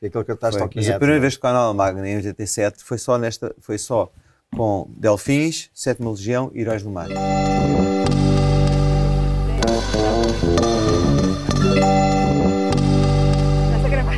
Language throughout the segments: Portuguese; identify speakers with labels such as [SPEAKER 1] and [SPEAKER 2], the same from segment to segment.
[SPEAKER 1] Tem é aquele cartaz
[SPEAKER 2] Foi.
[SPEAKER 1] Talking
[SPEAKER 2] Mas a
[SPEAKER 1] Heads, não
[SPEAKER 2] primeira
[SPEAKER 1] é?
[SPEAKER 2] vez que tocou na Magna em 87 foi só nesta, foi só com Delfins, Sétima Legião e Heróis do Mar.
[SPEAKER 3] Estás a gravar?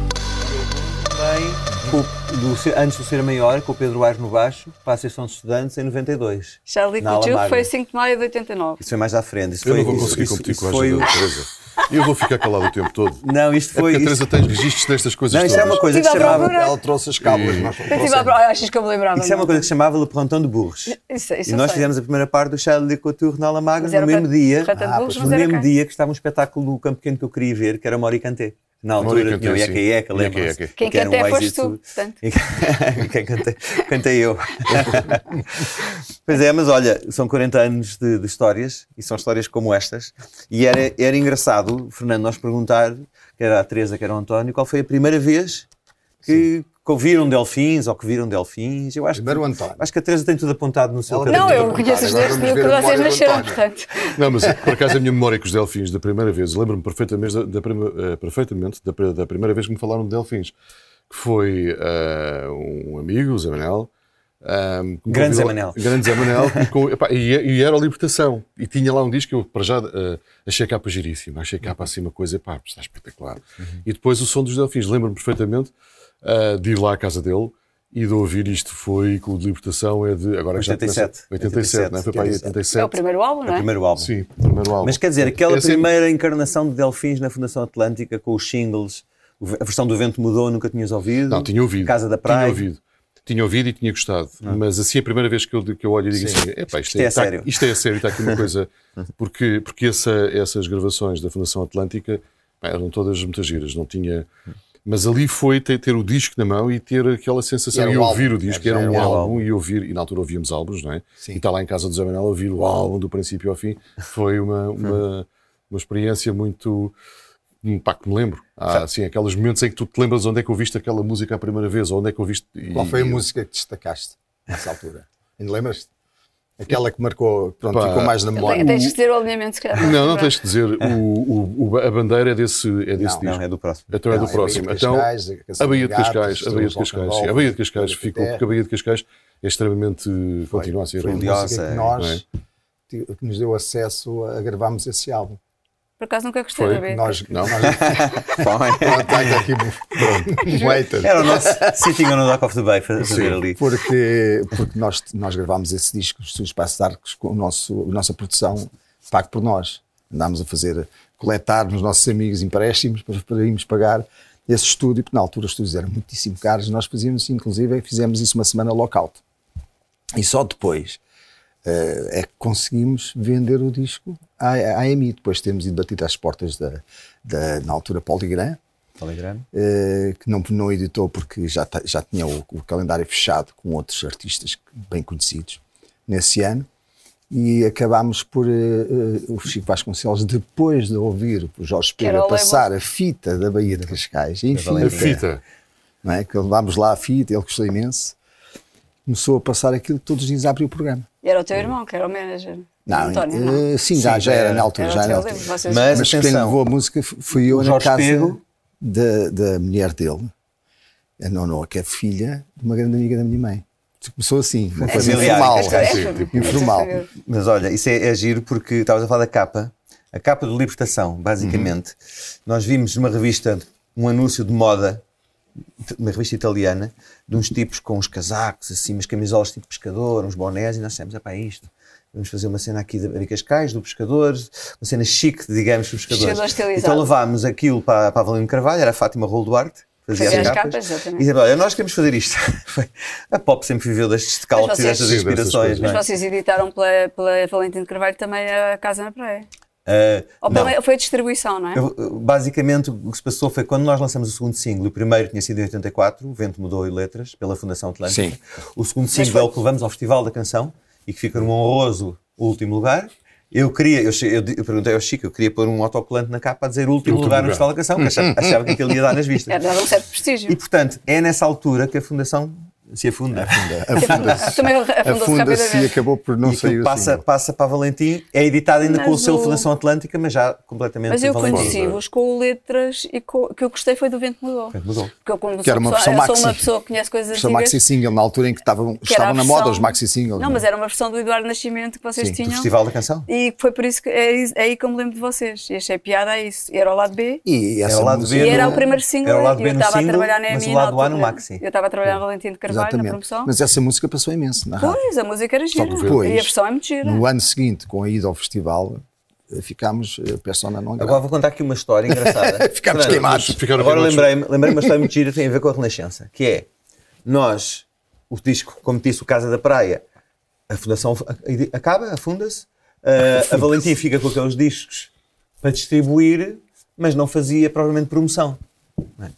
[SPEAKER 2] Também com- do Ser- antes do Ser Maior, com o Pedro Aires no baixo, para a Associação de Estudantes em 92.
[SPEAKER 3] Charlie
[SPEAKER 2] Na aula
[SPEAKER 3] Couture
[SPEAKER 2] magna.
[SPEAKER 3] foi 5 de maio de 89.
[SPEAKER 2] Isso foi mais à frente. Isso
[SPEAKER 4] Eu
[SPEAKER 2] foi,
[SPEAKER 4] não vou
[SPEAKER 2] isso-
[SPEAKER 4] conseguir
[SPEAKER 2] isso-
[SPEAKER 4] competir
[SPEAKER 2] isso
[SPEAKER 4] com a
[SPEAKER 2] foi
[SPEAKER 4] ajuda
[SPEAKER 2] o-
[SPEAKER 4] da Teresa. Eu vou ficar calado o tempo todo.
[SPEAKER 2] Não, isto
[SPEAKER 4] É porque
[SPEAKER 2] foi.
[SPEAKER 4] a
[SPEAKER 2] Isto,
[SPEAKER 4] Teresa tem registros destas coisas
[SPEAKER 2] não, isto é
[SPEAKER 4] todas.
[SPEAKER 2] uma coisa que
[SPEAKER 3] Estive
[SPEAKER 2] se
[SPEAKER 3] à
[SPEAKER 2] chamava.
[SPEAKER 3] procura.
[SPEAKER 1] Ela trouxe as cábulas, nós não
[SPEAKER 3] Eu tive
[SPEAKER 1] trouxemos.
[SPEAKER 3] tipo a... Achas que eu me lembrava?
[SPEAKER 2] Isso é uma coisa que se chamava Le Printemps de Burros.
[SPEAKER 3] Isso, isso
[SPEAKER 2] E
[SPEAKER 3] eu
[SPEAKER 2] nós
[SPEAKER 3] sei.
[SPEAKER 2] fizemos a primeira parte do Charlie Couture na Magna
[SPEAKER 3] Mas era
[SPEAKER 2] no
[SPEAKER 3] o
[SPEAKER 2] mesmo
[SPEAKER 3] Rat-
[SPEAKER 2] dia.
[SPEAKER 3] Rattan
[SPEAKER 2] Ah,
[SPEAKER 3] Bulls,
[SPEAKER 2] pois,
[SPEAKER 3] mas
[SPEAKER 2] no
[SPEAKER 3] era
[SPEAKER 2] mesmo
[SPEAKER 3] quem?
[SPEAKER 2] dia que estava um espetáculo do Campo Pequeno que eu queria ver, que era Moricantê. Na altura
[SPEAKER 4] Moricantê,
[SPEAKER 2] tinha o Yeka
[SPEAKER 4] sim.
[SPEAKER 2] Yeka,
[SPEAKER 4] Yeka
[SPEAKER 2] lembra
[SPEAKER 4] Yeka.
[SPEAKER 3] Quem canta
[SPEAKER 2] um
[SPEAKER 3] é foste tu, portanto.
[SPEAKER 2] Quem cantei, cantei eu. pois é, mas olha, são 40 anos de, de histórias e são histórias como estas. E era, era engraçado, Fernando, nós perguntar, que era a Teresa, que era o António, qual foi a primeira vez que, que ouviram delfins ou que viram delfins. Eu acho
[SPEAKER 1] Primeiro o
[SPEAKER 2] que,
[SPEAKER 1] António.
[SPEAKER 2] acho que a Teresa tem tudo apontado no seu
[SPEAKER 1] Ela
[SPEAKER 2] caderno.
[SPEAKER 3] Não, eu
[SPEAKER 1] Agora
[SPEAKER 3] conheço os dois
[SPEAKER 1] vamos
[SPEAKER 3] desde
[SPEAKER 1] ver
[SPEAKER 3] que
[SPEAKER 1] a
[SPEAKER 3] vocês
[SPEAKER 1] memória do
[SPEAKER 3] nasceram,
[SPEAKER 1] António.
[SPEAKER 3] portanto. é
[SPEAKER 4] Não, mas por acaso a minha memória com os delfins da primeira vez, lembro-me perfeitamente, da, da prima- eh, perfeitamente da, pri- da primeira vez que me falaram de delfins, que foi ah, um amigo, o Zé Manel. ah, que me
[SPEAKER 2] Grande
[SPEAKER 4] convidou-
[SPEAKER 2] Zé Manel.
[SPEAKER 4] Grande Zé Manel. que me con- epá, e, e era a Libertação. E tinha lá um disco que eu, para já, ah, achei a capa giríssima. Achei a capa assim uma coisa, pá, está espetacular.
[SPEAKER 2] Uhum.
[SPEAKER 4] E depois o som dos delfins. Lembro-me perfeitamente ah, de ir lá à casa dele e de ouvir isto. Foi com o de Libertação, é de... Agora que já começa-
[SPEAKER 2] 87.
[SPEAKER 4] 87, não é? Foi para aí
[SPEAKER 2] 87.
[SPEAKER 4] 87.
[SPEAKER 3] É o primeiro álbum,
[SPEAKER 2] É o
[SPEAKER 3] não é?
[SPEAKER 2] primeiro álbum.
[SPEAKER 4] Sim, primeiro álbum.
[SPEAKER 2] Mas quer dizer, aquela
[SPEAKER 4] Eu sempre-
[SPEAKER 2] primeira encarnação de Delfins na Fundação Atlântica com os singles, o ve- a versão do vento mudou, nunca tinhas ouvido?
[SPEAKER 4] Não, tinha ouvido.
[SPEAKER 2] Casa da Praia. Ah.
[SPEAKER 4] Tinha ouvido. Tinha ouvido e tinha gostado. Mas assim, a primeira vez que eu, que eu olho e digo assim, epá, isto,
[SPEAKER 2] Isto é
[SPEAKER 4] está-
[SPEAKER 2] sério."
[SPEAKER 4] Isto é sério, está aqui uma coisa... Porque, porque essa, essas gravações da Fundação Atlântica pá, eram todas muitas giras, não tinha... Mas ali foi ter, ter o disco na mão e ter aquela sensação
[SPEAKER 1] Era
[SPEAKER 4] e
[SPEAKER 1] o
[SPEAKER 4] ouvir
[SPEAKER 1] álbum, é,
[SPEAKER 4] o disco,
[SPEAKER 1] já
[SPEAKER 4] era,
[SPEAKER 1] era
[SPEAKER 4] um
[SPEAKER 1] o
[SPEAKER 4] álbum,
[SPEAKER 2] álbum.
[SPEAKER 4] e ouvir, e na altura ouvíamos álbuns, não é?
[SPEAKER 1] Sim.
[SPEAKER 4] E está lá em casa do Zé Manuel a ouvir o álbum do princípio ao fim, foi uma,
[SPEAKER 1] Hum.
[SPEAKER 4] uma, uma experiência muito, Hum, Pá, que me lembro. Há assim, aqueles momentos em que tu te lembras onde é que ouviste aquela música a primeira vez, ou onde é que ouviste. e-
[SPEAKER 1] Qual foi a
[SPEAKER 4] e-
[SPEAKER 1] música que destacaste nessa altura? Ainda lembras-te? Aquela que marcou, pronto,
[SPEAKER 4] Pá.
[SPEAKER 1] ficou mais na memória.
[SPEAKER 3] Tens que dizer o alinhamento, se calhar.
[SPEAKER 4] Não, não tens de dizer. O, o- o- a bandeira é desse, é desse
[SPEAKER 2] Não,
[SPEAKER 4] disco.
[SPEAKER 2] é do próximo.
[SPEAKER 4] Então é
[SPEAKER 1] Não,
[SPEAKER 4] do próximo. Então, a Baía de Cascais, a Baía de Cascais, sim, a Baía de Cascais ficou, porque a Baía de Cascais é extremamente. continua a ser.
[SPEAKER 2] foi um
[SPEAKER 4] um-
[SPEAKER 2] dia-
[SPEAKER 1] música
[SPEAKER 2] Curiosa,
[SPEAKER 1] que nós ti- que nos deu acesso a gravarmos esse álbum.
[SPEAKER 3] Por acaso nunca gostei
[SPEAKER 4] Foi.
[SPEAKER 3] de ver.
[SPEAKER 1] Nós,
[SPEAKER 4] Não.
[SPEAKER 1] nós está aqui um- um hater.
[SPEAKER 2] Era o nosso sitting on the dock of the bay fa- fazer ali.
[SPEAKER 1] porque, porque nós, nós gravámos esse disco, os Estúdios Espaço de Arcos, com o nosso, a nossa produção pago por nós. Andámos a fazer, coletar nos nossos amigos empréstimos para, para irmos pagar esse estúdio, porque na altura os estúdios eram muitíssimo caros, nós fazíamos, inclusive, fizemos isso uma semana lockout. E só depois eh, é que conseguimos vender o disco à, à EMI. Depois temos ido batido às portas da, da na altura, Poligram,
[SPEAKER 2] Telegram.
[SPEAKER 1] eh, que não, não editou porque já, ta- já tinha o, o calendário fechado com outros artistas bem conhecidos nesse ano. E acabámos por eh, eh, o Chico Vasconcelos, depois de ouvir o Jorge
[SPEAKER 3] era
[SPEAKER 1] Pereira
[SPEAKER 3] o label.
[SPEAKER 1] passar a fita da Baía de Cascais, enfim,
[SPEAKER 2] é
[SPEAKER 4] A fita.
[SPEAKER 1] não é? que levámos lá a fita, ele gostou imenso, começou a passar aquilo que todos os dias abriu o programa.
[SPEAKER 3] E era o teu irmão, que era o manager. António,
[SPEAKER 1] eh,
[SPEAKER 3] não.
[SPEAKER 1] sim, já, já
[SPEAKER 2] Sim, já
[SPEAKER 1] era
[SPEAKER 2] era.
[SPEAKER 1] na altura.
[SPEAKER 3] Era
[SPEAKER 1] Já
[SPEAKER 3] o
[SPEAKER 1] era na
[SPEAKER 3] teu
[SPEAKER 1] altura.
[SPEAKER 3] livro. Vocês...
[SPEAKER 2] Mas-
[SPEAKER 1] Mas quem
[SPEAKER 2] atenção,
[SPEAKER 1] levou a música f- fui eu
[SPEAKER 2] o
[SPEAKER 1] na
[SPEAKER 2] Jorge
[SPEAKER 1] casa
[SPEAKER 2] Pego-
[SPEAKER 1] da, da mulher dele, a Nono, que é filha de uma grande amiga da minha mãe. Começou assim, uma coisa
[SPEAKER 2] É familiar,
[SPEAKER 1] informal.
[SPEAKER 2] isto é-
[SPEAKER 4] sim, tipo-
[SPEAKER 1] Informal.
[SPEAKER 2] Mas olha, isso é, é giro porque estavas a falar da capa, a capa do Libertação, basicamente. Nós vimos numa revista um anúncio de moda, uma revista italiana, de uns tipos com uns casacos, assim, umas camisolas tipo pescador, uns bonés, e nós dissemos: é para isto. Vamos fazer uma cena aqui de Baía de Cascais, do pescador, uma cena chique, digamos, dos
[SPEAKER 3] Pescador
[SPEAKER 2] pescadores.
[SPEAKER 3] estilizado.
[SPEAKER 2] Então levámos aquilo para, para a Valente Carvalho, era a Fátima Rolo Duarte, que fazia
[SPEAKER 3] Fazia
[SPEAKER 2] as
[SPEAKER 3] as
[SPEAKER 2] capas.
[SPEAKER 3] capas, exatamente.
[SPEAKER 2] e dizia, olha, nós queremos fazer isto. Foi- a pop sempre viveu destes
[SPEAKER 3] Mas
[SPEAKER 2] calcos e
[SPEAKER 3] vocês-
[SPEAKER 2] destas
[SPEAKER 4] Sim, dessas
[SPEAKER 2] inspirações.
[SPEAKER 4] coisas.
[SPEAKER 2] não é?
[SPEAKER 3] Mas vocês editaram pela, pela Valentim de Carvalho também a Casa na Praia.
[SPEAKER 2] Ah,
[SPEAKER 3] Ou
[SPEAKER 2] não.
[SPEAKER 3] pela, foi a distribuição, não é?
[SPEAKER 2] Eu- eu- basicamente, o que se passou foi quando nós lançamos o segundo single, o primeiro tinha sido em 84, o Vento Mudou e Letras, pela Fundação Atlântica.
[SPEAKER 1] Sim.
[SPEAKER 2] O segundo single é o que levamos ao Festival da Canção e que fica num honroso último lugar. Eu queria, eu, che- eu di- eu perguntei ao Chico, eu queria pôr um autocolante na capa a dizer último,
[SPEAKER 4] Último
[SPEAKER 2] lugar, Uhum. no
[SPEAKER 4] lugar.
[SPEAKER 2] Festival da Canção, que achava, achava que aquilo ia dar nas vistas.
[SPEAKER 3] Era dar É, um certo
[SPEAKER 2] E
[SPEAKER 3] prestígio.
[SPEAKER 2] portanto, é nessa altura que a Fundação Se afunda.
[SPEAKER 1] Afunda-se.
[SPEAKER 3] Também afundou-se
[SPEAKER 1] Afunda-se e
[SPEAKER 3] rapidamente.
[SPEAKER 1] acabou por não
[SPEAKER 2] e aquilo
[SPEAKER 1] sair
[SPEAKER 2] passa,
[SPEAKER 1] assim.
[SPEAKER 2] passa para Valentim, é editado ainda com o
[SPEAKER 3] Mas
[SPEAKER 2] selo
[SPEAKER 3] o-
[SPEAKER 2] Fundação Atlântica, mas já completamente
[SPEAKER 3] Mas eu
[SPEAKER 2] Valentim.
[SPEAKER 3] conheci-vos com letras e com... o que eu gostei foi do Vento Mudou.
[SPEAKER 2] Mudou.
[SPEAKER 3] Porque eu, como
[SPEAKER 1] Que era uma
[SPEAKER 3] sou,
[SPEAKER 1] versão
[SPEAKER 3] eu sou uma
[SPEAKER 1] maxi.
[SPEAKER 3] pessoa que conhece coisas
[SPEAKER 1] Versão
[SPEAKER 3] antigas,
[SPEAKER 1] maxi single, na altura em que estavam,
[SPEAKER 3] que era a
[SPEAKER 1] estavam na moda
[SPEAKER 3] versão-
[SPEAKER 1] os maxi singles.
[SPEAKER 3] Não,
[SPEAKER 1] é?
[SPEAKER 3] mas era uma versão do Eduardo Nascimento que vocês
[SPEAKER 1] Sim, do
[SPEAKER 2] Do
[SPEAKER 3] tinham.
[SPEAKER 2] Festival da Canção.
[SPEAKER 3] E foi por isso que é is- é aí que eu me lembro de vocês. E achei piada a isso. E era ao lado B.
[SPEAKER 1] E essa
[SPEAKER 2] Era o lado
[SPEAKER 1] música-
[SPEAKER 2] B
[SPEAKER 3] E é- era
[SPEAKER 2] no-
[SPEAKER 3] o primeiro single.
[SPEAKER 2] era o lado
[SPEAKER 3] e
[SPEAKER 2] B
[SPEAKER 3] eu
[SPEAKER 2] no
[SPEAKER 3] estava a
[SPEAKER 2] single,
[SPEAKER 3] trabalhar na
[SPEAKER 2] mas o
[SPEAKER 3] EMI
[SPEAKER 2] lado
[SPEAKER 3] na
[SPEAKER 2] A no
[SPEAKER 3] altura.
[SPEAKER 2] Maxi.
[SPEAKER 3] Eu estava a trabalhar na Valentim de Carvalho na
[SPEAKER 1] Exatamente.
[SPEAKER 3] promoção.
[SPEAKER 1] Mas essa música passou imenso na rádio.
[SPEAKER 3] Pois, a música era gira.
[SPEAKER 1] que depois-
[SPEAKER 3] E a versão é muito gira.
[SPEAKER 1] No ano seguinte, com a ida ao festival, eh, ficámos eh, persona não grata.
[SPEAKER 2] Agora vou contar aqui uma história engraçada.
[SPEAKER 1] Ficámos
[SPEAKER 2] Fernando,
[SPEAKER 1] queimados.
[SPEAKER 4] Ficaram
[SPEAKER 2] Agora
[SPEAKER 4] queimados.
[SPEAKER 2] lembrei-me lembrei uma história muito gira que tem a ver com a Renascença, que é nós, o disco, como disse, o Casa da Praia, a fundação a- a- acaba, afunda-se, ah, a Valentim fica com aqueles discos para distribuir, mas não fazia provavelmente promoção. não é?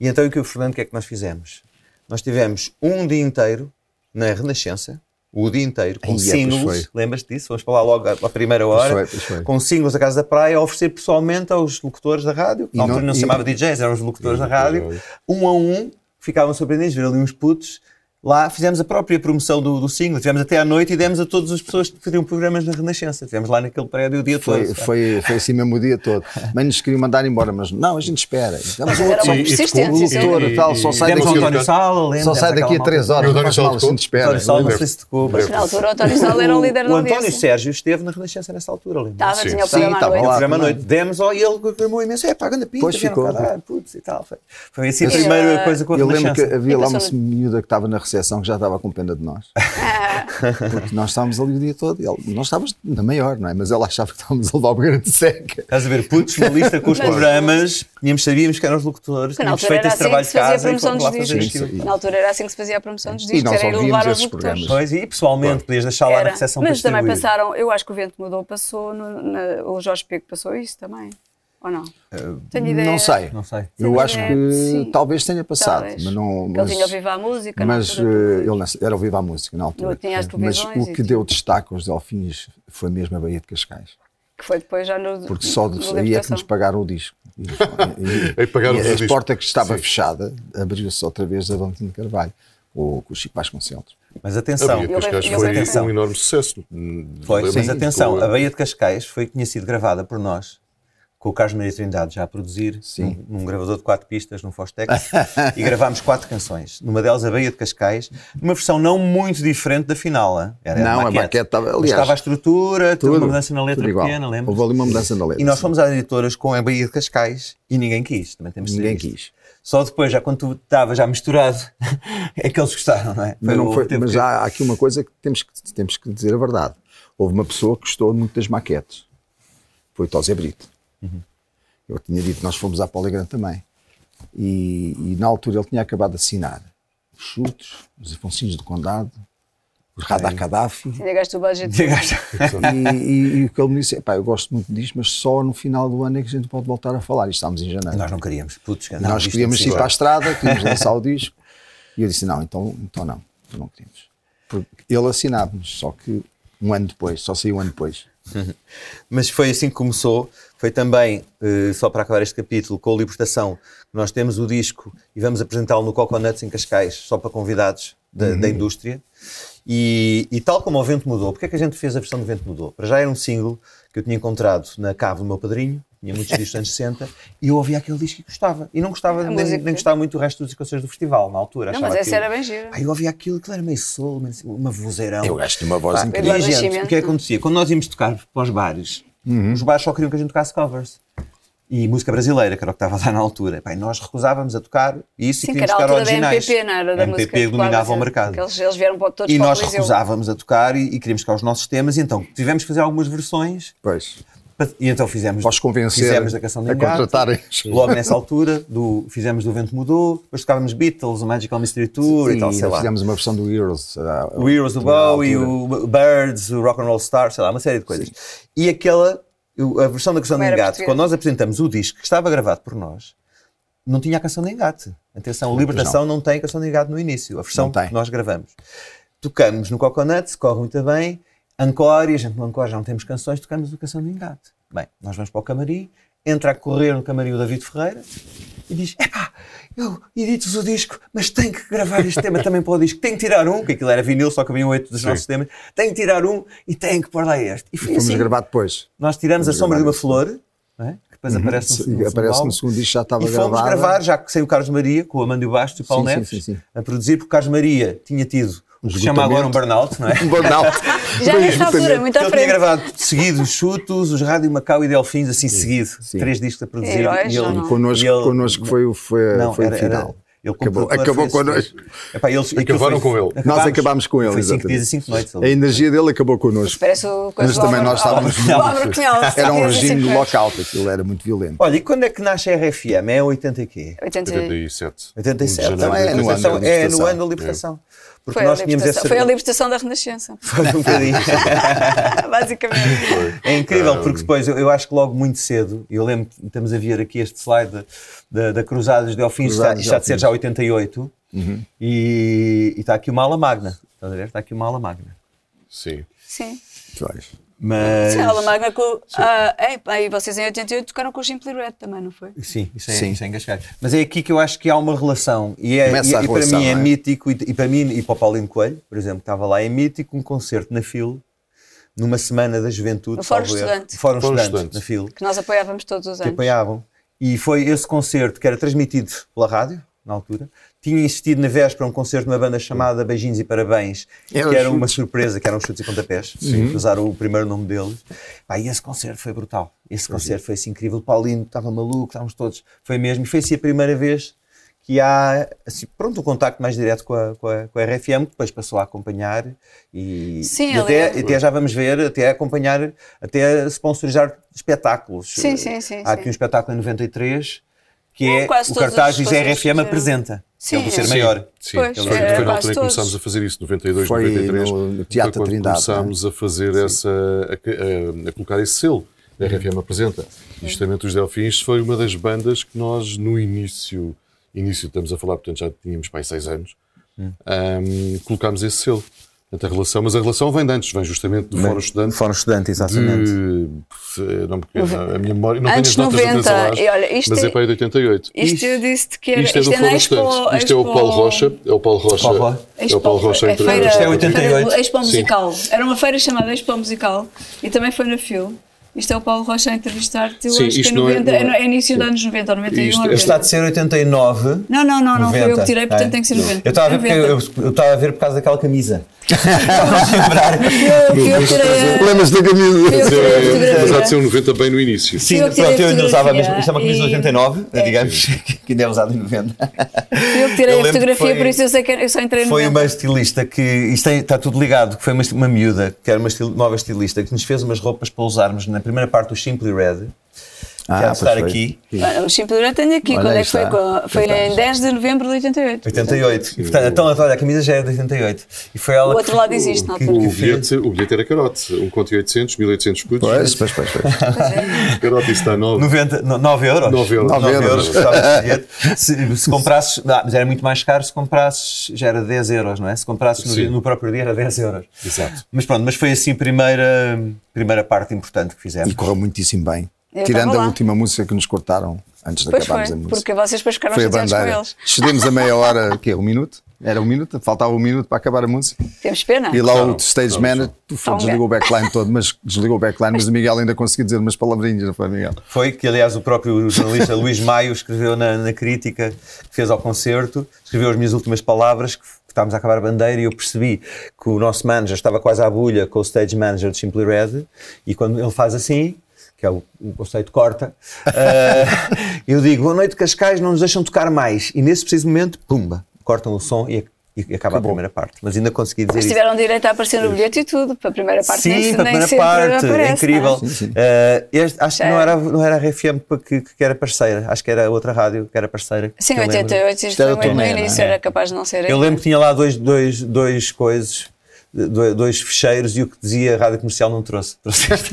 [SPEAKER 2] E então o que o Fernando, o que é que nós fizemos? Nós tivemos um dia inteiro na Renascença, o dia inteiro,
[SPEAKER 1] Ai,
[SPEAKER 2] com
[SPEAKER 1] é, pois foi.
[SPEAKER 2] singles, lembras-te disso? Vamos falar logo à, à primeira hora,
[SPEAKER 1] foi, pois foi.
[SPEAKER 2] com singles da Casa da Praia, a oferecer pessoalmente aos locutores da rádio,
[SPEAKER 1] E
[SPEAKER 2] na altura
[SPEAKER 1] não-
[SPEAKER 2] não se
[SPEAKER 1] e-
[SPEAKER 2] chamava DJs, eram os locutores da rádio,
[SPEAKER 4] rádio.
[SPEAKER 2] um a um, ficavam surpreendidos, viram ali uns putos. Lá fizemos a própria promoção do, do single, tivemos até à noite e demos a todas as pessoas que faziam programas na Renascença. Tivemos lá naquele prédio o dia
[SPEAKER 1] Foi,
[SPEAKER 2] todo.
[SPEAKER 1] foi, foi assim mesmo o dia todo. Mas nos queriam mandar embora, mas não, a gente espera. Damos um outro
[SPEAKER 3] uma
[SPEAKER 1] dia.
[SPEAKER 3] persistência,
[SPEAKER 1] o locutor
[SPEAKER 4] sim.
[SPEAKER 1] tal, só
[SPEAKER 4] E-
[SPEAKER 1] sai
[SPEAKER 2] Demos ao
[SPEAKER 1] daqui, um
[SPEAKER 2] António Sala, lembra?
[SPEAKER 1] só sai
[SPEAKER 2] Daquela
[SPEAKER 1] daqui a
[SPEAKER 2] malta.
[SPEAKER 1] 3 horas,
[SPEAKER 4] E o
[SPEAKER 1] não
[SPEAKER 4] António
[SPEAKER 1] faz
[SPEAKER 4] Sala
[SPEAKER 1] mal, a gente
[SPEAKER 4] tocou?
[SPEAKER 1] espera.
[SPEAKER 2] António Sala, não
[SPEAKER 4] lembro.
[SPEAKER 2] sei se tocou, mas-
[SPEAKER 4] Lembro.
[SPEAKER 3] Na altura, o António Sala era o líder
[SPEAKER 2] O,
[SPEAKER 3] da
[SPEAKER 2] António
[SPEAKER 3] audiência.
[SPEAKER 2] Sérgio esteve na Renascença nessa altura, lembra?
[SPEAKER 3] Estava,
[SPEAKER 4] Sim.
[SPEAKER 3] tinha o
[SPEAKER 1] Sim,
[SPEAKER 3] programa à
[SPEAKER 1] estava
[SPEAKER 2] O
[SPEAKER 1] lá.
[SPEAKER 3] noite.
[SPEAKER 2] programa à
[SPEAKER 1] também.
[SPEAKER 2] noite. Demos ao e ele reclamou imenso. É, pá, grande pinta,
[SPEAKER 1] Pois
[SPEAKER 2] vieram
[SPEAKER 1] ficou. é-
[SPEAKER 2] cá dar, putz e tal. Foi, foi assim a
[SPEAKER 3] Esse-
[SPEAKER 2] primeira coisa que eu
[SPEAKER 1] Eu lembro que
[SPEAKER 2] Renascença.
[SPEAKER 1] havia lá uma
[SPEAKER 3] Então, só-
[SPEAKER 1] miúda que estava na recepção que já estava com pena de nós. Porque nós estávamos ali o dia todo. E ela- nós estávamos na maior, não é? Mas ela achava que estávamos a levar uma grande seca.
[SPEAKER 2] Estás a ver, putos na lista com os
[SPEAKER 3] Mas-
[SPEAKER 2] programas, tínhamos, sabíamos que eram os locutores,
[SPEAKER 3] Porque na
[SPEAKER 2] tínhamos
[SPEAKER 3] altura
[SPEAKER 2] feito
[SPEAKER 3] era
[SPEAKER 2] esse
[SPEAKER 3] assim
[SPEAKER 2] trabalho
[SPEAKER 3] que
[SPEAKER 2] de
[SPEAKER 3] se fazia a
[SPEAKER 2] casa e
[SPEAKER 3] promoção
[SPEAKER 2] fomos lá
[SPEAKER 3] dos
[SPEAKER 2] fazer
[SPEAKER 3] discos.
[SPEAKER 2] aquilo.
[SPEAKER 1] aquilo.
[SPEAKER 3] Na altura era assim que se fazia a promoção dos discos,
[SPEAKER 1] nós
[SPEAKER 3] era ir
[SPEAKER 1] ouvíamos
[SPEAKER 3] levar aos
[SPEAKER 1] esses
[SPEAKER 3] locutores.
[SPEAKER 1] programas.
[SPEAKER 2] Pois, e pessoalmente, podias deixar lá na
[SPEAKER 3] Era.
[SPEAKER 2] recepção para
[SPEAKER 3] Mas também
[SPEAKER 2] distribuir.
[SPEAKER 3] pensaram, eu acho que o vento mudou, passou, no- na- o Jorge Pego passou isso também, ou não? Tenho ideia.
[SPEAKER 1] Eh, Não sei.
[SPEAKER 2] Não sei.
[SPEAKER 1] Eu
[SPEAKER 3] Sim, é.
[SPEAKER 1] acho que
[SPEAKER 3] sim.
[SPEAKER 1] talvez tenha passado,
[SPEAKER 3] Talvez.
[SPEAKER 1] mas não.
[SPEAKER 3] Porque ele
[SPEAKER 1] Mas,
[SPEAKER 3] tinha ouvido a música, não
[SPEAKER 1] mas eh,
[SPEAKER 3] Tudo, tudo.
[SPEAKER 1] ele nas- era ouvido à música na altura. eh,
[SPEAKER 3] Não tinha as
[SPEAKER 1] mas
[SPEAKER 3] televisões
[SPEAKER 1] o
[SPEAKER 3] e
[SPEAKER 1] que
[SPEAKER 3] tudo.
[SPEAKER 1] deu destaque aos Delfins foi mesmo a Baía de Cascais.
[SPEAKER 3] que foi depois já no.
[SPEAKER 1] Porque só
[SPEAKER 3] no
[SPEAKER 1] de-
[SPEAKER 3] Libertação.
[SPEAKER 1] aí é que nos pagaram o disco. E, e-
[SPEAKER 4] Aí pagaram-nos
[SPEAKER 1] e
[SPEAKER 4] o
[SPEAKER 1] a
[SPEAKER 4] disco.
[SPEAKER 1] porta que estava
[SPEAKER 4] Sim.
[SPEAKER 1] fechada abriu-se outra vez a Valentim de Carvalho, com, com o Chico Vasconcelos.
[SPEAKER 2] Mas
[SPEAKER 4] A
[SPEAKER 2] atenção,
[SPEAKER 4] Baía de
[SPEAKER 3] Eu
[SPEAKER 4] Cascais
[SPEAKER 3] lembro- eu
[SPEAKER 4] foi
[SPEAKER 3] lembro
[SPEAKER 2] disso.
[SPEAKER 4] um enorme sucesso.
[SPEAKER 2] foi,
[SPEAKER 4] Lembro-me
[SPEAKER 2] mas
[SPEAKER 4] com
[SPEAKER 2] atenção,
[SPEAKER 4] a-
[SPEAKER 2] a Baía de Cascais foi, tinha sido gravada por nós, com o Carlos Maria Trindade já a produzir,
[SPEAKER 1] Sim.
[SPEAKER 2] Num, num gravador de quatro pistas, num Fostex, e gravámos quatro canções. Numa delas, a Baía de Cascais, numa versão não muito diferente da final. hã? Era
[SPEAKER 1] Não, a
[SPEAKER 2] maquete.
[SPEAKER 1] maquete estava-
[SPEAKER 2] Mas
[SPEAKER 1] aliás,
[SPEAKER 2] estava a estrutura, teve uma
[SPEAKER 1] Tudo,
[SPEAKER 2] mudança na letra
[SPEAKER 1] tudo igual.
[SPEAKER 2] pequena, lembra?
[SPEAKER 1] Houve ali uma mudança na letra.
[SPEAKER 2] E nós fomos às editoras com a Bahia de Cascais e ninguém quis, também temos de dizer
[SPEAKER 1] Ninguém
[SPEAKER 2] isto.
[SPEAKER 1] quis.
[SPEAKER 2] Só depois, já quando tu estava já misturado, é que eles gostaram, não é?
[SPEAKER 1] Mas, não
[SPEAKER 2] o
[SPEAKER 1] foi-
[SPEAKER 2] tempo
[SPEAKER 1] mas
[SPEAKER 2] que-
[SPEAKER 1] há há aqui uma coisa que temos, que temos que dizer a verdade. Houve uma pessoa que gostou muito das maquetes. Foi o Tosé Brito. Eu tinha dito, nós fomos à Poligrande também. E, e na altura ele tinha acabado de assinar os Chutos, os Afonsinhos do Condado, os Radar Gaddafi.
[SPEAKER 3] Ainda gastou o budget.
[SPEAKER 2] Tinha gasto-
[SPEAKER 1] E, e- e o que ele me disse é: pá, eu gosto muito disto, mas só no final do ano é que a gente pode voltar a falar. Isto estamos em janeiro.
[SPEAKER 2] Nós não queríamos, putz, não, é
[SPEAKER 1] Nós
[SPEAKER 2] isto
[SPEAKER 1] queríamos
[SPEAKER 2] não
[SPEAKER 1] ir
[SPEAKER 2] se
[SPEAKER 1] para a estrada, queríamos lançar o disco. E eu disse: não, então, então não, então não queríamos. Porque ele assinava-nos, só que um ano depois, só saiu um ano depois.
[SPEAKER 2] mas foi assim que começou. Foi também, eh, só para acabar este capítulo, com a Libertação, nós temos o disco e vamos apresentá-lo no Coconuts em Cascais, só para convidados da, da indústria. E, e tal como o Vento Mudou, porque é que a gente fez a versão do Vento Mudou? Para já era um single que eu tinha encontrado na cave do meu padrinho, tinha muitos discos dos anos 60, e eu ouvia aquele disco e gostava. E não gostava, nem,
[SPEAKER 3] música.
[SPEAKER 2] nem gostava muito do resto dos canções do festival, na altura.
[SPEAKER 3] Não,
[SPEAKER 2] achava
[SPEAKER 3] mas essa
[SPEAKER 2] aquilo-
[SPEAKER 3] era bem gira.
[SPEAKER 2] Aí eu ouvia aquilo, aquilo era meio soul, meio- uma vozeirão.
[SPEAKER 1] Eu gasto uma voz
[SPEAKER 2] Pá,
[SPEAKER 1] incrível.
[SPEAKER 2] e a
[SPEAKER 3] Eduardo
[SPEAKER 2] gente,
[SPEAKER 3] Nascimento.
[SPEAKER 2] o que é que acontecia? Quando nós íamos tocar para os bares,
[SPEAKER 1] Uhum.
[SPEAKER 2] os bares só queriam que a gente tocasse covers. E música brasileira, que era o que estava lá na altura. Pá, e nós recusávamos a tocar isso e
[SPEAKER 3] Sim, que
[SPEAKER 2] queríamos
[SPEAKER 3] era a
[SPEAKER 2] tocar
[SPEAKER 3] altura da
[SPEAKER 2] originais.
[SPEAKER 3] MPP, não era? Da
[SPEAKER 2] a MPP
[SPEAKER 3] música popular
[SPEAKER 2] dominava o
[SPEAKER 3] brasileira,
[SPEAKER 2] mercado.
[SPEAKER 3] que é, Eles, eles vieram para- todos
[SPEAKER 2] E
[SPEAKER 3] para
[SPEAKER 2] nós
[SPEAKER 3] o Coliseu.
[SPEAKER 2] recusávamos a tocar e, e queríamos tocar os nossos temas. E então tivemos que fazer algumas versões.
[SPEAKER 1] Pois,
[SPEAKER 2] pa- E então fizemos,
[SPEAKER 1] Posso convencer
[SPEAKER 2] fizemos da canção de
[SPEAKER 1] a
[SPEAKER 2] Engato,
[SPEAKER 1] contratarem.
[SPEAKER 2] Logo nessa altura, do, fizemos do Vento Mudou, depois tocávamos Beatles, o Magical Mystery Tour e, tal, sei lá.
[SPEAKER 1] fizemos uma versão do Heroes. ah,
[SPEAKER 2] o Heroes, o
[SPEAKER 1] na
[SPEAKER 2] Bowie,
[SPEAKER 1] altura.
[SPEAKER 2] o Birds, o Rock and Roll Star, sei lá, uma série de coisas. E aquela, o- a versão da canção de
[SPEAKER 3] Não era
[SPEAKER 2] Engate,
[SPEAKER 3] portuguesa.
[SPEAKER 2] quando nós apresentamos o disco que estava gravado por nós, não tinha a canção de Engate. Atenção, o Libertação não. tem a canção de Engate no início, a versão
[SPEAKER 1] Não tem.
[SPEAKER 2] que nós gravamos. Tocamos no Coconuts, corre muito bem, Encore, e a gente no Encore já não temos canções, tocamos a canção de Engate. Bem, nós vamos para o camarim, entra a correr no camarim o David Ferreira, e e diz: Epá, eu edito o disco, mas tenho que gravar este tema também para o disco. Tenho que tirar um, que aquilo era vinil, só cabiam oito dos
[SPEAKER 4] Sim.
[SPEAKER 2] nossos temas. Tenho que tirar um e tenho que pôr lá este. E foi
[SPEAKER 1] Fomos
[SPEAKER 2] assim.
[SPEAKER 1] gravar depois.
[SPEAKER 2] Nós tiramos a
[SPEAKER 1] Fomos
[SPEAKER 2] sombra de
[SPEAKER 1] gravar Uhum.
[SPEAKER 2] uma flor, não é? que depois aparece no,
[SPEAKER 1] Sim,
[SPEAKER 2] no
[SPEAKER 1] aparece
[SPEAKER 2] álbum.
[SPEAKER 1] no segundo disco, já estava
[SPEAKER 2] E fomos
[SPEAKER 1] gravada.
[SPEAKER 2] gravar, já que sem o Carlos Maria, com o Amândio Bastos e o Paulo
[SPEAKER 1] Sim, sim,
[SPEAKER 2] Neves,
[SPEAKER 1] sim, sim.
[SPEAKER 2] a produzir, porque o Carlos Maria tinha tido o que se chama agora um burnout, não é?
[SPEAKER 1] Um burnout.
[SPEAKER 3] Já nesta altura, muito à
[SPEAKER 2] Ele tinha
[SPEAKER 3] frente.
[SPEAKER 2] gravado seguido os Chutos, os Rádio Macau e Delfins, assim seguido.
[SPEAKER 1] sim.
[SPEAKER 2] Três discos a produzir.
[SPEAKER 3] Heróis,
[SPEAKER 2] e ele,
[SPEAKER 3] não, não.
[SPEAKER 1] E connosco,
[SPEAKER 2] e ele-
[SPEAKER 1] connosco foi, o- foi,
[SPEAKER 2] não,
[SPEAKER 1] eh, foi
[SPEAKER 2] era-
[SPEAKER 1] o
[SPEAKER 2] era-
[SPEAKER 1] final.
[SPEAKER 2] ele como
[SPEAKER 1] acabou
[SPEAKER 2] produtor
[SPEAKER 1] acabou
[SPEAKER 2] fez-
[SPEAKER 1] connosco.
[SPEAKER 2] Epá, eles, aquilo
[SPEAKER 4] Acabaram com ele.
[SPEAKER 1] Nós acabámos com ele,
[SPEAKER 2] Foi cinco
[SPEAKER 1] exatamente.
[SPEAKER 2] dias e cinco noites.
[SPEAKER 1] A energia dele acabou connosco.
[SPEAKER 3] Parece o coisa
[SPEAKER 1] Mas
[SPEAKER 3] do
[SPEAKER 1] também
[SPEAKER 3] Álvaro-
[SPEAKER 1] nós estávamos
[SPEAKER 3] Álvaro-
[SPEAKER 2] muito-
[SPEAKER 3] Álvaro Cunhal,
[SPEAKER 1] Era um
[SPEAKER 3] certeza,
[SPEAKER 1] regime de
[SPEAKER 3] sempre.
[SPEAKER 1] lockout, aquilo era muito violento.
[SPEAKER 2] Olha, e quando é que nasce a RFM? É 80 e quê?
[SPEAKER 3] 80
[SPEAKER 4] 87.
[SPEAKER 2] 87.
[SPEAKER 4] Um de janeiro
[SPEAKER 2] Então
[SPEAKER 4] de
[SPEAKER 2] é, no ano,
[SPEAKER 1] 87.
[SPEAKER 2] da é no ano da libertação.
[SPEAKER 4] É.
[SPEAKER 2] Porque
[SPEAKER 3] Foi a,
[SPEAKER 2] nós tínhamos
[SPEAKER 3] libertação,
[SPEAKER 2] essa.
[SPEAKER 3] foi a libertação da Renascença,
[SPEAKER 2] Faz um bocadinho.
[SPEAKER 3] basicamente.
[SPEAKER 2] É incrível,
[SPEAKER 4] Um,
[SPEAKER 2] porque depois eu, eu acho que logo muito cedo, eu lembro, que estamos a ver aqui este slide da, da, da Cruzadas de Delfins, está,
[SPEAKER 1] Cruzadas de
[SPEAKER 2] está de ser
[SPEAKER 1] Delfins.
[SPEAKER 2] já 88,
[SPEAKER 4] Uhum.
[SPEAKER 2] e, e está aqui uma ala magna. Estás a ver? Está aqui uma ala magna.
[SPEAKER 4] Sim.
[SPEAKER 3] Sim.
[SPEAKER 1] Tu olhas.
[SPEAKER 2] Mas.
[SPEAKER 4] É
[SPEAKER 3] Sim, a Ala Magna com. Ah, é, pá, e vocês em 88 tocaram com o Simply Red também, não foi?
[SPEAKER 2] Sim, isso é,
[SPEAKER 1] Sim.
[SPEAKER 2] isso é engasgado. Mas é aqui que eu acho que há uma relação. E, é,
[SPEAKER 1] Começa
[SPEAKER 2] e-
[SPEAKER 1] a
[SPEAKER 2] e para
[SPEAKER 1] relação,
[SPEAKER 2] mim é,
[SPEAKER 1] não é?
[SPEAKER 2] mítico, e, e para mim e para o Paulinho Coelho, por exemplo, que estava lá, é mítico um concerto na FIL, numa semana da juventude.
[SPEAKER 3] No Fórum
[SPEAKER 2] salvo erro.
[SPEAKER 3] Estudante.
[SPEAKER 2] No Fórum,
[SPEAKER 4] Fórum
[SPEAKER 2] Estudante,
[SPEAKER 4] Estudante.
[SPEAKER 2] na FIL,
[SPEAKER 3] Que nós apoiávamos todos os
[SPEAKER 2] que
[SPEAKER 3] anos.
[SPEAKER 2] apoiavam. E foi esse concerto que era transmitido pela rádio, na altura. Tinha existido na véspera um concerto de uma banda chamada Beijinhos e Parabéns,
[SPEAKER 1] Era
[SPEAKER 2] que
[SPEAKER 1] os
[SPEAKER 2] era uma
[SPEAKER 1] chutes.
[SPEAKER 2] surpresa, que eram os chutes e pontapés, Sim. usaram o primeiro nome deles. Pá, e esse concerto foi brutal. Esse concerto foi assim incrível. O Paulino estava maluco, estávamos todos. Foi mesmo. E foi assim a primeira vez que há, assim, pronto, um contacto mais direto com a, com a, com a RFM, que depois passou a acompanhar e,
[SPEAKER 3] Sim,
[SPEAKER 2] e até,
[SPEAKER 3] ali-
[SPEAKER 2] e até já vamos ver, até acompanhar, até sponsorizar espetáculos.
[SPEAKER 3] Sim, sim, sim,
[SPEAKER 2] Há
[SPEAKER 3] sim.
[SPEAKER 2] aqui um espetáculo em 93 que
[SPEAKER 3] Não,
[SPEAKER 2] é
[SPEAKER 3] quase
[SPEAKER 2] o
[SPEAKER 3] todas as
[SPEAKER 2] cartaz diz
[SPEAKER 3] coisas
[SPEAKER 2] RFM
[SPEAKER 3] que-
[SPEAKER 2] apresenta. que é o do
[SPEAKER 3] Sim,
[SPEAKER 2] ser
[SPEAKER 3] é.
[SPEAKER 2] maior.
[SPEAKER 4] Sim,
[SPEAKER 3] Pois, é,
[SPEAKER 4] foi, foi na
[SPEAKER 3] quase
[SPEAKER 4] altura em que
[SPEAKER 3] todos.
[SPEAKER 4] começámos a fazer isso, 92,
[SPEAKER 1] Foi
[SPEAKER 4] 93.
[SPEAKER 1] no Teatro
[SPEAKER 4] foi quando
[SPEAKER 1] Trindade, é?
[SPEAKER 4] Começámos a fazer essa. A, a- a colocar esse selo da
[SPEAKER 1] Uhum.
[SPEAKER 4] RFM apresenta. E justamente os Delfins foi uma das bandas que nós, no início, início estamos a falar, portanto já tínhamos para aí 6 anos,
[SPEAKER 1] Hum.
[SPEAKER 4] ahm, colocámos esse selo. Portanto, a relação, mas a relação vem de antes, vem justamente do Fórum Estudante.
[SPEAKER 1] um
[SPEAKER 2] Fórum Estudante, exatamente.
[SPEAKER 4] De, não me, a minha memória, não
[SPEAKER 3] Antes
[SPEAKER 4] tenho as notas
[SPEAKER 3] 90,
[SPEAKER 4] atrás,
[SPEAKER 3] e olha, isto
[SPEAKER 4] mas é
[SPEAKER 3] é-
[SPEAKER 4] para aí de 88.
[SPEAKER 3] Isto eu disse que era.
[SPEAKER 4] Isto é do Fórum
[SPEAKER 3] na
[SPEAKER 4] Estudante. Isto é o Paulo Rocha. É o Paulo Rocha.
[SPEAKER 2] Paulo Rocha.
[SPEAKER 4] É o Paulo Rocha.
[SPEAKER 3] é
[SPEAKER 4] entre
[SPEAKER 3] feira,
[SPEAKER 4] eles.
[SPEAKER 2] Isto é 88.
[SPEAKER 3] feira- Expo Musical. Era uma feira chamada Expo Musical e também foi na FIL. Isto é o Paulo Rocha a entrevistar-te. Eu
[SPEAKER 4] Sim,
[SPEAKER 3] acho que é,
[SPEAKER 4] isto não é-
[SPEAKER 3] 90,
[SPEAKER 4] não é-
[SPEAKER 3] é, no- é início dos anos 90 ou 91.
[SPEAKER 4] Isto- é
[SPEAKER 3] ou
[SPEAKER 4] este
[SPEAKER 3] 90.
[SPEAKER 2] Está de ser 89.
[SPEAKER 3] Não, não, não, não foi eu
[SPEAKER 2] 90,
[SPEAKER 3] que tirei, portanto
[SPEAKER 2] é.
[SPEAKER 3] tem que ser 90.
[SPEAKER 2] Eu estava a ver porque
[SPEAKER 3] 90.
[SPEAKER 2] eu- eu estava a ver por causa daquela camisa.
[SPEAKER 3] Eu- eu tirei a-
[SPEAKER 1] Problemas da
[SPEAKER 3] Eu-
[SPEAKER 1] camisa.
[SPEAKER 4] Mas é-
[SPEAKER 3] fotografia.
[SPEAKER 4] Mas há de ser um 90 bem no início.
[SPEAKER 2] Sim,
[SPEAKER 3] Eu tirei
[SPEAKER 2] pronto, eu ainda
[SPEAKER 3] a
[SPEAKER 2] usava
[SPEAKER 3] fotografia
[SPEAKER 2] mesmo. Isto é uma camisa de
[SPEAKER 3] e-
[SPEAKER 2] 89,
[SPEAKER 3] é.
[SPEAKER 2] digamos, que ainda é usada em 90.
[SPEAKER 3] Eu que tirei
[SPEAKER 2] Eu lembro
[SPEAKER 3] a
[SPEAKER 2] que
[SPEAKER 3] fotografia,
[SPEAKER 2] foi-
[SPEAKER 3] por isso eu sei que eu só entrei no.
[SPEAKER 2] Foi
[SPEAKER 3] momento.
[SPEAKER 2] uma estilista que. Isto tem- está tudo ligado, que foi uma, esti- uma miúda, que era uma estil- nova estilista, que nos fez umas roupas para usarmos na primeira parte do Simply Red.
[SPEAKER 1] Ah,
[SPEAKER 2] que há de
[SPEAKER 1] pois
[SPEAKER 2] estar
[SPEAKER 1] foi.
[SPEAKER 2] aqui.
[SPEAKER 3] Ah, O Chip Durante tenho aqui.
[SPEAKER 1] Olha,
[SPEAKER 3] Quando
[SPEAKER 1] aí
[SPEAKER 3] é que foi?
[SPEAKER 1] está.
[SPEAKER 3] Com- Foi em 10 de novembro de 88.
[SPEAKER 2] 88. E, portanto, então, olha, a camisa já era de 88. E foi ela
[SPEAKER 3] O outro
[SPEAKER 2] que-
[SPEAKER 3] lado existe, não
[SPEAKER 4] O
[SPEAKER 3] altura.
[SPEAKER 4] bilhete, o bilhete era carote. Um conto e 800, 1800 escudos.
[SPEAKER 1] Pois, pois, pois. pois. é.
[SPEAKER 4] Carote, isso está 9.
[SPEAKER 2] 90, no- 9 euros.
[SPEAKER 4] Nove euros.
[SPEAKER 2] Nove
[SPEAKER 1] Nove
[SPEAKER 2] euros
[SPEAKER 1] euros.
[SPEAKER 2] custava esse bilhete. se, se comprasses, ah, mas era muito mais caro se comprasses, já era 10 euros, não é? Se comprasses no,
[SPEAKER 4] Sim.
[SPEAKER 2] dia- no próprio dia era 10 euros.
[SPEAKER 4] Exato.
[SPEAKER 2] Mas pronto, mas foi assim a primeira, primeira parte importante que fizemos.
[SPEAKER 1] E correu muitíssimo bem.
[SPEAKER 3] Eu
[SPEAKER 1] Tirando
[SPEAKER 3] estava lá.
[SPEAKER 1] a última música que nos cortaram antes de
[SPEAKER 3] Pois
[SPEAKER 1] acabarmos
[SPEAKER 3] foi,
[SPEAKER 1] a música.
[SPEAKER 3] porque vocês depois ficaram
[SPEAKER 1] Foi a
[SPEAKER 3] chateados com
[SPEAKER 1] bandeira.
[SPEAKER 3] eles.
[SPEAKER 1] Cedemos a meia hora, que é um minuto? Era um minuto, faltava um minuto para acabar a música.
[SPEAKER 3] Temos pena.
[SPEAKER 1] E
[SPEAKER 2] Então,
[SPEAKER 1] lá
[SPEAKER 4] Não,
[SPEAKER 1] o stage
[SPEAKER 4] não,
[SPEAKER 1] manager tu
[SPEAKER 3] Não,
[SPEAKER 1] foi, desligou o backline todo, mas desligou o backline, mas o Miguel ainda conseguiu dizer umas palavrinhas, não foi, Miguel?
[SPEAKER 2] Foi que, aliás, o próprio jornalista Luís Maio escreveu na, na crítica que fez ao concerto, escreveu as minhas últimas palavras, que f- estávamos a acabar a bandeira, e eu percebi que o nosso manager estava quase à bulha com o stage manager de Simply Red, e quando ele faz assim, que é o, o conceito corta, eh, eu digo, boa noite Cascais, não nos deixam tocar mais. E nesse preciso momento, pumba, cortam o som e, e acaba a primeira parte. Mas ainda consegui dizer
[SPEAKER 3] Mas
[SPEAKER 2] isso.
[SPEAKER 3] tiveram direito a aparecer no bilhete e tudo. Para a primeira parte
[SPEAKER 2] né? Sim,
[SPEAKER 3] nem,
[SPEAKER 2] para a
[SPEAKER 3] nem
[SPEAKER 2] primeira
[SPEAKER 3] sempre
[SPEAKER 2] parte,
[SPEAKER 3] aparece,
[SPEAKER 2] é incrível.
[SPEAKER 3] não é?
[SPEAKER 2] Eh, este- acho que não
[SPEAKER 3] Certo.
[SPEAKER 2] era, não era a RFM que, que- que era parceira, acho que era outra rádio que era parceira.
[SPEAKER 3] Sim,
[SPEAKER 2] que eu lembro.
[SPEAKER 3] 88, isto
[SPEAKER 1] era
[SPEAKER 3] foi
[SPEAKER 1] o
[SPEAKER 3] muito no
[SPEAKER 1] turnê, não é?
[SPEAKER 3] início, era capaz de não ser.
[SPEAKER 2] Eu lembro que tinha lá dois, dois, dois coisas, dois, dois fecheiros e o que dizia a rádio comercial não trouxe. Trouxe este.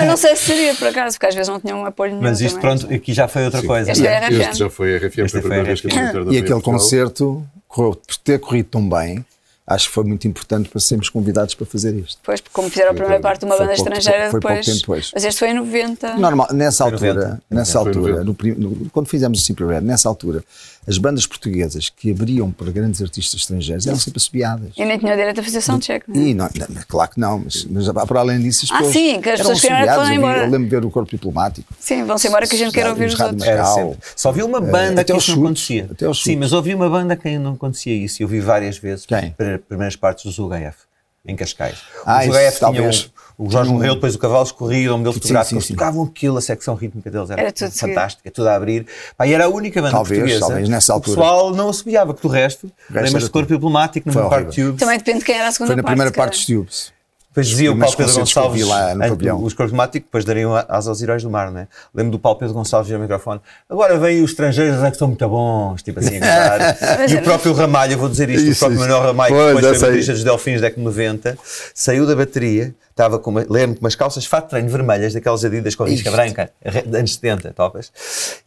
[SPEAKER 3] Eu não sei se seria por acaso, porque às vezes não tinham um apoio nenhum.
[SPEAKER 2] Mas isto,
[SPEAKER 3] também.
[SPEAKER 2] pronto, aqui já foi outra coisa.
[SPEAKER 3] Este
[SPEAKER 2] não é?
[SPEAKER 3] era RFM.
[SPEAKER 4] Este já foi RFM,
[SPEAKER 2] Este é
[SPEAKER 4] foi a
[SPEAKER 2] foi
[SPEAKER 4] primeira vez que eu
[SPEAKER 2] RFM.
[SPEAKER 4] entrei
[SPEAKER 1] E
[SPEAKER 4] na Rádio
[SPEAKER 1] aquele
[SPEAKER 4] Portugal.
[SPEAKER 1] concerto, correu, por ter corrido tão bem, acho que foi muito importante para sermos convidados para fazer isto.
[SPEAKER 3] Depois, como fizeram a primeira parte de uma
[SPEAKER 1] Foi
[SPEAKER 3] banda
[SPEAKER 1] pouco-
[SPEAKER 3] estrangeira,
[SPEAKER 1] foi pouco
[SPEAKER 3] depois,
[SPEAKER 1] tempo depois.
[SPEAKER 3] Mas este foi em 90.
[SPEAKER 1] Normal, nessa
[SPEAKER 2] Foi
[SPEAKER 1] altura,
[SPEAKER 2] 90.
[SPEAKER 1] nessa
[SPEAKER 4] Foi
[SPEAKER 1] altura
[SPEAKER 4] 90.
[SPEAKER 1] no prim- no- quando fizemos o Simple Red, nessa altura, as bandas portuguesas que abriam para grandes artistas estrangeiros eram sempre assobiadas.
[SPEAKER 3] Eu nem tinha o direito a fazer soundcheck, não é?
[SPEAKER 1] E não, não, claro que não, mas, mas para além disso, as
[SPEAKER 3] Ah,
[SPEAKER 1] pessoas.
[SPEAKER 3] sim, que as
[SPEAKER 1] eram
[SPEAKER 3] pessoas que eram
[SPEAKER 1] assobiadas.
[SPEAKER 3] foram
[SPEAKER 1] Eu vi-
[SPEAKER 3] embora.
[SPEAKER 1] Eu lembro de ver o corpo diplomático.
[SPEAKER 3] Sim, vão-se embora que a gente quer
[SPEAKER 1] Já,
[SPEAKER 3] ouvir
[SPEAKER 1] os
[SPEAKER 3] os
[SPEAKER 1] rádio-
[SPEAKER 3] outros.
[SPEAKER 2] Era
[SPEAKER 1] Macau.
[SPEAKER 2] sempre. Só vi uma banda
[SPEAKER 1] Eh, até
[SPEAKER 2] que
[SPEAKER 1] aos
[SPEAKER 2] isso não
[SPEAKER 1] chutes,
[SPEAKER 2] acontecia.
[SPEAKER 1] até aos
[SPEAKER 2] Sim,
[SPEAKER 1] chutes.
[SPEAKER 2] mas ouvi uma banda que não acontecia isso. Eu vi várias vezes.
[SPEAKER 1] Quem?
[SPEAKER 2] pri- Primeiras partes do ZUGF, em Cascais.
[SPEAKER 1] Ah,
[SPEAKER 2] o
[SPEAKER 1] isso,
[SPEAKER 2] ZUGF tinha um,
[SPEAKER 1] talvez. um-
[SPEAKER 2] o, o Jorge morreu, depois o Cavalo Escorrido, o modelo
[SPEAKER 1] Sim,
[SPEAKER 2] fotográfico.
[SPEAKER 1] sim,
[SPEAKER 2] Eles
[SPEAKER 1] sim.
[SPEAKER 2] tocavam aquilo, a secção rítmica deles era,
[SPEAKER 3] Era tudo seguido.
[SPEAKER 2] fantástica, tudo a abrir. Pá, e era a única banda
[SPEAKER 1] Talvez,
[SPEAKER 2] portuguesa.
[SPEAKER 1] talvez, nessa
[SPEAKER 2] O
[SPEAKER 1] altura.
[SPEAKER 2] pessoal não assobiava, porque o resto,
[SPEAKER 1] era
[SPEAKER 2] lembras de
[SPEAKER 1] tudo.
[SPEAKER 2] Corpo Diplomático,
[SPEAKER 1] Foi
[SPEAKER 2] no Park
[SPEAKER 1] horrível.
[SPEAKER 2] Tubes.
[SPEAKER 3] Também depende de quem era a
[SPEAKER 1] É.
[SPEAKER 3] segunda
[SPEAKER 1] Foi na
[SPEAKER 3] parte.
[SPEAKER 1] primeira
[SPEAKER 3] se calhar.
[SPEAKER 1] parte dos Tubes.
[SPEAKER 2] Depois dizia o
[SPEAKER 1] primeiros
[SPEAKER 2] Paulo Pedro
[SPEAKER 1] concertos que eu
[SPEAKER 2] Gonçalves,
[SPEAKER 1] vi lá no
[SPEAKER 2] antes-
[SPEAKER 1] pavilhão.
[SPEAKER 2] os Corpos Máticos, depois dariam asas aos Heróis do Mar, não é? Lembro do Paulo Pedro Gonçalves ao microfone. Agora vêm os estrangeiros, é que são muito bons, tipo assim, a gozar. e o próprio Ramalho, eu vou dizer isto, o
[SPEAKER 1] Isso,
[SPEAKER 2] próprio
[SPEAKER 1] isso.
[SPEAKER 2] Manuel Ramalho, que
[SPEAKER 1] Pois,
[SPEAKER 2] depois
[SPEAKER 1] eu
[SPEAKER 2] foi
[SPEAKER 1] sei.
[SPEAKER 2] baterista dos Delfins da década de 90, saiu da bateria, estava com, uma, lembro com umas calças de fato de treino vermelhas, daquelas adidas com risca branca, re- de anos 70, topas.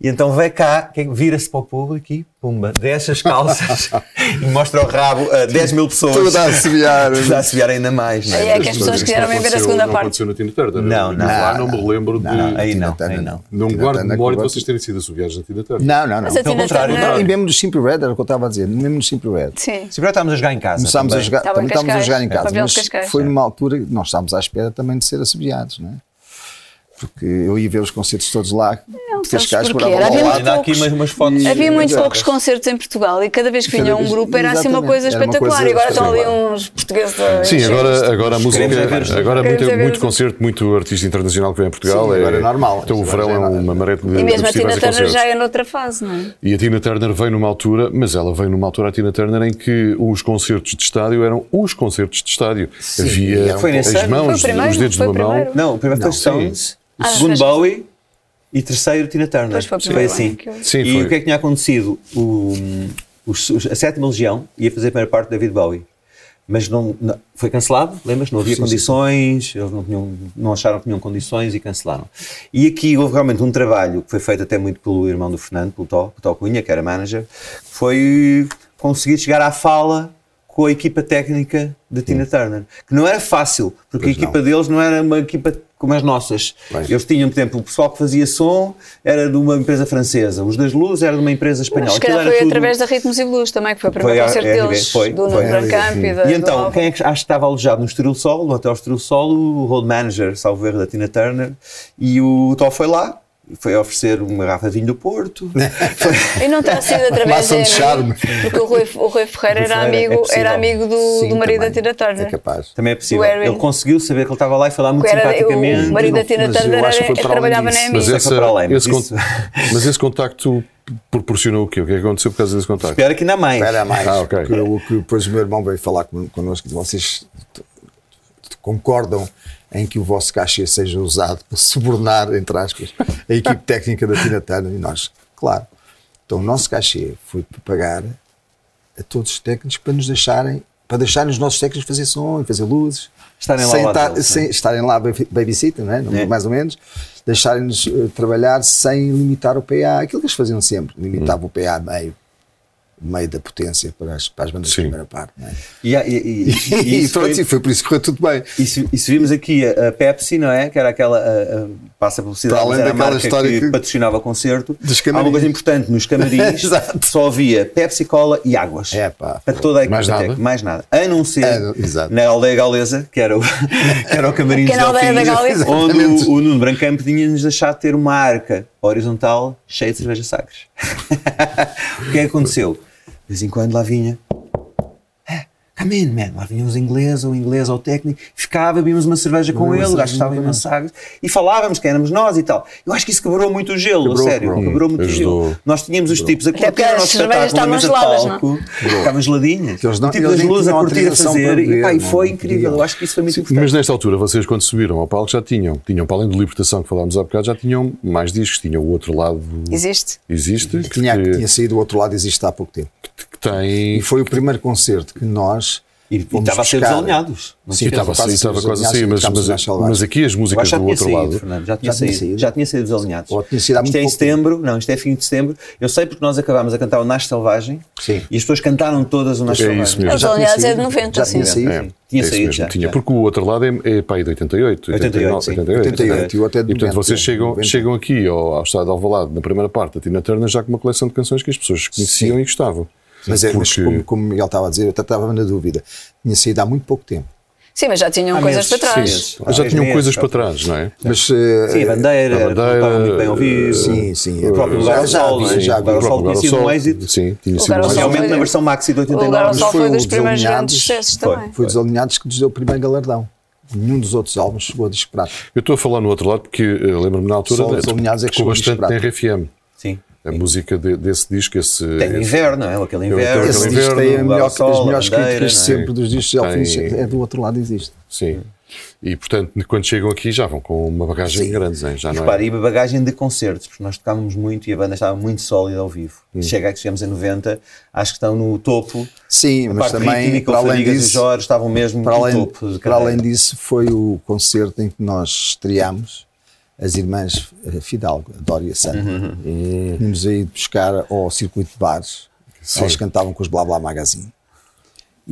[SPEAKER 2] E então vai cá, quem- vira-se para o público e, pumba, desce as calças e mostra o rabo a 10 mil pessoas.
[SPEAKER 1] Tudo a assobiar.
[SPEAKER 2] Tudo a assobiar ainda mais, não
[SPEAKER 3] Aí é que as pessoas
[SPEAKER 4] Isso
[SPEAKER 3] quiseram
[SPEAKER 4] não
[SPEAKER 3] bem ver a
[SPEAKER 4] aconteceu-
[SPEAKER 3] segunda
[SPEAKER 4] não
[SPEAKER 3] parte.
[SPEAKER 4] aconteceu na Tina Turner.
[SPEAKER 2] Não,
[SPEAKER 4] Eu
[SPEAKER 2] não.
[SPEAKER 4] lá não me lembro
[SPEAKER 1] Não, não,
[SPEAKER 4] de.
[SPEAKER 2] aí
[SPEAKER 1] Tina
[SPEAKER 2] não,
[SPEAKER 1] Turner
[SPEAKER 2] aí não.
[SPEAKER 1] Tina
[SPEAKER 4] Não guardo
[SPEAKER 1] Turner
[SPEAKER 4] memória de
[SPEAKER 1] acabou-
[SPEAKER 4] vocês terem sido assobiados na Tina Turner.
[SPEAKER 1] Não, não, não.
[SPEAKER 3] Mas a
[SPEAKER 2] Pelo
[SPEAKER 3] Tina
[SPEAKER 2] contrário,
[SPEAKER 1] E
[SPEAKER 3] Turner.
[SPEAKER 1] mesmo no Simple Red, era o que eu estava a dizer, mesmo no Simple Red.
[SPEAKER 3] Sim.
[SPEAKER 2] Se já estávamos a jogar em casa.
[SPEAKER 1] Começámos a
[SPEAKER 2] também.
[SPEAKER 1] jogar,
[SPEAKER 3] Estava
[SPEAKER 1] também
[SPEAKER 3] em
[SPEAKER 1] estávamos a
[SPEAKER 3] Cascais.
[SPEAKER 1] jogar em casa,
[SPEAKER 3] Pavilhão de
[SPEAKER 1] mas
[SPEAKER 3] Cascais. É.
[SPEAKER 1] foi numa altura que nós estávamos à espera também de ser assobiados, não é? Porque eu ia ver os concertos todos lá,
[SPEAKER 3] Não
[SPEAKER 1] de
[SPEAKER 3] sabes
[SPEAKER 1] Cascais,
[SPEAKER 3] porquê,
[SPEAKER 1] morava
[SPEAKER 3] era
[SPEAKER 1] lá ao lado.
[SPEAKER 2] Olha,
[SPEAKER 3] havia muito
[SPEAKER 2] ainda há aqui
[SPEAKER 3] poucos.
[SPEAKER 2] umas, umas fotos.
[SPEAKER 3] Havia muito
[SPEAKER 1] Exato.
[SPEAKER 3] poucos concertos em Portugal e cada vez que vinha um
[SPEAKER 1] vez-
[SPEAKER 3] grupo era assim uma
[SPEAKER 1] exatamente,
[SPEAKER 3] coisa
[SPEAKER 1] era uma
[SPEAKER 3] espetacular.
[SPEAKER 1] coisa
[SPEAKER 3] e agora estão ali
[SPEAKER 1] espetacular.
[SPEAKER 3] uns portugueses a
[SPEAKER 4] Sim,
[SPEAKER 3] encher
[SPEAKER 4] agora,
[SPEAKER 3] isto.
[SPEAKER 4] agora a música.
[SPEAKER 2] Queremos é ver os-
[SPEAKER 4] Agora
[SPEAKER 3] queremos
[SPEAKER 4] muito,
[SPEAKER 3] é ver
[SPEAKER 4] muito
[SPEAKER 3] os-
[SPEAKER 4] concerto, muito artista internacional que vem a Portugal.
[SPEAKER 1] Sim,
[SPEAKER 4] é,
[SPEAKER 1] agora é normal.
[SPEAKER 4] Então o
[SPEAKER 1] Isso agora
[SPEAKER 4] verão é
[SPEAKER 1] já é
[SPEAKER 4] uma maré de
[SPEAKER 3] E mesmo a Tina Turner
[SPEAKER 4] concertos.
[SPEAKER 3] já é noutra fase, não é?
[SPEAKER 4] E a Tina Turner veio numa altura, mas ela veio numa altura, a Tina Turner, em que os concertos de estádio eram os concertos de estádio. Havia
[SPEAKER 2] Foi nesse
[SPEAKER 4] as
[SPEAKER 2] ano? Foi o
[SPEAKER 4] mãos,
[SPEAKER 3] primeiro,
[SPEAKER 4] os dedos de
[SPEAKER 3] foi
[SPEAKER 4] uma
[SPEAKER 3] o
[SPEAKER 4] mão.
[SPEAKER 3] primeiro.
[SPEAKER 2] Não, o primeiro foi
[SPEAKER 4] Não,
[SPEAKER 2] os Stones, o
[SPEAKER 3] Ah,
[SPEAKER 2] segundo
[SPEAKER 3] foi-
[SPEAKER 2] Bowie e terceiro Tina Turner.
[SPEAKER 3] Pois foi o
[SPEAKER 2] foi
[SPEAKER 3] primeiro
[SPEAKER 2] assim.
[SPEAKER 3] ano que eu-
[SPEAKER 4] Sim,
[SPEAKER 2] e
[SPEAKER 4] foi.
[SPEAKER 2] o que é que tinha acontecido? O, os- os- a sétima legião ia fazer a primeira parte do David Bowie. Mas não, não- foi cancelado, lembras? Não havia condições, eles não, tinham, não acharam que tinham condições e cancelaram. E aqui houve realmente um trabalho que foi feito até muito pelo irmão do Fernando, pelo Tó, o Tó Cunha, que era manager, que foi conseguir chegar à fala com a equipa técnica da Tina Turner. Que não era fácil, porque
[SPEAKER 1] Pois
[SPEAKER 2] a equipa deles não era uma equipa como as nossas.
[SPEAKER 1] Pois.
[SPEAKER 2] Eles tinham, por exemplo, o pessoal que fazia som era de uma empresa francesa, os das luzes era de uma empresa espanhola.
[SPEAKER 3] Mas se
[SPEAKER 2] Aquilo
[SPEAKER 3] calhar
[SPEAKER 2] era
[SPEAKER 3] foi
[SPEAKER 2] tudo-
[SPEAKER 3] através da Ritmos e Blues também, que foi o primeiro
[SPEAKER 2] Foi a
[SPEAKER 3] concerto
[SPEAKER 2] RRB,
[SPEAKER 3] deles,
[SPEAKER 2] foi, foi
[SPEAKER 3] do Nuno
[SPEAKER 2] a
[SPEAKER 3] Brancamp
[SPEAKER 1] RRB,
[SPEAKER 3] e da.
[SPEAKER 2] E
[SPEAKER 3] do
[SPEAKER 2] então,
[SPEAKER 3] álbum.
[SPEAKER 2] quem é que acho que estava alojado no Estoril Sol, no Hotel Estoril Sol, o road manager, salvo erro, da Tina Turner, e o Tó foi lá, foi oferecer uma garrafa de vinho do Porto.
[SPEAKER 3] E não terá sido através
[SPEAKER 1] Maçã de charme.
[SPEAKER 3] Porque o Rui, o Rui Ferreira era
[SPEAKER 2] Ferreira, é
[SPEAKER 3] amigo,
[SPEAKER 2] possível.
[SPEAKER 3] era amigo do,
[SPEAKER 1] Sim,
[SPEAKER 3] do marido da
[SPEAKER 1] também.
[SPEAKER 3] Tina Turner.
[SPEAKER 1] É capaz.
[SPEAKER 2] Também é possível.
[SPEAKER 3] O Erwin.
[SPEAKER 2] Ele conseguiu saber que ele estava lá e foi lá muito
[SPEAKER 3] Que era-
[SPEAKER 2] simpaticamente.
[SPEAKER 3] o marido da Tina
[SPEAKER 1] Mas eu
[SPEAKER 3] Turner
[SPEAKER 1] acho que
[SPEAKER 3] era-
[SPEAKER 1] foi para além
[SPEAKER 3] trabalhava na
[SPEAKER 1] disso.
[SPEAKER 3] EMI.
[SPEAKER 4] Mas,
[SPEAKER 2] Isso é
[SPEAKER 4] essa-
[SPEAKER 2] foi para além, mas
[SPEAKER 4] esse con-
[SPEAKER 2] isso-
[SPEAKER 4] mas esse contacto proporcionou o quê? O que é que aconteceu por causa desse contacto?
[SPEAKER 2] Espero é que ainda mais.
[SPEAKER 1] Era mais.
[SPEAKER 4] Ah, ok.
[SPEAKER 1] que, o que depois o meu irmão veio falar con- connosco e disse, vocês t- t- concordam em que o vosso cachê seja usado para subornar, entre aspas, a equipe técnica da Tina Turner e nós, claro. Então o nosso cachê foi para pagar a todos os técnicos para nos deixarem, para deixarem os nossos técnicos fazer som e fazer luzes.
[SPEAKER 2] Estarem lá ao
[SPEAKER 1] sem,
[SPEAKER 2] lado
[SPEAKER 1] ta-
[SPEAKER 2] deles,
[SPEAKER 1] sem estarem lá baby- babysitter, não é?
[SPEAKER 2] É.
[SPEAKER 1] mais ou menos, deixarem-nos eh, trabalhar sem limitar o PA, aquilo que eles faziam sempre, limitavam o PA a meio, meio da potência para as, para as bandas
[SPEAKER 4] Sim.
[SPEAKER 1] da primeira parte. Não é?
[SPEAKER 2] E, e, e,
[SPEAKER 1] E,
[SPEAKER 2] e isso
[SPEAKER 1] pronto,
[SPEAKER 2] foi-
[SPEAKER 1] e foi por isso que correu tudo bem.
[SPEAKER 2] E se, e se vimos aqui a, a Pepsi, não é? Que era aquela. A, a, passa a publicidade,
[SPEAKER 1] Para além
[SPEAKER 2] mas era a
[SPEAKER 1] daquela
[SPEAKER 2] marca
[SPEAKER 1] história
[SPEAKER 2] que,
[SPEAKER 1] que-
[SPEAKER 2] patrocinava o concerto.
[SPEAKER 1] Dos
[SPEAKER 2] Há
[SPEAKER 1] camarins.
[SPEAKER 2] uma coisa importante: nos camarins
[SPEAKER 1] Exato.
[SPEAKER 2] só havia Pepsi, Cola e águas.
[SPEAKER 1] É, pá.
[SPEAKER 2] Para toda a equipe
[SPEAKER 4] Mais nada?
[SPEAKER 2] técnica, mais nada. A não ser
[SPEAKER 1] É, não- exato.
[SPEAKER 2] na aldeia gaulesa, que era o, que era o camarim
[SPEAKER 3] Que era a
[SPEAKER 2] dos
[SPEAKER 3] aldeia da
[SPEAKER 2] Delfins,
[SPEAKER 3] Galiza.
[SPEAKER 2] onde o, o Nuno Brancamp tinha-nos deixado ter uma arca horizontal cheia de cerveja sagres. o que é que aconteceu? De vez em quando lá vinha "Ah, Come in, man. Lá vinham os ingleses, ou inglês, ou técnico, ficava, bebíamos uma cerveja com ele, o
[SPEAKER 1] é
[SPEAKER 2] gajo estava imenso água, e falávamos quem éramos nós e tal. Eu acho que isso quebrou muito o gelo,
[SPEAKER 1] Quebrou,
[SPEAKER 2] a sério, quebrou,
[SPEAKER 1] quebrou.
[SPEAKER 2] muito
[SPEAKER 4] Ajudou.
[SPEAKER 2] o gelo. Nós tínhamos os tipos a
[SPEAKER 3] porque
[SPEAKER 2] curtir o
[SPEAKER 3] as
[SPEAKER 2] nosso
[SPEAKER 3] cervejas
[SPEAKER 2] um espetáculo na mesa de
[SPEAKER 3] estavam geladas, é?
[SPEAKER 2] palco, estavam geladinhas,
[SPEAKER 1] Que eles não-
[SPEAKER 2] o tipo
[SPEAKER 1] eles
[SPEAKER 2] das
[SPEAKER 1] nem
[SPEAKER 2] luzes a
[SPEAKER 1] tinham
[SPEAKER 2] curtir, a
[SPEAKER 1] autorização
[SPEAKER 2] fazer, é?
[SPEAKER 1] para
[SPEAKER 2] e pá,
[SPEAKER 1] beber,
[SPEAKER 2] e foi
[SPEAKER 1] não
[SPEAKER 2] incrível,
[SPEAKER 1] queriam.
[SPEAKER 2] eu acho que isso foi muito importante.
[SPEAKER 4] Mas nesta altura, vocês quando subiram ao palco já tinham, tinham para além do Libertação que falámos há bocado, já tinham mais discos, tinham o outro lado
[SPEAKER 3] Existe.
[SPEAKER 4] existe, que,
[SPEAKER 1] Tinha,
[SPEAKER 4] que-
[SPEAKER 1] tinha saído do outro lado, existe há pouco tempo.
[SPEAKER 4] que tem
[SPEAKER 1] E foi o primeiro concerto que nós
[SPEAKER 2] E, e
[SPEAKER 1] Fomos
[SPEAKER 2] estava a ser
[SPEAKER 1] buscar.
[SPEAKER 2] desalinhados. Não
[SPEAKER 1] Sim,
[SPEAKER 2] sei
[SPEAKER 4] E
[SPEAKER 2] se-
[SPEAKER 4] estava
[SPEAKER 1] quase
[SPEAKER 4] quase, estava
[SPEAKER 1] todos
[SPEAKER 4] quase
[SPEAKER 1] alinhados,
[SPEAKER 4] assim, mas,
[SPEAKER 1] ficámos
[SPEAKER 4] mas,
[SPEAKER 1] alinhados.
[SPEAKER 4] mas aqui as
[SPEAKER 2] Eu
[SPEAKER 4] músicas
[SPEAKER 2] acho que já
[SPEAKER 4] do
[SPEAKER 2] tinha
[SPEAKER 4] outro
[SPEAKER 2] saído,
[SPEAKER 4] lado.
[SPEAKER 2] Fernando, já tinha,
[SPEAKER 1] Já tinha
[SPEAKER 2] saído,
[SPEAKER 1] saído.
[SPEAKER 2] Já tinha saído desalinhados.
[SPEAKER 1] Ou tinha saído há
[SPEAKER 2] Isto
[SPEAKER 1] muito
[SPEAKER 2] é em
[SPEAKER 1] pouco
[SPEAKER 2] setembro, não, isto é fim de setembro. Eu sei porque nós acabámos a cantar o Nasce Selvagem
[SPEAKER 1] Sim.
[SPEAKER 2] e as pessoas cantaram todas o Nasce
[SPEAKER 4] É
[SPEAKER 2] Selvagem.
[SPEAKER 4] isso mesmo.
[SPEAKER 1] Já tinha
[SPEAKER 3] Mas aliás é de
[SPEAKER 1] saído.
[SPEAKER 3] 90,
[SPEAKER 1] Já
[SPEAKER 3] sim.
[SPEAKER 1] tinha saído.
[SPEAKER 4] É,
[SPEAKER 1] sim.
[SPEAKER 2] Tinha
[SPEAKER 4] é isso
[SPEAKER 2] saído
[SPEAKER 4] mesmo,
[SPEAKER 2] já,
[SPEAKER 4] tinha.
[SPEAKER 2] já.
[SPEAKER 4] Porque o outro lado é, é pá, aí de
[SPEAKER 2] 88,
[SPEAKER 4] 88, 89,
[SPEAKER 2] sim.
[SPEAKER 4] 88.
[SPEAKER 1] 88, e o outro é de
[SPEAKER 4] E portanto
[SPEAKER 1] 90,
[SPEAKER 4] vocês chegam,
[SPEAKER 1] 90.
[SPEAKER 4] chegam aqui ao, ao Estado de Alvalade, na primeira parte, da Tina Turner, já com uma coleção de canções que as pessoas conheciam e gostavam.
[SPEAKER 1] Mas, é, mas
[SPEAKER 4] Porque-
[SPEAKER 1] como, como o Miguel estava a dizer, eu até estava na dúvida. Tinha saído há muito pouco tempo.
[SPEAKER 3] Sim, mas já tinham
[SPEAKER 2] Há meses,
[SPEAKER 3] coisas para trás.
[SPEAKER 2] sim.
[SPEAKER 4] já
[SPEAKER 1] Ah,
[SPEAKER 2] Talvez
[SPEAKER 1] é
[SPEAKER 4] tinham
[SPEAKER 2] nem
[SPEAKER 4] coisas
[SPEAKER 2] essa,
[SPEAKER 4] para trás, não é?
[SPEAKER 1] Mas, eh,
[SPEAKER 2] Sim, a bandeira,
[SPEAKER 4] A bandeira,
[SPEAKER 2] estava muito bem ouvido.
[SPEAKER 1] sim, sim.
[SPEAKER 2] O próprio lugar ao
[SPEAKER 1] Já
[SPEAKER 2] sol,
[SPEAKER 1] havia,
[SPEAKER 2] não é?
[SPEAKER 1] já
[SPEAKER 2] o lugar ao
[SPEAKER 1] havia.
[SPEAKER 2] sol
[SPEAKER 4] Lugar ao
[SPEAKER 2] tinha sido um
[SPEAKER 4] Sol,
[SPEAKER 2] êxito.
[SPEAKER 4] Sim, tinha
[SPEAKER 3] O Lugar
[SPEAKER 4] sido um
[SPEAKER 3] ao Sol
[SPEAKER 4] êxito.
[SPEAKER 2] Especialmente na versão maxi de
[SPEAKER 3] O Lugar ao
[SPEAKER 2] 89.
[SPEAKER 1] Mas
[SPEAKER 3] Sol
[SPEAKER 1] foi
[SPEAKER 3] foi um dos
[SPEAKER 1] o
[SPEAKER 3] primeiros
[SPEAKER 1] Desalinhados,
[SPEAKER 3] grandes sucessos
[SPEAKER 2] foi.
[SPEAKER 3] também.
[SPEAKER 1] Foi dos Alinhados que nos deu o primeiro galardão. Nenhum dos outros álbuns chegou a disco prato.
[SPEAKER 4] Eu estou a falar no outro lado porque eh, lembro-me na altura,
[SPEAKER 1] Só os alinhados é que
[SPEAKER 4] tocou
[SPEAKER 1] chegou
[SPEAKER 4] bastante na
[SPEAKER 1] disparado.
[SPEAKER 4] RFM.
[SPEAKER 2] Sim.
[SPEAKER 4] A música de- desse disco, esse...
[SPEAKER 2] Tem o
[SPEAKER 4] esse-
[SPEAKER 2] inverno, não é? Aquele
[SPEAKER 4] Eu-
[SPEAKER 2] inverno.
[SPEAKER 4] eu-
[SPEAKER 1] Esse
[SPEAKER 4] Inverno,
[SPEAKER 1] disco tem a
[SPEAKER 2] Lugar
[SPEAKER 1] melhor,
[SPEAKER 2] ao Sol,
[SPEAKER 1] as
[SPEAKER 2] a
[SPEAKER 1] melhores
[SPEAKER 2] bandeira,
[SPEAKER 1] críticas
[SPEAKER 2] não é?
[SPEAKER 1] sempre dos discos de Elvis.
[SPEAKER 4] Tem-
[SPEAKER 1] É do outro lado existe.
[SPEAKER 4] Sim. E portanto, quando chegam aqui já vão com uma bagagem grande, hein? já
[SPEAKER 2] E
[SPEAKER 4] não
[SPEAKER 2] repara,
[SPEAKER 4] é?
[SPEAKER 2] e bagagem de concertos, porque nós tocávamos muito e a banda estava muito sólida ao vivo.
[SPEAKER 1] Hum.
[SPEAKER 2] Chega que chegamos a 90, acho que estão no topo.
[SPEAKER 1] Sim,
[SPEAKER 2] A
[SPEAKER 1] mas
[SPEAKER 2] parte
[SPEAKER 1] também,
[SPEAKER 2] rítmica,
[SPEAKER 1] para
[SPEAKER 2] o
[SPEAKER 1] além
[SPEAKER 2] Fadigas e o
[SPEAKER 1] disso,
[SPEAKER 2] Jorge estavam mesmo
[SPEAKER 1] para
[SPEAKER 2] no
[SPEAKER 1] além,
[SPEAKER 2] topo. de
[SPEAKER 1] para além
[SPEAKER 2] carreira.
[SPEAKER 1] disso, foi o concerto em que nós estreámos as irmãs eh, Fidalgo, a Dória Santa. Tínhamos ido buscar ao circuito de bares. Elas cantavam com os Blá Blá Magazine.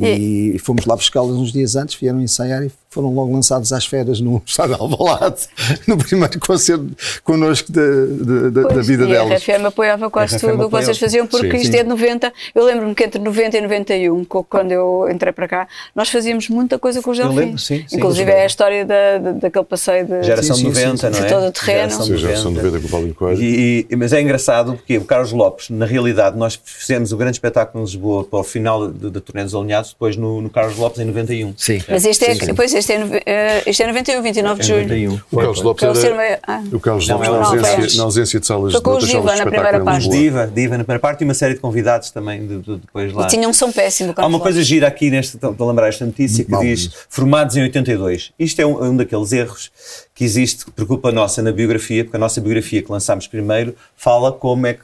[SPEAKER 1] E, fomos lá buscá-las uns dias antes, vieram ensaiar e foram logo lançados às feras no Estado de Alvalade, no primeiro concerto connosco da, da- da- da
[SPEAKER 3] Pois, é,
[SPEAKER 1] vida
[SPEAKER 3] e
[SPEAKER 1] delas.
[SPEAKER 3] A RFM apoiava quase
[SPEAKER 2] RFM
[SPEAKER 3] tudo o que
[SPEAKER 2] apoiou.
[SPEAKER 3] vocês faziam, porque
[SPEAKER 4] Sim.
[SPEAKER 3] isto é de 90. Eu lembro-me que entre 90 e 91, co- quando eu entrei para cá, nós fazíamos muita coisa com os
[SPEAKER 2] Eu
[SPEAKER 3] Delfins.
[SPEAKER 2] lembro, sim, sim.
[SPEAKER 3] Inclusive é a história da, da- daquele passeio de.
[SPEAKER 2] Geração
[SPEAKER 1] Sim, sim, sim,
[SPEAKER 2] 90,
[SPEAKER 3] sim.
[SPEAKER 2] não é?
[SPEAKER 3] Todo o terreno.
[SPEAKER 4] Sim, geração 90 com o Paulinho Coelho.
[SPEAKER 2] E- e- mas é engraçado porque o Carlos Lopes, na realidade, nós fizemos o grande espetáculo em Lisboa para o final de- da turnê dos Alinhados, depois no, no Carlos Lopes em 91.
[SPEAKER 1] Sim.
[SPEAKER 3] Mas este é, pois, este é, nove- eh, este é 91, 29 de
[SPEAKER 2] Em
[SPEAKER 3] julho.
[SPEAKER 2] 91.
[SPEAKER 4] O Carlos Lopes
[SPEAKER 3] Que é o
[SPEAKER 4] era-
[SPEAKER 3] cinema- ah.
[SPEAKER 4] O Carlos
[SPEAKER 2] Não,
[SPEAKER 4] Lopes,
[SPEAKER 2] é
[SPEAKER 4] na
[SPEAKER 2] o-
[SPEAKER 4] ausência,
[SPEAKER 3] Não,
[SPEAKER 4] na ausência de salas de
[SPEAKER 3] Foi com o
[SPEAKER 4] outras
[SPEAKER 3] Giva
[SPEAKER 4] salas de
[SPEAKER 3] na
[SPEAKER 4] espetáculo
[SPEAKER 3] primeira
[SPEAKER 4] em
[SPEAKER 3] parte.
[SPEAKER 4] Lisboa.
[SPEAKER 2] Diva, Diva na primeira parte e uma série de convidados também de- de- depois lá.
[SPEAKER 3] E tinha um som péssimo.
[SPEAKER 2] Há
[SPEAKER 3] Carlos
[SPEAKER 2] uma coisa
[SPEAKER 3] Lopes.
[SPEAKER 2] gira aqui neste, estou a lembrar esta notícia que
[SPEAKER 1] mal
[SPEAKER 2] diz formados em 82. Isto é um, um daqueles erros que existe, por culpa nossa na biografia, porque a nossa biografia que lançámos primeiro fala como é que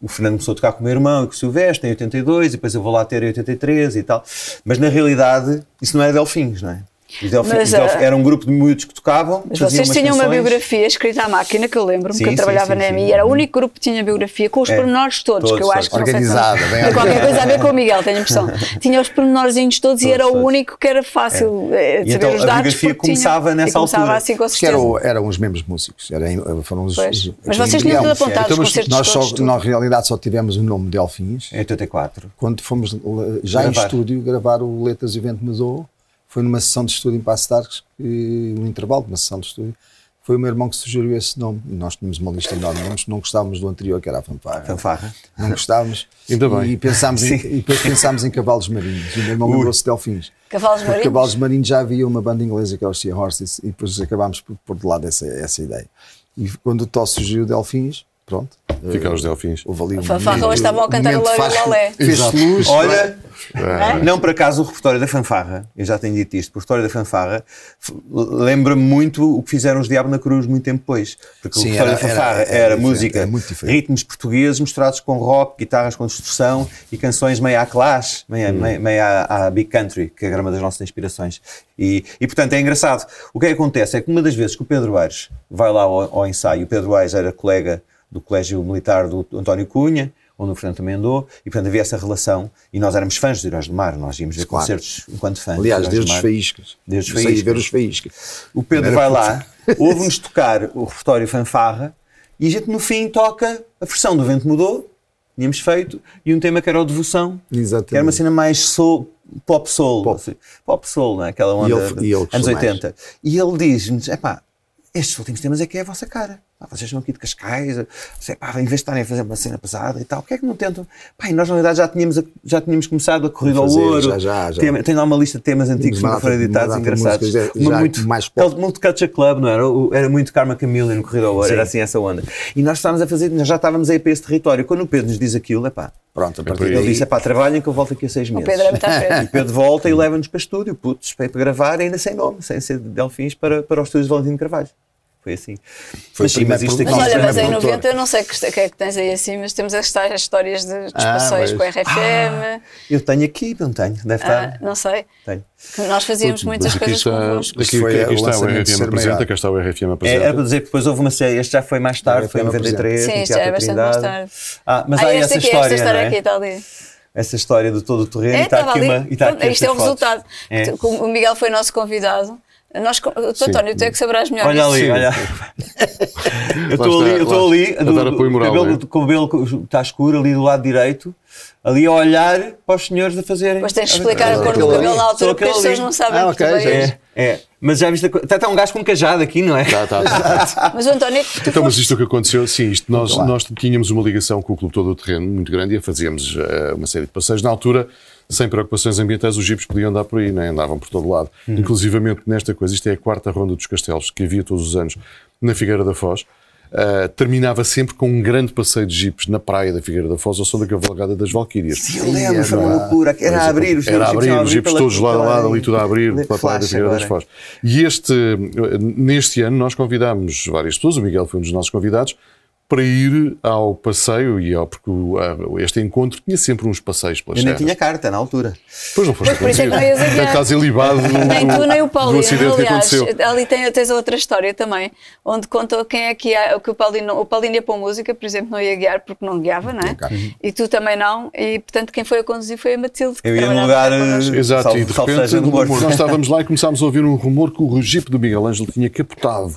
[SPEAKER 2] o Fernando começou a tocar com o meu irmão e com o Silvestre em 82 e depois eu vou lá ter em 83 e tal. Mas na realidade isso não era Delfins, não é? Os Delfins,
[SPEAKER 3] Mas,
[SPEAKER 2] os Delfins-
[SPEAKER 3] ah,
[SPEAKER 2] era um grupo de miúdos que tocavam.
[SPEAKER 3] Mas
[SPEAKER 2] faziam
[SPEAKER 3] vocês
[SPEAKER 2] umas
[SPEAKER 3] tinham uma
[SPEAKER 2] canções.
[SPEAKER 3] biografia escrita à máquina, que eu lembro-me,
[SPEAKER 2] Sim,
[SPEAKER 3] que eu
[SPEAKER 2] sim,
[SPEAKER 3] trabalhava
[SPEAKER 2] sim,
[SPEAKER 3] na
[SPEAKER 2] sim.
[SPEAKER 3] EMI, era o único grupo que tinha biografia, com os
[SPEAKER 2] É.
[SPEAKER 3] pormenores todos,
[SPEAKER 2] Todos,
[SPEAKER 3] que eu acho
[SPEAKER 2] todos. né?
[SPEAKER 3] que não sei se-
[SPEAKER 1] Organizada, bem
[SPEAKER 3] Tem qualquer coisa a ver com o Miguel, tenho a impressão. Tinha os pormenorzinhos todos, e
[SPEAKER 2] Todos,
[SPEAKER 3] era o
[SPEAKER 2] todos.
[SPEAKER 3] único que era fácil eh,
[SPEAKER 2] E
[SPEAKER 3] saber
[SPEAKER 2] então
[SPEAKER 3] os
[SPEAKER 2] a
[SPEAKER 3] dados.
[SPEAKER 2] biografia
[SPEAKER 3] porque tinha-
[SPEAKER 2] começava
[SPEAKER 3] e
[SPEAKER 2] nessa
[SPEAKER 3] começava
[SPEAKER 2] altura.
[SPEAKER 3] assim, com
[SPEAKER 1] Porque
[SPEAKER 3] certeza.
[SPEAKER 1] eram, eram os mesmos músicos, eram, foram os,
[SPEAKER 3] Pois.
[SPEAKER 1] os-
[SPEAKER 3] Mas
[SPEAKER 1] os
[SPEAKER 3] vocês tinham tudo
[SPEAKER 1] embriões.
[SPEAKER 3] apontado,
[SPEAKER 4] Então,
[SPEAKER 3] os
[SPEAKER 4] mas
[SPEAKER 3] concertos
[SPEAKER 1] Nós, só,
[SPEAKER 3] todos, tudo.
[SPEAKER 1] na realidade só tivemos o nome Delfins
[SPEAKER 2] Em 84.
[SPEAKER 1] quando fomos eh, já
[SPEAKER 2] É. Gravar.
[SPEAKER 1] em estúdio gravar o Letras e o Vento Mudou. Foi numa sessão de estúdio em Passo de Arcos, que- no intervalo de uma sessão de estúdio. Foi o meu irmão que sugeriu esse nome. E nós tínhamos uma lista enorme. Não, não gostávamos do anterior, que era a Fanfarra.
[SPEAKER 2] Fanfarra.
[SPEAKER 1] Não gostávamos.
[SPEAKER 4] Ainda
[SPEAKER 1] E,
[SPEAKER 4] bem.
[SPEAKER 1] pensámos em,
[SPEAKER 2] Sim.
[SPEAKER 1] e depois pensámos em Cavalos Marinhos. E o meu irmão lembrou-se de Delfins.
[SPEAKER 3] Cavalos
[SPEAKER 1] Porque
[SPEAKER 3] Marinhos?
[SPEAKER 1] Cavalos Marinhos já havia uma banda inglesa que era os Sea Horses. E depois acabámos por pôr de lado essa, essa ideia. E quando o Tó sugeriu Delfins, pronto. eh,
[SPEAKER 4] Ficar os Delfins.
[SPEAKER 1] Houve ali um
[SPEAKER 3] Fanfarra
[SPEAKER 1] momento-
[SPEAKER 3] hoje estava a cantar
[SPEAKER 1] momento
[SPEAKER 3] o Lolé,
[SPEAKER 1] faz-
[SPEAKER 3] Lolé.
[SPEAKER 1] Fez luz. é?
[SPEAKER 2] Olha,
[SPEAKER 3] É?
[SPEAKER 4] Ah,
[SPEAKER 2] Não, por acaso, o repertório da fanfarra, eu já tenho dito isto, o repertório da fanfarra f- lembra-me muito o que fizeram os Diabo na Cruz muito tempo depois. Porque
[SPEAKER 1] Sim,
[SPEAKER 2] o
[SPEAKER 1] era-
[SPEAKER 2] repertório da fanfarra
[SPEAKER 1] era-
[SPEAKER 2] era,
[SPEAKER 1] era diferente,
[SPEAKER 2] música,
[SPEAKER 1] era muito diferente.
[SPEAKER 2] ritmos portugueses misturados com rock, guitarras com distorção e canções meio à clash,
[SPEAKER 1] Hum.
[SPEAKER 2] meio, meio, meio à, à big country, que era uma das nossas inspirações. E, e, portanto, é engraçado. O que é que acontece é que uma das vezes que o Pedro Aires vai lá ao, ao ensaio, o Pedro Aires era colega do Colégio Militar do António Cunha, onde o Fernando também andou, e portanto havia essa relação, e nós éramos fãs dos Heróis do Mar, nós íamos ver
[SPEAKER 1] Claro.
[SPEAKER 2] concertos enquanto fãs.
[SPEAKER 1] Aliás,
[SPEAKER 2] dos Heróis
[SPEAKER 1] desde
[SPEAKER 2] do
[SPEAKER 1] os
[SPEAKER 2] Mar.
[SPEAKER 1] faíscas.
[SPEAKER 2] Desde os
[SPEAKER 1] Eu saí
[SPEAKER 2] faíscas.
[SPEAKER 1] ver os faíscas.
[SPEAKER 2] O Pedro vai lá, ouve-nos tocar o repertório fanfarra e a gente no fim toca a versão do Vento Mudou, tínhamos feito, e um tema que era o Devoção,
[SPEAKER 1] Exatamente.
[SPEAKER 2] que era uma cena mais soul, pop soul,
[SPEAKER 1] Pop.
[SPEAKER 2] assim, pop soul, não é? aquela onda
[SPEAKER 1] ele-
[SPEAKER 2] de-
[SPEAKER 1] e ele
[SPEAKER 2] anos
[SPEAKER 1] gostou mais.
[SPEAKER 2] 80. E ele diz-nos, epá, estes últimos temas é que é a vossa cara. Pá, vocês são aqui de Cascais, sei, pá, em vez de estarem a fazer uma cena pesada e tal, porque é que não tentam? Pá, e nós na verdade já tínhamos, a- já tínhamos começado a corrida ao
[SPEAKER 1] Fazer,
[SPEAKER 2] ouro,
[SPEAKER 1] já, já, já.
[SPEAKER 2] Tem, tem lá uma lista de temas antigos
[SPEAKER 1] Temos uma
[SPEAKER 2] que foram
[SPEAKER 1] data-
[SPEAKER 2] editados
[SPEAKER 1] uma data de
[SPEAKER 2] engraçados.
[SPEAKER 1] músicas já-
[SPEAKER 2] Uma
[SPEAKER 1] já
[SPEAKER 2] muito,
[SPEAKER 1] mais pop.
[SPEAKER 2] aquele muito Culture Club, não era? O- Era muito Karma Camille no Corrida ao Ouro, era assim essa onda. E nós estávamos a fazer, nós já estávamos aí para esse território. Quando o Pedro nos diz aquilo, epá,
[SPEAKER 1] Pronto, a partir
[SPEAKER 2] ele
[SPEAKER 1] daí.
[SPEAKER 2] disse, epá, trabalhem que eu volto aqui a seis
[SPEAKER 3] O
[SPEAKER 2] meses.
[SPEAKER 3] Pedro é muito à
[SPEAKER 2] E
[SPEAKER 3] frente.
[SPEAKER 2] Pedro volta e leva-nos para estúdio, putos, para ir para gravar, ainda sem nome, sem ser de Delfins, para, para os estúdios de Valentino Carvalho. Foi foi assim.
[SPEAKER 1] Foi o primeiro
[SPEAKER 3] Mas
[SPEAKER 1] Não,
[SPEAKER 3] olha,
[SPEAKER 1] não é
[SPEAKER 3] mas em
[SPEAKER 1] produtor.
[SPEAKER 3] 90 eu não sei o que, que é que tens aí assim, mas temos as tais histórias de, dos
[SPEAKER 1] Ah,
[SPEAKER 3] passeios
[SPEAKER 1] mas-
[SPEAKER 3] com a RFM,
[SPEAKER 2] Ah, Eu tenho aqui, não tenho, deve
[SPEAKER 3] ah,
[SPEAKER 2] estar.
[SPEAKER 3] não sei.
[SPEAKER 2] Tenho.
[SPEAKER 3] que Nós fazíamos muitas
[SPEAKER 4] aqui
[SPEAKER 3] coisas
[SPEAKER 4] está,
[SPEAKER 3] convosco.
[SPEAKER 4] aqui,
[SPEAKER 1] Foi
[SPEAKER 4] aqui, aqui
[SPEAKER 1] o
[SPEAKER 4] está o
[SPEAKER 1] lançamento de
[SPEAKER 4] RFM
[SPEAKER 1] Ser
[SPEAKER 4] apresenta,
[SPEAKER 1] Maior.
[SPEAKER 4] cá está o RFM
[SPEAKER 2] É, era para
[SPEAKER 4] apresenta.
[SPEAKER 2] dizer que depois houve uma série, este já foi mais tarde,
[SPEAKER 1] Era
[SPEAKER 2] foi em
[SPEAKER 1] pena
[SPEAKER 2] 93,
[SPEAKER 3] Sim,
[SPEAKER 2] no
[SPEAKER 3] isto já é
[SPEAKER 2] Teatro
[SPEAKER 3] bastante mais
[SPEAKER 2] Trindade.
[SPEAKER 3] tarde.
[SPEAKER 2] Ah, mas
[SPEAKER 3] ah,
[SPEAKER 2] há
[SPEAKER 3] esta
[SPEAKER 2] essa
[SPEAKER 3] aqui,
[SPEAKER 2] história,
[SPEAKER 3] esta história
[SPEAKER 2] não é?
[SPEAKER 3] aqui está ali.
[SPEAKER 2] Essa história do todo o terreno
[SPEAKER 3] É,
[SPEAKER 2] e está
[SPEAKER 3] estava
[SPEAKER 2] aqui
[SPEAKER 3] ali.
[SPEAKER 2] uma. E está
[SPEAKER 3] Pronto,
[SPEAKER 2] aqui
[SPEAKER 3] Isto é o
[SPEAKER 2] estas fotos.
[SPEAKER 3] resultado.
[SPEAKER 2] É.
[SPEAKER 3] Tu- como O Miguel foi nosso convidado. Nós, co- tu, António, tu é que saberás melhor.
[SPEAKER 2] Olha
[SPEAKER 3] isso.
[SPEAKER 2] ali,
[SPEAKER 4] Sim.
[SPEAKER 2] olha. Eu estou
[SPEAKER 4] Lá
[SPEAKER 2] ali,
[SPEAKER 4] está,
[SPEAKER 2] eu estou
[SPEAKER 4] lá.
[SPEAKER 2] ali,
[SPEAKER 4] A dar apoio moral,
[SPEAKER 2] cabelo,
[SPEAKER 4] não é?
[SPEAKER 2] do cabelo que está escuro ali do lado direito, ali a olhar para os senhores a fazerem. Ah,
[SPEAKER 3] Depois tens de explicar a
[SPEAKER 1] Só
[SPEAKER 3] cor do
[SPEAKER 1] aquele
[SPEAKER 3] cabelo
[SPEAKER 2] ali.
[SPEAKER 3] na
[SPEAKER 2] Só
[SPEAKER 3] altura, porque
[SPEAKER 2] aquele
[SPEAKER 3] as pessoas
[SPEAKER 2] ali.
[SPEAKER 3] não sabem
[SPEAKER 1] Ah,
[SPEAKER 3] que
[SPEAKER 1] ok,
[SPEAKER 3] tu
[SPEAKER 1] já
[SPEAKER 3] és.
[SPEAKER 2] É, é. Mas já viste, a co- está até um gajo com um cajado aqui, não é?
[SPEAKER 4] Tá, tá, tá.
[SPEAKER 3] Mas o António, tu
[SPEAKER 4] Então, mas
[SPEAKER 3] foste-
[SPEAKER 4] isto que aconteceu, sim, isto, nós,
[SPEAKER 1] lá.
[SPEAKER 4] nós tínhamos uma ligação com o Clube Todo o Terreno muito grande e fazíamos eh, uma série de passeios. Na altura, sem preocupações ambientais, os jipes podiam andar por aí, né? andavam por todo lado.
[SPEAKER 2] Hum.
[SPEAKER 4] Inclusivamente nesta coisa, isto é a quarta ronda dos castelos, que havia todos os anos na Figueira da Foz. Eh, terminava sempre com um grande passeio de jipes na praia da Figueira da Foz, ao som da cavalgada das Valquírias.
[SPEAKER 2] Sim, eu lembro, foi uma loucura. Era a É abrir os
[SPEAKER 4] Era a abrir, os jipes
[SPEAKER 2] jipes
[SPEAKER 4] todos lado a lado, ali tudo a abrir,
[SPEAKER 2] Le-
[SPEAKER 4] para a praia da
[SPEAKER 2] flash
[SPEAKER 4] Figueira das
[SPEAKER 2] agora.
[SPEAKER 4] Foz. E este, neste ano nós convidámos várias pessoas, o Miguel foi um dos nossos convidados, para ir ao passeio e ao, porque o- a- este encontro tinha sempre uns passeios pelas
[SPEAKER 2] Eu nem
[SPEAKER 4] serras.
[SPEAKER 2] tinha carta na altura.
[SPEAKER 4] Depois não foste
[SPEAKER 3] Pois, por isso é que
[SPEAKER 4] conduzido.
[SPEAKER 3] não ias
[SPEAKER 4] Portanto,
[SPEAKER 3] adiante.
[SPEAKER 4] estás ilibado do,
[SPEAKER 3] Nem tu, nem o Paulino.
[SPEAKER 4] do acidente que
[SPEAKER 3] Aliás,
[SPEAKER 4] aconteceu.
[SPEAKER 3] ali tem, tens outra história também, onde contou quem é que, ia- que o Paulino, o Paulino ia para a música, por exemplo, não ia guiar porque não guiava, não é? E tu também não, e portanto quem foi a conduzir foi a Matilde. que
[SPEAKER 2] Eu ia num
[SPEAKER 3] trabalhava
[SPEAKER 2] lugar.
[SPEAKER 3] cá connosco.
[SPEAKER 2] eh,
[SPEAKER 4] Exato,
[SPEAKER 2] salvo-
[SPEAKER 4] e de
[SPEAKER 2] salvo
[SPEAKER 4] repente
[SPEAKER 2] seja,
[SPEAKER 4] um
[SPEAKER 2] no
[SPEAKER 4] rumor.
[SPEAKER 2] Porto.
[SPEAKER 4] nós estávamos lá e começámos a ouvir um rumor que o Jeep do Miguel Ângelo tinha capotado.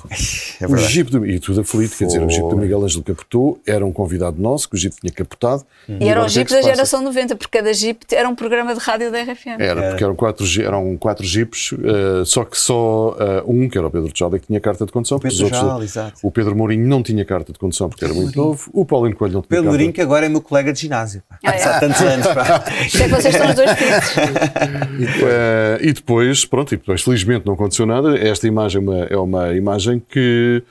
[SPEAKER 2] é
[SPEAKER 4] o
[SPEAKER 2] verdade.
[SPEAKER 4] Jeep do, e tudo aflito, quer dizer, o Jeep do Miguel Ângelo capotou, era um convidado nosso que o Jeep tinha capotado.
[SPEAKER 3] Uhum. E
[SPEAKER 4] agora
[SPEAKER 3] eram
[SPEAKER 4] o que é
[SPEAKER 3] Jeep
[SPEAKER 4] que se
[SPEAKER 3] da
[SPEAKER 4] passa?
[SPEAKER 3] geração 90, porque cada Jeep era um programa de rádio da RFM.
[SPEAKER 2] É.
[SPEAKER 4] Era, porque eram quatro, ji- eram quatro jipes, eh, só que só eh, um, que era o Pedro Tejal, é que tinha carta de condução. porque
[SPEAKER 2] Pedro
[SPEAKER 4] os
[SPEAKER 2] Tejal,
[SPEAKER 4] outros-
[SPEAKER 2] exato.
[SPEAKER 4] O Pedro Mourinho não tinha carta de condução porque era muito novo. O Paulinho Coelho não tinha
[SPEAKER 2] Pedro Lourinho,
[SPEAKER 4] carta.
[SPEAKER 2] que agora é meu colega de ginásio. pá.
[SPEAKER 3] Ah, é?
[SPEAKER 2] Há tantos anos. pá.
[SPEAKER 3] Sei é que vocês estão os dois filhos.
[SPEAKER 4] Eh, e depois, pronto, e depois felizmente não aconteceu nada. Esta imagem é uma, é uma imagem que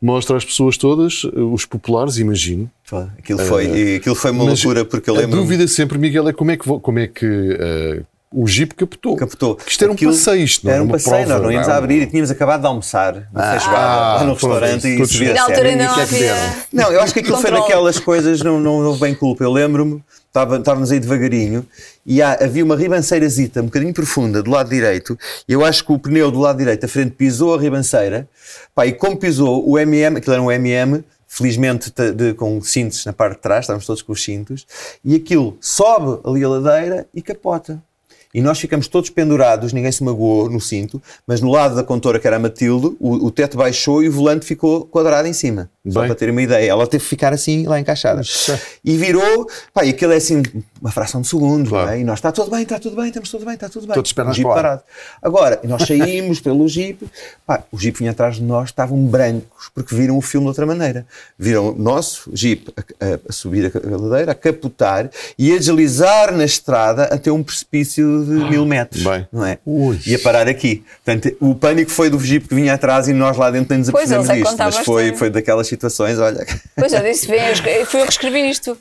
[SPEAKER 4] mostra às pessoas todas, eh, os populares, imagino.
[SPEAKER 2] Pô, Aquilo foi, e aquilo foi uma
[SPEAKER 4] É, Mas
[SPEAKER 2] loucura, porque eu
[SPEAKER 4] a
[SPEAKER 2] lembro.
[SPEAKER 4] dúvida sempre, Miguel, é como é que, vo- como é que eh, o Jeep captou.
[SPEAKER 2] Captou.
[SPEAKER 4] Que isto era um
[SPEAKER 2] Aquilo
[SPEAKER 4] passeio, isto não
[SPEAKER 2] era
[SPEAKER 4] era
[SPEAKER 2] um
[SPEAKER 4] uma
[SPEAKER 2] passeio,
[SPEAKER 4] prova,
[SPEAKER 2] nós não íamos
[SPEAKER 4] não. é? Ah,
[SPEAKER 2] a abrir e tínhamos acabado de almoçar na feijoada, lá no
[SPEAKER 4] pronto,
[SPEAKER 2] restaurante e
[SPEAKER 4] todos
[SPEAKER 2] subir a
[SPEAKER 4] juntos.
[SPEAKER 3] Na altura
[SPEAKER 2] serra.
[SPEAKER 3] ainda não
[SPEAKER 1] que é que
[SPEAKER 3] havia.
[SPEAKER 1] deram?
[SPEAKER 2] Não, eu acho que aquilo foi
[SPEAKER 3] Controle.
[SPEAKER 2] daquelas coisas, não, não houve bem culpa. Eu lembro-me, estava- estávamos aí devagarinho e há- havia uma ribanceirazita um bocadinho profunda do lado direito. E eu acho que o pneu do lado direito, à frente, pisou a ribanceira. Pá, e como pisou o MM, aquilo era um MM, felizmente ta- de- com cintos na parte de trás, estávamos todos com os cintos, e aquilo sobe ali a ladeira e capota. E nós ficamos todos pendurados, ninguém se magoou no cinto, mas no lado da contora, que era a Matilde, o, o teto baixou e o volante ficou quadrado em cima. Só
[SPEAKER 4] Bem.
[SPEAKER 2] para ter uma ideia. Ela teve que ficar assim, lá encaixada. E virou, pá, e aquilo é assim, uma fração de segundo,
[SPEAKER 4] Claro.
[SPEAKER 2] não é? E nós, está tudo bem, está tudo bem, estamos tudo bem, está tudo bem.
[SPEAKER 1] Todos de pernas
[SPEAKER 2] O jeep
[SPEAKER 1] para o ar.
[SPEAKER 2] parado. Agora, e nós saímos pelo jeep, pá, o jeep vinha atrás de nós, estavam brancos, porque viram o filme de outra maneira. Viram o nosso jeep a, a- a subir a ladeira, a capotar e a deslizar na estrada até um precipício de
[SPEAKER 1] Ah,
[SPEAKER 2] mil metros.
[SPEAKER 4] bem.
[SPEAKER 2] Não é?
[SPEAKER 4] Ui.
[SPEAKER 2] E a parar aqui. Portanto, o pânico foi do jeep que vinha atrás e nós lá dentro nem nos
[SPEAKER 3] Pois,
[SPEAKER 2] apercebemos
[SPEAKER 3] ele
[SPEAKER 2] disto.
[SPEAKER 3] contava
[SPEAKER 2] Mas
[SPEAKER 3] a
[SPEAKER 2] foi,
[SPEAKER 3] história.
[SPEAKER 2] foi daquelas situações, olha.
[SPEAKER 3] Pois eu disse, vem os, fui eu que escrevi isto.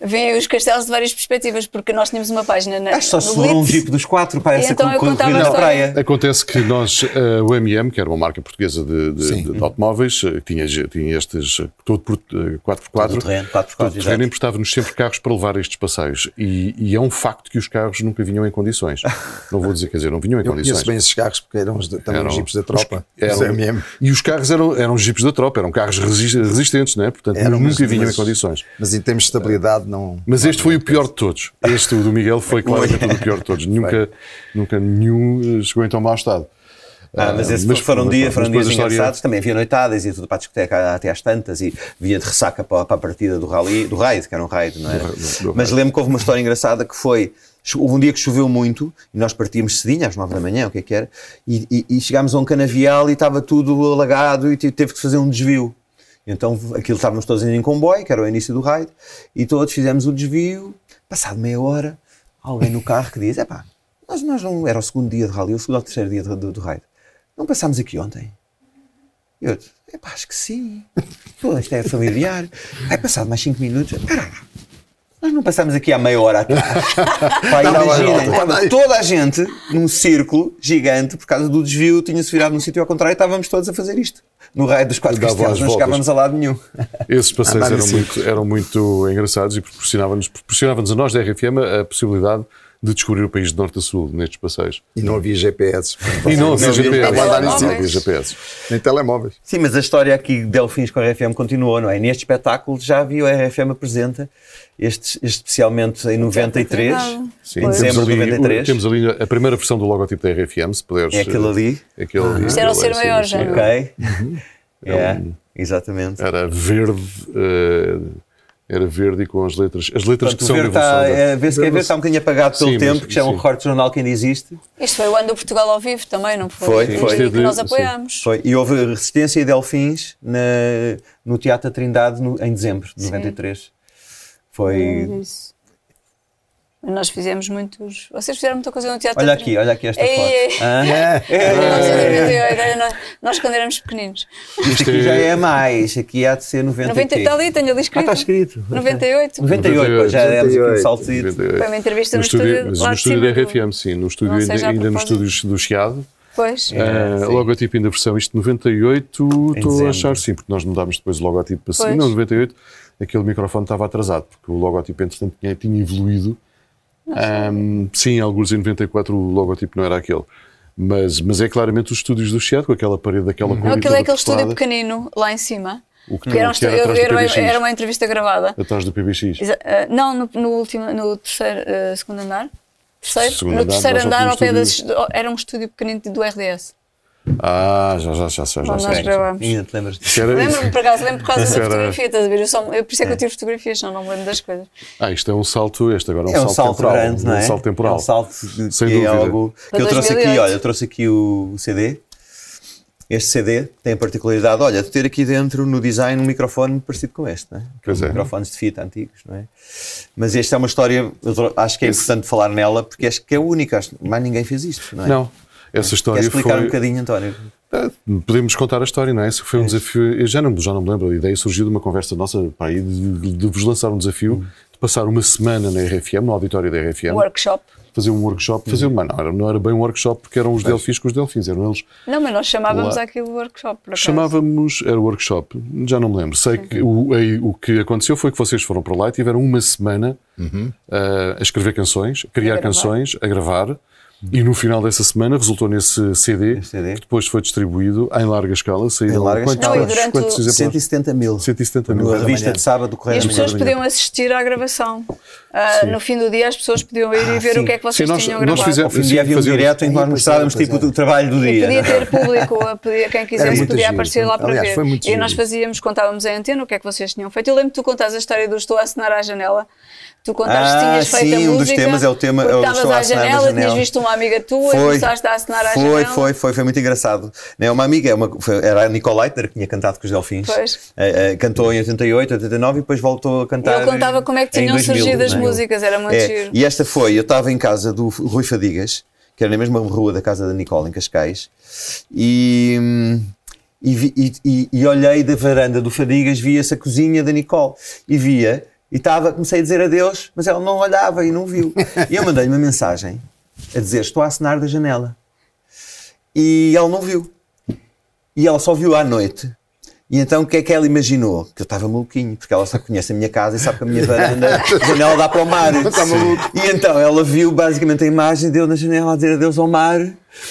[SPEAKER 3] Vêm os castelos de várias perspectivas, porque nós tínhamos uma página na.
[SPEAKER 2] Acho que só se
[SPEAKER 3] no
[SPEAKER 2] sobrou um
[SPEAKER 3] Blitz.
[SPEAKER 2] jeep dos quatro para
[SPEAKER 3] E
[SPEAKER 2] essa
[SPEAKER 3] então eu
[SPEAKER 2] corrida
[SPEAKER 3] contava a
[SPEAKER 2] na
[SPEAKER 3] história.
[SPEAKER 2] praia.
[SPEAKER 4] Acontece que nós, eh, o MM, que era uma marca portuguesa de, de- de- de automóveis, eh, tinha, tinha estes eh, todo por, eh, 4x4,
[SPEAKER 2] Todo terreno, 4x4,
[SPEAKER 4] todo terreno
[SPEAKER 2] exato.
[SPEAKER 4] emprestava-nos sempre carros para levar a estes passeios. E, e é um facto que os carros nunca vinham em condições. Não vou dizer, quer dizer, não vinham em
[SPEAKER 1] Eu
[SPEAKER 4] condições.
[SPEAKER 1] conheço bem esses carros porque eram os de- também
[SPEAKER 4] Eram-
[SPEAKER 1] os jipes da tropa.
[SPEAKER 4] os- eram-
[SPEAKER 1] Os MM.
[SPEAKER 4] E os carros eram, eram jipes da tropa, eram carros resi- resistentes, né? portanto
[SPEAKER 1] Eram, mas-
[SPEAKER 4] nunca vinham
[SPEAKER 1] mas-
[SPEAKER 4] em condições.
[SPEAKER 1] Mas em termos de estabilidade, não.
[SPEAKER 4] Mas este foi o pior de todos. Este, o do Miguel, foi claramente o do pior de todos. Nunca, nunca nenhum eh, chegou em tão mau estado.
[SPEAKER 2] Ah, mas esses
[SPEAKER 4] mas-
[SPEAKER 2] foram,
[SPEAKER 4] mas
[SPEAKER 2] dia,
[SPEAKER 4] pronto,
[SPEAKER 2] foram
[SPEAKER 4] mas depois
[SPEAKER 2] dias
[SPEAKER 4] a história-
[SPEAKER 2] engraçados. Também havia noitadas, ia tudo para a discoteca até às tantas e via de ressaca para, para a partida do rally, do raid, que era um raid, não era?
[SPEAKER 4] do- do
[SPEAKER 2] mas lembro que houve uma história engraçada que foi. cho- Houve um dia que choveu muito e nós partíamos cedinho, às 9 da manhã, o que é que era, e, e- e chegámos a um canavial e estava tudo alagado e te- teve que fazer um desvio. Então aquilo estávamos todos indo em comboio, que era o início do raid, e todos fizemos o desvio. Passado meia hora, alguém no carro que diz: é pá, nós, nós não. Era o segundo dia de rally, o segundo ou terceiro dia do, do, do raid. Não passámos aqui ontem. E eu, epá, acho que sim. Pô, isto é familiar. Aí passado mais 5 minutos, espera lá. Nós Nós não passámos aqui há meia hora. à toa. Pá,
[SPEAKER 1] Estava
[SPEAKER 2] imaginem,
[SPEAKER 1] à volta.
[SPEAKER 2] estava toda a gente num círculo gigante por causa do desvio, tinha-se virado num sítio ao contrário e estávamos todos a fazer isto. No raio dos quatro
[SPEAKER 4] Dava
[SPEAKER 2] castelos,
[SPEAKER 4] as
[SPEAKER 2] não
[SPEAKER 4] voltas.
[SPEAKER 2] chegávamos a lado nenhum.
[SPEAKER 4] Esses passeios
[SPEAKER 1] Andar em
[SPEAKER 4] eram
[SPEAKER 1] círculos.
[SPEAKER 4] muito, eram muito engraçados e proporcionavam-nos proporcionavam a nós da RFM a possibilidade de descobrir o país de norte a sul nestes passeios.
[SPEAKER 1] E não havia GPS.
[SPEAKER 4] E não havia
[SPEAKER 1] Estava a andar em
[SPEAKER 4] GPS. Não
[SPEAKER 3] telemóveis.
[SPEAKER 4] havia
[SPEAKER 1] círculos.
[SPEAKER 4] GPS.
[SPEAKER 1] Nem telemóveis.
[SPEAKER 2] Sim, mas a história aqui de Delfins com a RFM continuou, não é? Neste espetáculo já vi o RFM apresenta, este, este especialmente em 93,
[SPEAKER 3] apresentado.
[SPEAKER 4] Sim,
[SPEAKER 2] em
[SPEAKER 3] Pois.
[SPEAKER 2] dezembro de
[SPEAKER 4] temos, ali,
[SPEAKER 2] 93.
[SPEAKER 4] temos ali a primeira versão do logotipo da RFM, se puderes.
[SPEAKER 2] É aquele ali. Uhum.
[SPEAKER 4] eh, Aquele ali.
[SPEAKER 3] Isto era o ser
[SPEAKER 4] Sim,
[SPEAKER 3] maior,
[SPEAKER 4] sim,
[SPEAKER 3] já.
[SPEAKER 4] era-
[SPEAKER 2] Ok. É, exatamente.
[SPEAKER 4] Era verde, eh, era verde e com as letras. As letras
[SPEAKER 2] Portanto,
[SPEAKER 4] que
[SPEAKER 2] o
[SPEAKER 4] são
[SPEAKER 2] verde
[SPEAKER 4] de
[SPEAKER 2] está,
[SPEAKER 4] evolução da-
[SPEAKER 2] é, vê-se que é verde, está um bocadinho apagado pelo
[SPEAKER 4] Sim, mas-
[SPEAKER 2] tempo, que já é um
[SPEAKER 4] sim.
[SPEAKER 2] recorte de jornal que ainda existe.
[SPEAKER 3] Isto foi o ano do Portugal ao vivo também, não
[SPEAKER 2] Foi,
[SPEAKER 3] foi?
[SPEAKER 2] foi.
[SPEAKER 3] E que nós
[SPEAKER 4] Sim.
[SPEAKER 3] apoiámos.
[SPEAKER 2] Foi. E houve resistência e Delfins na- no Teatro Trindade no- em dezembro de 93. Foi.
[SPEAKER 3] Isso. Nós fizemos muitos. Vocês fizeram muita coisa no teatro.
[SPEAKER 2] Olha aqui, olha aqui esta
[SPEAKER 3] Ei, ei.
[SPEAKER 2] foto. Hã? É.
[SPEAKER 3] Nós, nós quando éramos pequeninos.
[SPEAKER 2] Isto aqui já é mais, aqui há de ser 90 e
[SPEAKER 3] 90
[SPEAKER 2] quê?
[SPEAKER 3] está ali, tenho ali
[SPEAKER 2] Ah,
[SPEAKER 3] escrito.
[SPEAKER 2] está escrito.
[SPEAKER 3] 98.
[SPEAKER 2] 98, pois, já éramos aqui um
[SPEAKER 1] 98.
[SPEAKER 2] saltito.
[SPEAKER 4] 98.
[SPEAKER 3] Foi uma entrevista
[SPEAKER 4] No
[SPEAKER 3] no
[SPEAKER 4] estúdio,
[SPEAKER 3] estúdio
[SPEAKER 4] mas
[SPEAKER 3] lá
[SPEAKER 4] no
[SPEAKER 3] de
[SPEAKER 4] estúdio da
[SPEAKER 3] cima do-
[SPEAKER 4] RFM, sim, no estúdio
[SPEAKER 3] Não sei
[SPEAKER 4] ainda,
[SPEAKER 3] já a
[SPEAKER 4] ainda no
[SPEAKER 3] propósito.
[SPEAKER 4] estúdio do Chiado.
[SPEAKER 3] Pois.
[SPEAKER 2] É,
[SPEAKER 4] Ah,
[SPEAKER 2] sim.
[SPEAKER 4] logotipo ainda versão, isto 98, estou
[SPEAKER 2] dezembro.
[SPEAKER 4] a achar sim, porque nós mudámos depois o logotipo para cima.
[SPEAKER 3] Pois.
[SPEAKER 4] Não, 98, aquele microfone estava atrasado, porque o logotipo entretanto tinha, tinha evoluído. Ahm, sim, alguns em 94 o logotipo não era aquele. Mas, mas é claramente os estúdios do Chiado, com aquela parede daquela
[SPEAKER 2] Hum.
[SPEAKER 4] cor
[SPEAKER 3] Não,
[SPEAKER 4] e
[SPEAKER 3] aquilo
[SPEAKER 4] toda
[SPEAKER 3] é aquele estúdio
[SPEAKER 4] costurada,
[SPEAKER 3] pequenino lá em cima.
[SPEAKER 4] o que,
[SPEAKER 3] Que era, um
[SPEAKER 4] que era
[SPEAKER 3] estúdio-
[SPEAKER 4] atrás
[SPEAKER 3] era
[SPEAKER 4] do
[SPEAKER 3] uma-
[SPEAKER 4] PBX.
[SPEAKER 3] era uma entrevista gravada.
[SPEAKER 4] Atrás do PBX.
[SPEAKER 3] Exa- ah, não, no, no último, no terceiro, ah, segundo andar. Terceiro,
[SPEAKER 4] Segundo
[SPEAKER 3] no
[SPEAKER 4] andar,
[SPEAKER 3] terceiro
[SPEAKER 4] nós já
[SPEAKER 3] andar, ao
[SPEAKER 4] tínhamos
[SPEAKER 3] pé das,
[SPEAKER 4] estúdio.
[SPEAKER 3] era um estúdio pequenino do RDS.
[SPEAKER 4] Ah, já, já, já, já, já
[SPEAKER 3] Onde
[SPEAKER 4] sei.
[SPEAKER 3] nós gravámos.
[SPEAKER 2] Ainda te lembras disso?
[SPEAKER 4] É Isso era-
[SPEAKER 3] Lembro-me, por acaso, lembro por causa
[SPEAKER 4] Isso
[SPEAKER 3] da
[SPEAKER 4] era-
[SPEAKER 3] fotografia, estás a ver? Eu, só, eu, por isso é que eu tiro fotografias, senão não me lembro das coisas.
[SPEAKER 4] Ah, isto é um salto, este agora é um,
[SPEAKER 2] É um
[SPEAKER 4] salto,
[SPEAKER 2] salto
[SPEAKER 4] temporal.
[SPEAKER 2] grande, não é?
[SPEAKER 4] Um salto temporal.
[SPEAKER 2] É um salto de-
[SPEAKER 4] Sem
[SPEAKER 2] que é
[SPEAKER 4] dúvida.
[SPEAKER 2] algo que
[SPEAKER 3] Para
[SPEAKER 2] eu trouxe aqui,
[SPEAKER 3] 2008.
[SPEAKER 2] olha, eu trouxe aqui o o CD. Este CD tem a particularidade, olha, de ter aqui dentro no design um microfone parecido com este, não é?
[SPEAKER 4] Pois é.
[SPEAKER 2] Microfones de fita antigos, não é? Mas esta é uma história, eu tro- acho que é importante falar nela porque acho que é única, acho, mais ninguém fez isto, não é?
[SPEAKER 4] Não, essa
[SPEAKER 2] Quer
[SPEAKER 4] história
[SPEAKER 2] explicar um
[SPEAKER 4] foi.
[SPEAKER 2] bocadinho, António?
[SPEAKER 4] Podemos contar a história, não é? Esse foi um desafio. Eu já não, já não me lembro, a ideia surgiu de uma conversa nossa pá, aí de, de vos lançar um desafio de passar uma semana na RFM, no auditório da RFM,
[SPEAKER 3] Workshop.
[SPEAKER 4] fazer um workshop. Fazer uma, não, era, não era bem um workshop porque eram os delfins com os delfins, eram eles.
[SPEAKER 3] Não, mas nós chamávamos
[SPEAKER 4] Lá.
[SPEAKER 3] aquilo workshop. Por acaso.
[SPEAKER 4] Chamávamos, era workshop, já não me lembro. Sei que o, aí o que aconteceu foi que vocês foram para lá e tiveram uma semana ah, a escrever canções, a criar
[SPEAKER 3] gravar.
[SPEAKER 4] canções, a gravar. E no final dessa semana resultou nesse CD,
[SPEAKER 2] Esse CD.
[SPEAKER 4] que depois foi distribuído em larga escala. Saíram
[SPEAKER 2] larga
[SPEAKER 4] quantos,
[SPEAKER 2] escala.
[SPEAKER 4] quantos,
[SPEAKER 3] Não, e durante
[SPEAKER 4] quantos
[SPEAKER 3] o-
[SPEAKER 4] exemplares?
[SPEAKER 2] 170 mil.
[SPEAKER 4] 170 mil.
[SPEAKER 2] Na revista de sábado do
[SPEAKER 3] E
[SPEAKER 2] Correio
[SPEAKER 3] as
[SPEAKER 2] da
[SPEAKER 3] pessoas
[SPEAKER 2] Manhã.
[SPEAKER 3] podiam assistir à gravação. Ah, no fim do dia, as pessoas podiam ir e ver
[SPEAKER 2] sim.
[SPEAKER 3] o que é que vocês
[SPEAKER 4] Ah, Sim, nós-
[SPEAKER 3] tinham
[SPEAKER 4] nós
[SPEAKER 3] gravado.
[SPEAKER 4] fizemos-
[SPEAKER 2] Ao fim do dia havia um
[SPEAKER 4] Fazíamos-
[SPEAKER 2] direto em que nós
[SPEAKER 1] Ih, pois é,
[SPEAKER 2] mostrávamos
[SPEAKER 1] pois
[SPEAKER 2] tipo
[SPEAKER 1] é.
[SPEAKER 2] do trabalho do
[SPEAKER 3] E
[SPEAKER 2] dia.
[SPEAKER 3] podia
[SPEAKER 2] não é?
[SPEAKER 3] ter público, a- podia- quem quisesse
[SPEAKER 1] muito
[SPEAKER 3] podia
[SPEAKER 1] giro.
[SPEAKER 3] aparecer lá para
[SPEAKER 1] Aliás,
[SPEAKER 3] ver.
[SPEAKER 1] foi muito
[SPEAKER 3] e nós
[SPEAKER 1] giro.
[SPEAKER 3] fazíamos, contávamos a antena o que é que vocês tinham feito. Eu lembro que tu contaste a história do Estou a assinar à janela. Tu contaste que
[SPEAKER 2] Ah,
[SPEAKER 3] tinhas feito a
[SPEAKER 2] sim,
[SPEAKER 3] música.
[SPEAKER 2] um dos temas é o tema- é o
[SPEAKER 3] porque
[SPEAKER 2] do
[SPEAKER 3] Estavas
[SPEAKER 2] Estou a
[SPEAKER 3] à
[SPEAKER 2] assinar à
[SPEAKER 3] janela, tinhas
[SPEAKER 2] janela.
[SPEAKER 3] visto uma amiga tua e começaste a assinar à
[SPEAKER 2] foi,
[SPEAKER 3] janela.
[SPEAKER 2] Foi, foi, foi muito engraçado. Não é uma amiga, é uma, foi- era a Nicole Leitner que tinha cantado com os Delfins.
[SPEAKER 3] Pois.
[SPEAKER 2] Eh, eh, cantou em 88, 89 e depois voltou a cantar.
[SPEAKER 3] E ele contava como é que
[SPEAKER 2] em
[SPEAKER 3] tinham
[SPEAKER 2] 2000,
[SPEAKER 3] surgido as
[SPEAKER 2] não é?
[SPEAKER 3] músicas, era muito
[SPEAKER 2] É,
[SPEAKER 3] giro.
[SPEAKER 2] E esta foi, eu estava em casa do Rui Fadigas, que era na mesma rua da casa da Nicole, em Cascais, e. hum, E, vi- e- e- e olhei da varanda do Fadigas, via-se a cozinha da Nicole e via, e estava, comecei a dizer adeus, mas ela não olhava e não viu. E eu mandei-lhe uma mensagem a dizer: Estou a assinar da janela e ela não viu. E ela só viu à noite. E então o que é que ela imaginou? Que eu estava maluquinho, porque ela só conhece a minha casa e sabe que a minha varanda, a janela dá para o mar. E então ela viu basicamente a imagem, deu na janela a dizer adeus ao mar.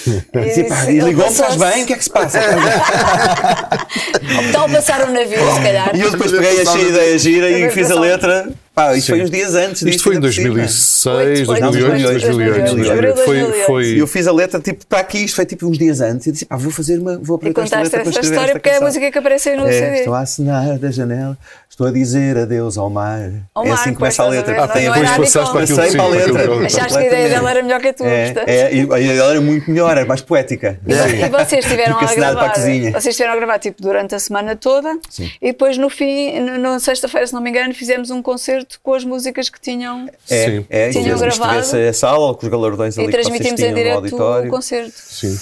[SPEAKER 2] E, disse,
[SPEAKER 3] disse,
[SPEAKER 2] "Pá", e
[SPEAKER 3] ele
[SPEAKER 2] ligou-me,
[SPEAKER 3] passou-se.
[SPEAKER 2] faz bem, o que é que se passa?
[SPEAKER 3] Então passar um navio, se calhar.
[SPEAKER 2] E eu depois peguei, achei a ideia gira e
[SPEAKER 3] Depois
[SPEAKER 2] fiz a
[SPEAKER 3] passou.
[SPEAKER 2] letra. Pá, isto foi uns dias antes disto.
[SPEAKER 4] Isto foi em
[SPEAKER 2] ainda por cima.
[SPEAKER 4] 2006,
[SPEAKER 3] Oito, oito,
[SPEAKER 4] 2008,
[SPEAKER 2] oito,
[SPEAKER 4] 2008.
[SPEAKER 2] oito, oito,
[SPEAKER 4] 2008. Foi,
[SPEAKER 3] oito,
[SPEAKER 2] E
[SPEAKER 4] foi,
[SPEAKER 2] eu fiz a letra, tipo, está aqui, isto foi tipo uns dias antes. E disse, pá, vou fazer uma, vou
[SPEAKER 3] E
[SPEAKER 2] aproveitar esta letra
[SPEAKER 3] contaste
[SPEAKER 2] para
[SPEAKER 3] essa
[SPEAKER 2] escrever
[SPEAKER 3] história
[SPEAKER 2] esta
[SPEAKER 3] porque é a
[SPEAKER 2] canção.
[SPEAKER 3] música que aparece aí no
[SPEAKER 2] É,
[SPEAKER 3] CD.
[SPEAKER 2] estou a assinar da janela, estou a dizer adeus ao mar.
[SPEAKER 3] Ao
[SPEAKER 2] é
[SPEAKER 3] mar,
[SPEAKER 2] assim que começa a
[SPEAKER 3] pois,
[SPEAKER 2] letra.
[SPEAKER 3] estás a ver?
[SPEAKER 2] tem a
[SPEAKER 3] Não
[SPEAKER 2] ver-
[SPEAKER 3] é
[SPEAKER 4] depois
[SPEAKER 3] nada
[SPEAKER 4] passaste para aquilo
[SPEAKER 2] Passei para a
[SPEAKER 4] sim, para
[SPEAKER 2] letra.
[SPEAKER 4] aquilo-
[SPEAKER 3] Achaste que a ideia dela era melhor que a tua,
[SPEAKER 2] é,
[SPEAKER 3] portanto.
[SPEAKER 2] é, e- e ela era muito melhor, era mais poética. É.
[SPEAKER 3] E vocês estiveram
[SPEAKER 2] Fica
[SPEAKER 3] a
[SPEAKER 2] assinado para
[SPEAKER 3] gravar.
[SPEAKER 2] a cozinha.
[SPEAKER 3] Vocês estiveram a gravar tipo durante a semana toda e depois no fim, no- na sexta-feira, se não me engano, fizemos um concerto com as músicas que tinham
[SPEAKER 2] É,
[SPEAKER 4] Sim.
[SPEAKER 2] é,
[SPEAKER 3] Tinham
[SPEAKER 2] e depois
[SPEAKER 3] gravado.
[SPEAKER 2] tivesse a sala com os galardões
[SPEAKER 3] e
[SPEAKER 2] ali que vocês
[SPEAKER 3] transmitimos em
[SPEAKER 2] tinham no
[SPEAKER 3] direto o
[SPEAKER 2] auditório.
[SPEAKER 3] concerto.
[SPEAKER 4] sim.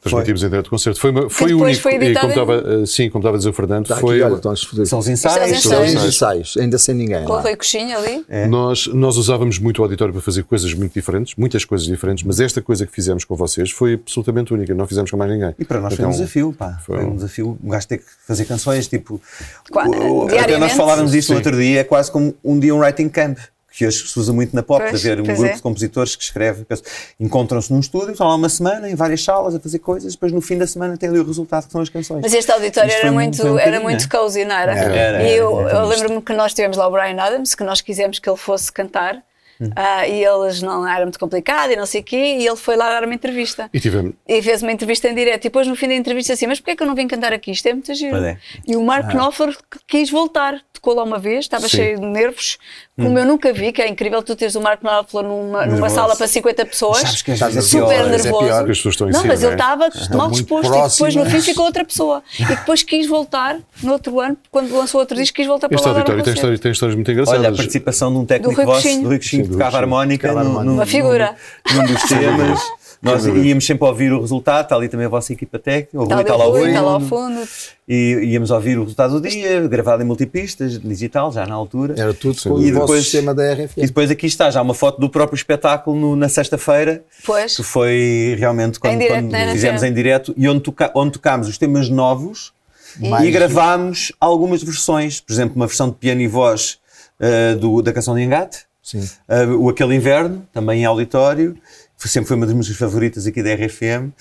[SPEAKER 4] Transmitimos em direto o concerto. Foi, uma- foi
[SPEAKER 3] depois
[SPEAKER 4] único.
[SPEAKER 3] foi
[SPEAKER 4] e
[SPEAKER 3] editado
[SPEAKER 4] como estava, eh, sim, como estava a dizer o Fernando,
[SPEAKER 1] Está aqui,
[SPEAKER 4] foi.
[SPEAKER 1] olha, estão a escrever.
[SPEAKER 2] São os
[SPEAKER 3] São
[SPEAKER 2] ensaios.
[SPEAKER 3] é os
[SPEAKER 1] São
[SPEAKER 3] ensaios.
[SPEAKER 1] os ensaios, ainda sem ninguém.
[SPEAKER 3] Com o
[SPEAKER 1] lá.
[SPEAKER 3] Rui Coxinha ali.
[SPEAKER 2] É.
[SPEAKER 4] Nós, nós usávamos muito o auditório para fazer coisas muito diferentes, muitas coisas diferentes, mas esta coisa que fizemos com vocês foi absolutamente única, não fizemos com mais ninguém.
[SPEAKER 2] E para nós foi um
[SPEAKER 4] Então,
[SPEAKER 2] desafio, pá. Foi,
[SPEAKER 4] foi
[SPEAKER 2] um
[SPEAKER 4] um-
[SPEAKER 2] desafio. Um gajo ter que fazer canções, tipo.
[SPEAKER 3] Qua-
[SPEAKER 2] o- o- até nós
[SPEAKER 3] diariamente?
[SPEAKER 2] falávamos disto no
[SPEAKER 4] Sim.
[SPEAKER 2] outro dia, é quase como um dia um writing camp, que hoje se usa muito na pop,
[SPEAKER 3] Pois,
[SPEAKER 2] de haver um
[SPEAKER 3] pois
[SPEAKER 2] grupo
[SPEAKER 3] é.
[SPEAKER 2] de compositores que escreve, pensa- encontram-se num estúdio, estão lá uma semana, em várias salas, a fazer coisas, depois no fim da semana tem ali o resultado que são as canções.
[SPEAKER 3] Mas este auditório
[SPEAKER 2] Isto
[SPEAKER 3] era
[SPEAKER 2] foi um-
[SPEAKER 3] muito,
[SPEAKER 2] foi um
[SPEAKER 3] era
[SPEAKER 2] bocadinho,
[SPEAKER 3] muito
[SPEAKER 2] né?
[SPEAKER 3] cozy, não era?
[SPEAKER 2] Era, era,
[SPEAKER 3] e
[SPEAKER 2] era,
[SPEAKER 3] eu,
[SPEAKER 2] era
[SPEAKER 3] eu
[SPEAKER 2] isto.
[SPEAKER 3] lembro-me que nós tivemos lá o Brian Adams, que nós quisemos que ele fosse cantar,
[SPEAKER 2] Hum.
[SPEAKER 3] ah, e eles não era muito complicado e não sei o quê, e ele foi lá dar uma entrevista.
[SPEAKER 4] E tivemos.
[SPEAKER 3] E fez uma entrevista em direto, e depois no fim da entrevista assim, mas porquê é que eu não vim cantar aqui? Isto é muito giro.
[SPEAKER 2] Pois é.
[SPEAKER 3] E o Mark Knopfler qu- quis voltar, tocou lá uma vez, estava
[SPEAKER 4] Ah. Sim.
[SPEAKER 3] cheio de nervos, como eu nunca vi, que é incrível tu teres o Mark Knopfler numa, numa
[SPEAKER 2] Nervoso.
[SPEAKER 3] sala para 50 pessoas.
[SPEAKER 2] Sabes que às
[SPEAKER 1] Estás
[SPEAKER 2] vezes é
[SPEAKER 1] a-
[SPEAKER 2] pior.
[SPEAKER 3] super
[SPEAKER 1] Mas é
[SPEAKER 3] nervoso.
[SPEAKER 1] pior
[SPEAKER 4] que as pessoas estão em
[SPEAKER 3] não,
[SPEAKER 4] cima,
[SPEAKER 3] mas ele
[SPEAKER 4] não é?
[SPEAKER 3] estava mal
[SPEAKER 1] muito
[SPEAKER 3] disposto e depois no
[SPEAKER 1] próximas.
[SPEAKER 3] fim ficou outra pessoa. E depois quis voltar no outro ano, quando lançou outro disco, quis voltar
[SPEAKER 4] Este
[SPEAKER 3] para lá. dar um
[SPEAKER 4] auditório tem
[SPEAKER 3] concerto.
[SPEAKER 4] histórias, tem histórias muito
[SPEAKER 2] Olha a
[SPEAKER 4] engraçadas.
[SPEAKER 2] participação de um
[SPEAKER 3] Do Rui
[SPEAKER 2] técnico vosso,
[SPEAKER 3] Coxinho.
[SPEAKER 2] do Rui Coxinho, que tocava harmónica,
[SPEAKER 1] Tocava
[SPEAKER 2] num-
[SPEAKER 1] harmónica.
[SPEAKER 2] num-
[SPEAKER 3] Uma figura.
[SPEAKER 2] num dos temas. Nós íamos sempre ouvir o resultado, está ali também a vossa equipa técnica, o Rui
[SPEAKER 3] Está
[SPEAKER 2] está lá
[SPEAKER 3] ali o Rui,
[SPEAKER 2] hoje.
[SPEAKER 3] está lá ao fundo.
[SPEAKER 2] E íamos ouvir o resultado do dia, gravado em multipistas, digital, já na altura.
[SPEAKER 1] Era tudo
[SPEAKER 4] Sim.
[SPEAKER 1] com
[SPEAKER 2] E
[SPEAKER 1] o vosso
[SPEAKER 2] depois-
[SPEAKER 1] sistema da
[SPEAKER 2] E
[SPEAKER 1] RFM.
[SPEAKER 2] depois aqui está já uma foto do próprio espetáculo no- na sexta-feira,
[SPEAKER 3] Pois.
[SPEAKER 2] que foi realmente quando,
[SPEAKER 3] Em direto,
[SPEAKER 2] quando
[SPEAKER 3] né, na
[SPEAKER 2] fizemos
[SPEAKER 3] cena.
[SPEAKER 2] em direto e onde, toca- onde tocámos os temas novos e
[SPEAKER 1] Mais-
[SPEAKER 2] gravámos algumas versões, por exemplo, uma versão de piano e voz eh, do- da canção de Engate,
[SPEAKER 1] Sim.
[SPEAKER 2] eh, o Aquele Inverno, também em auditório, foi- sempre foi uma das minhas favoritas aqui da RFM,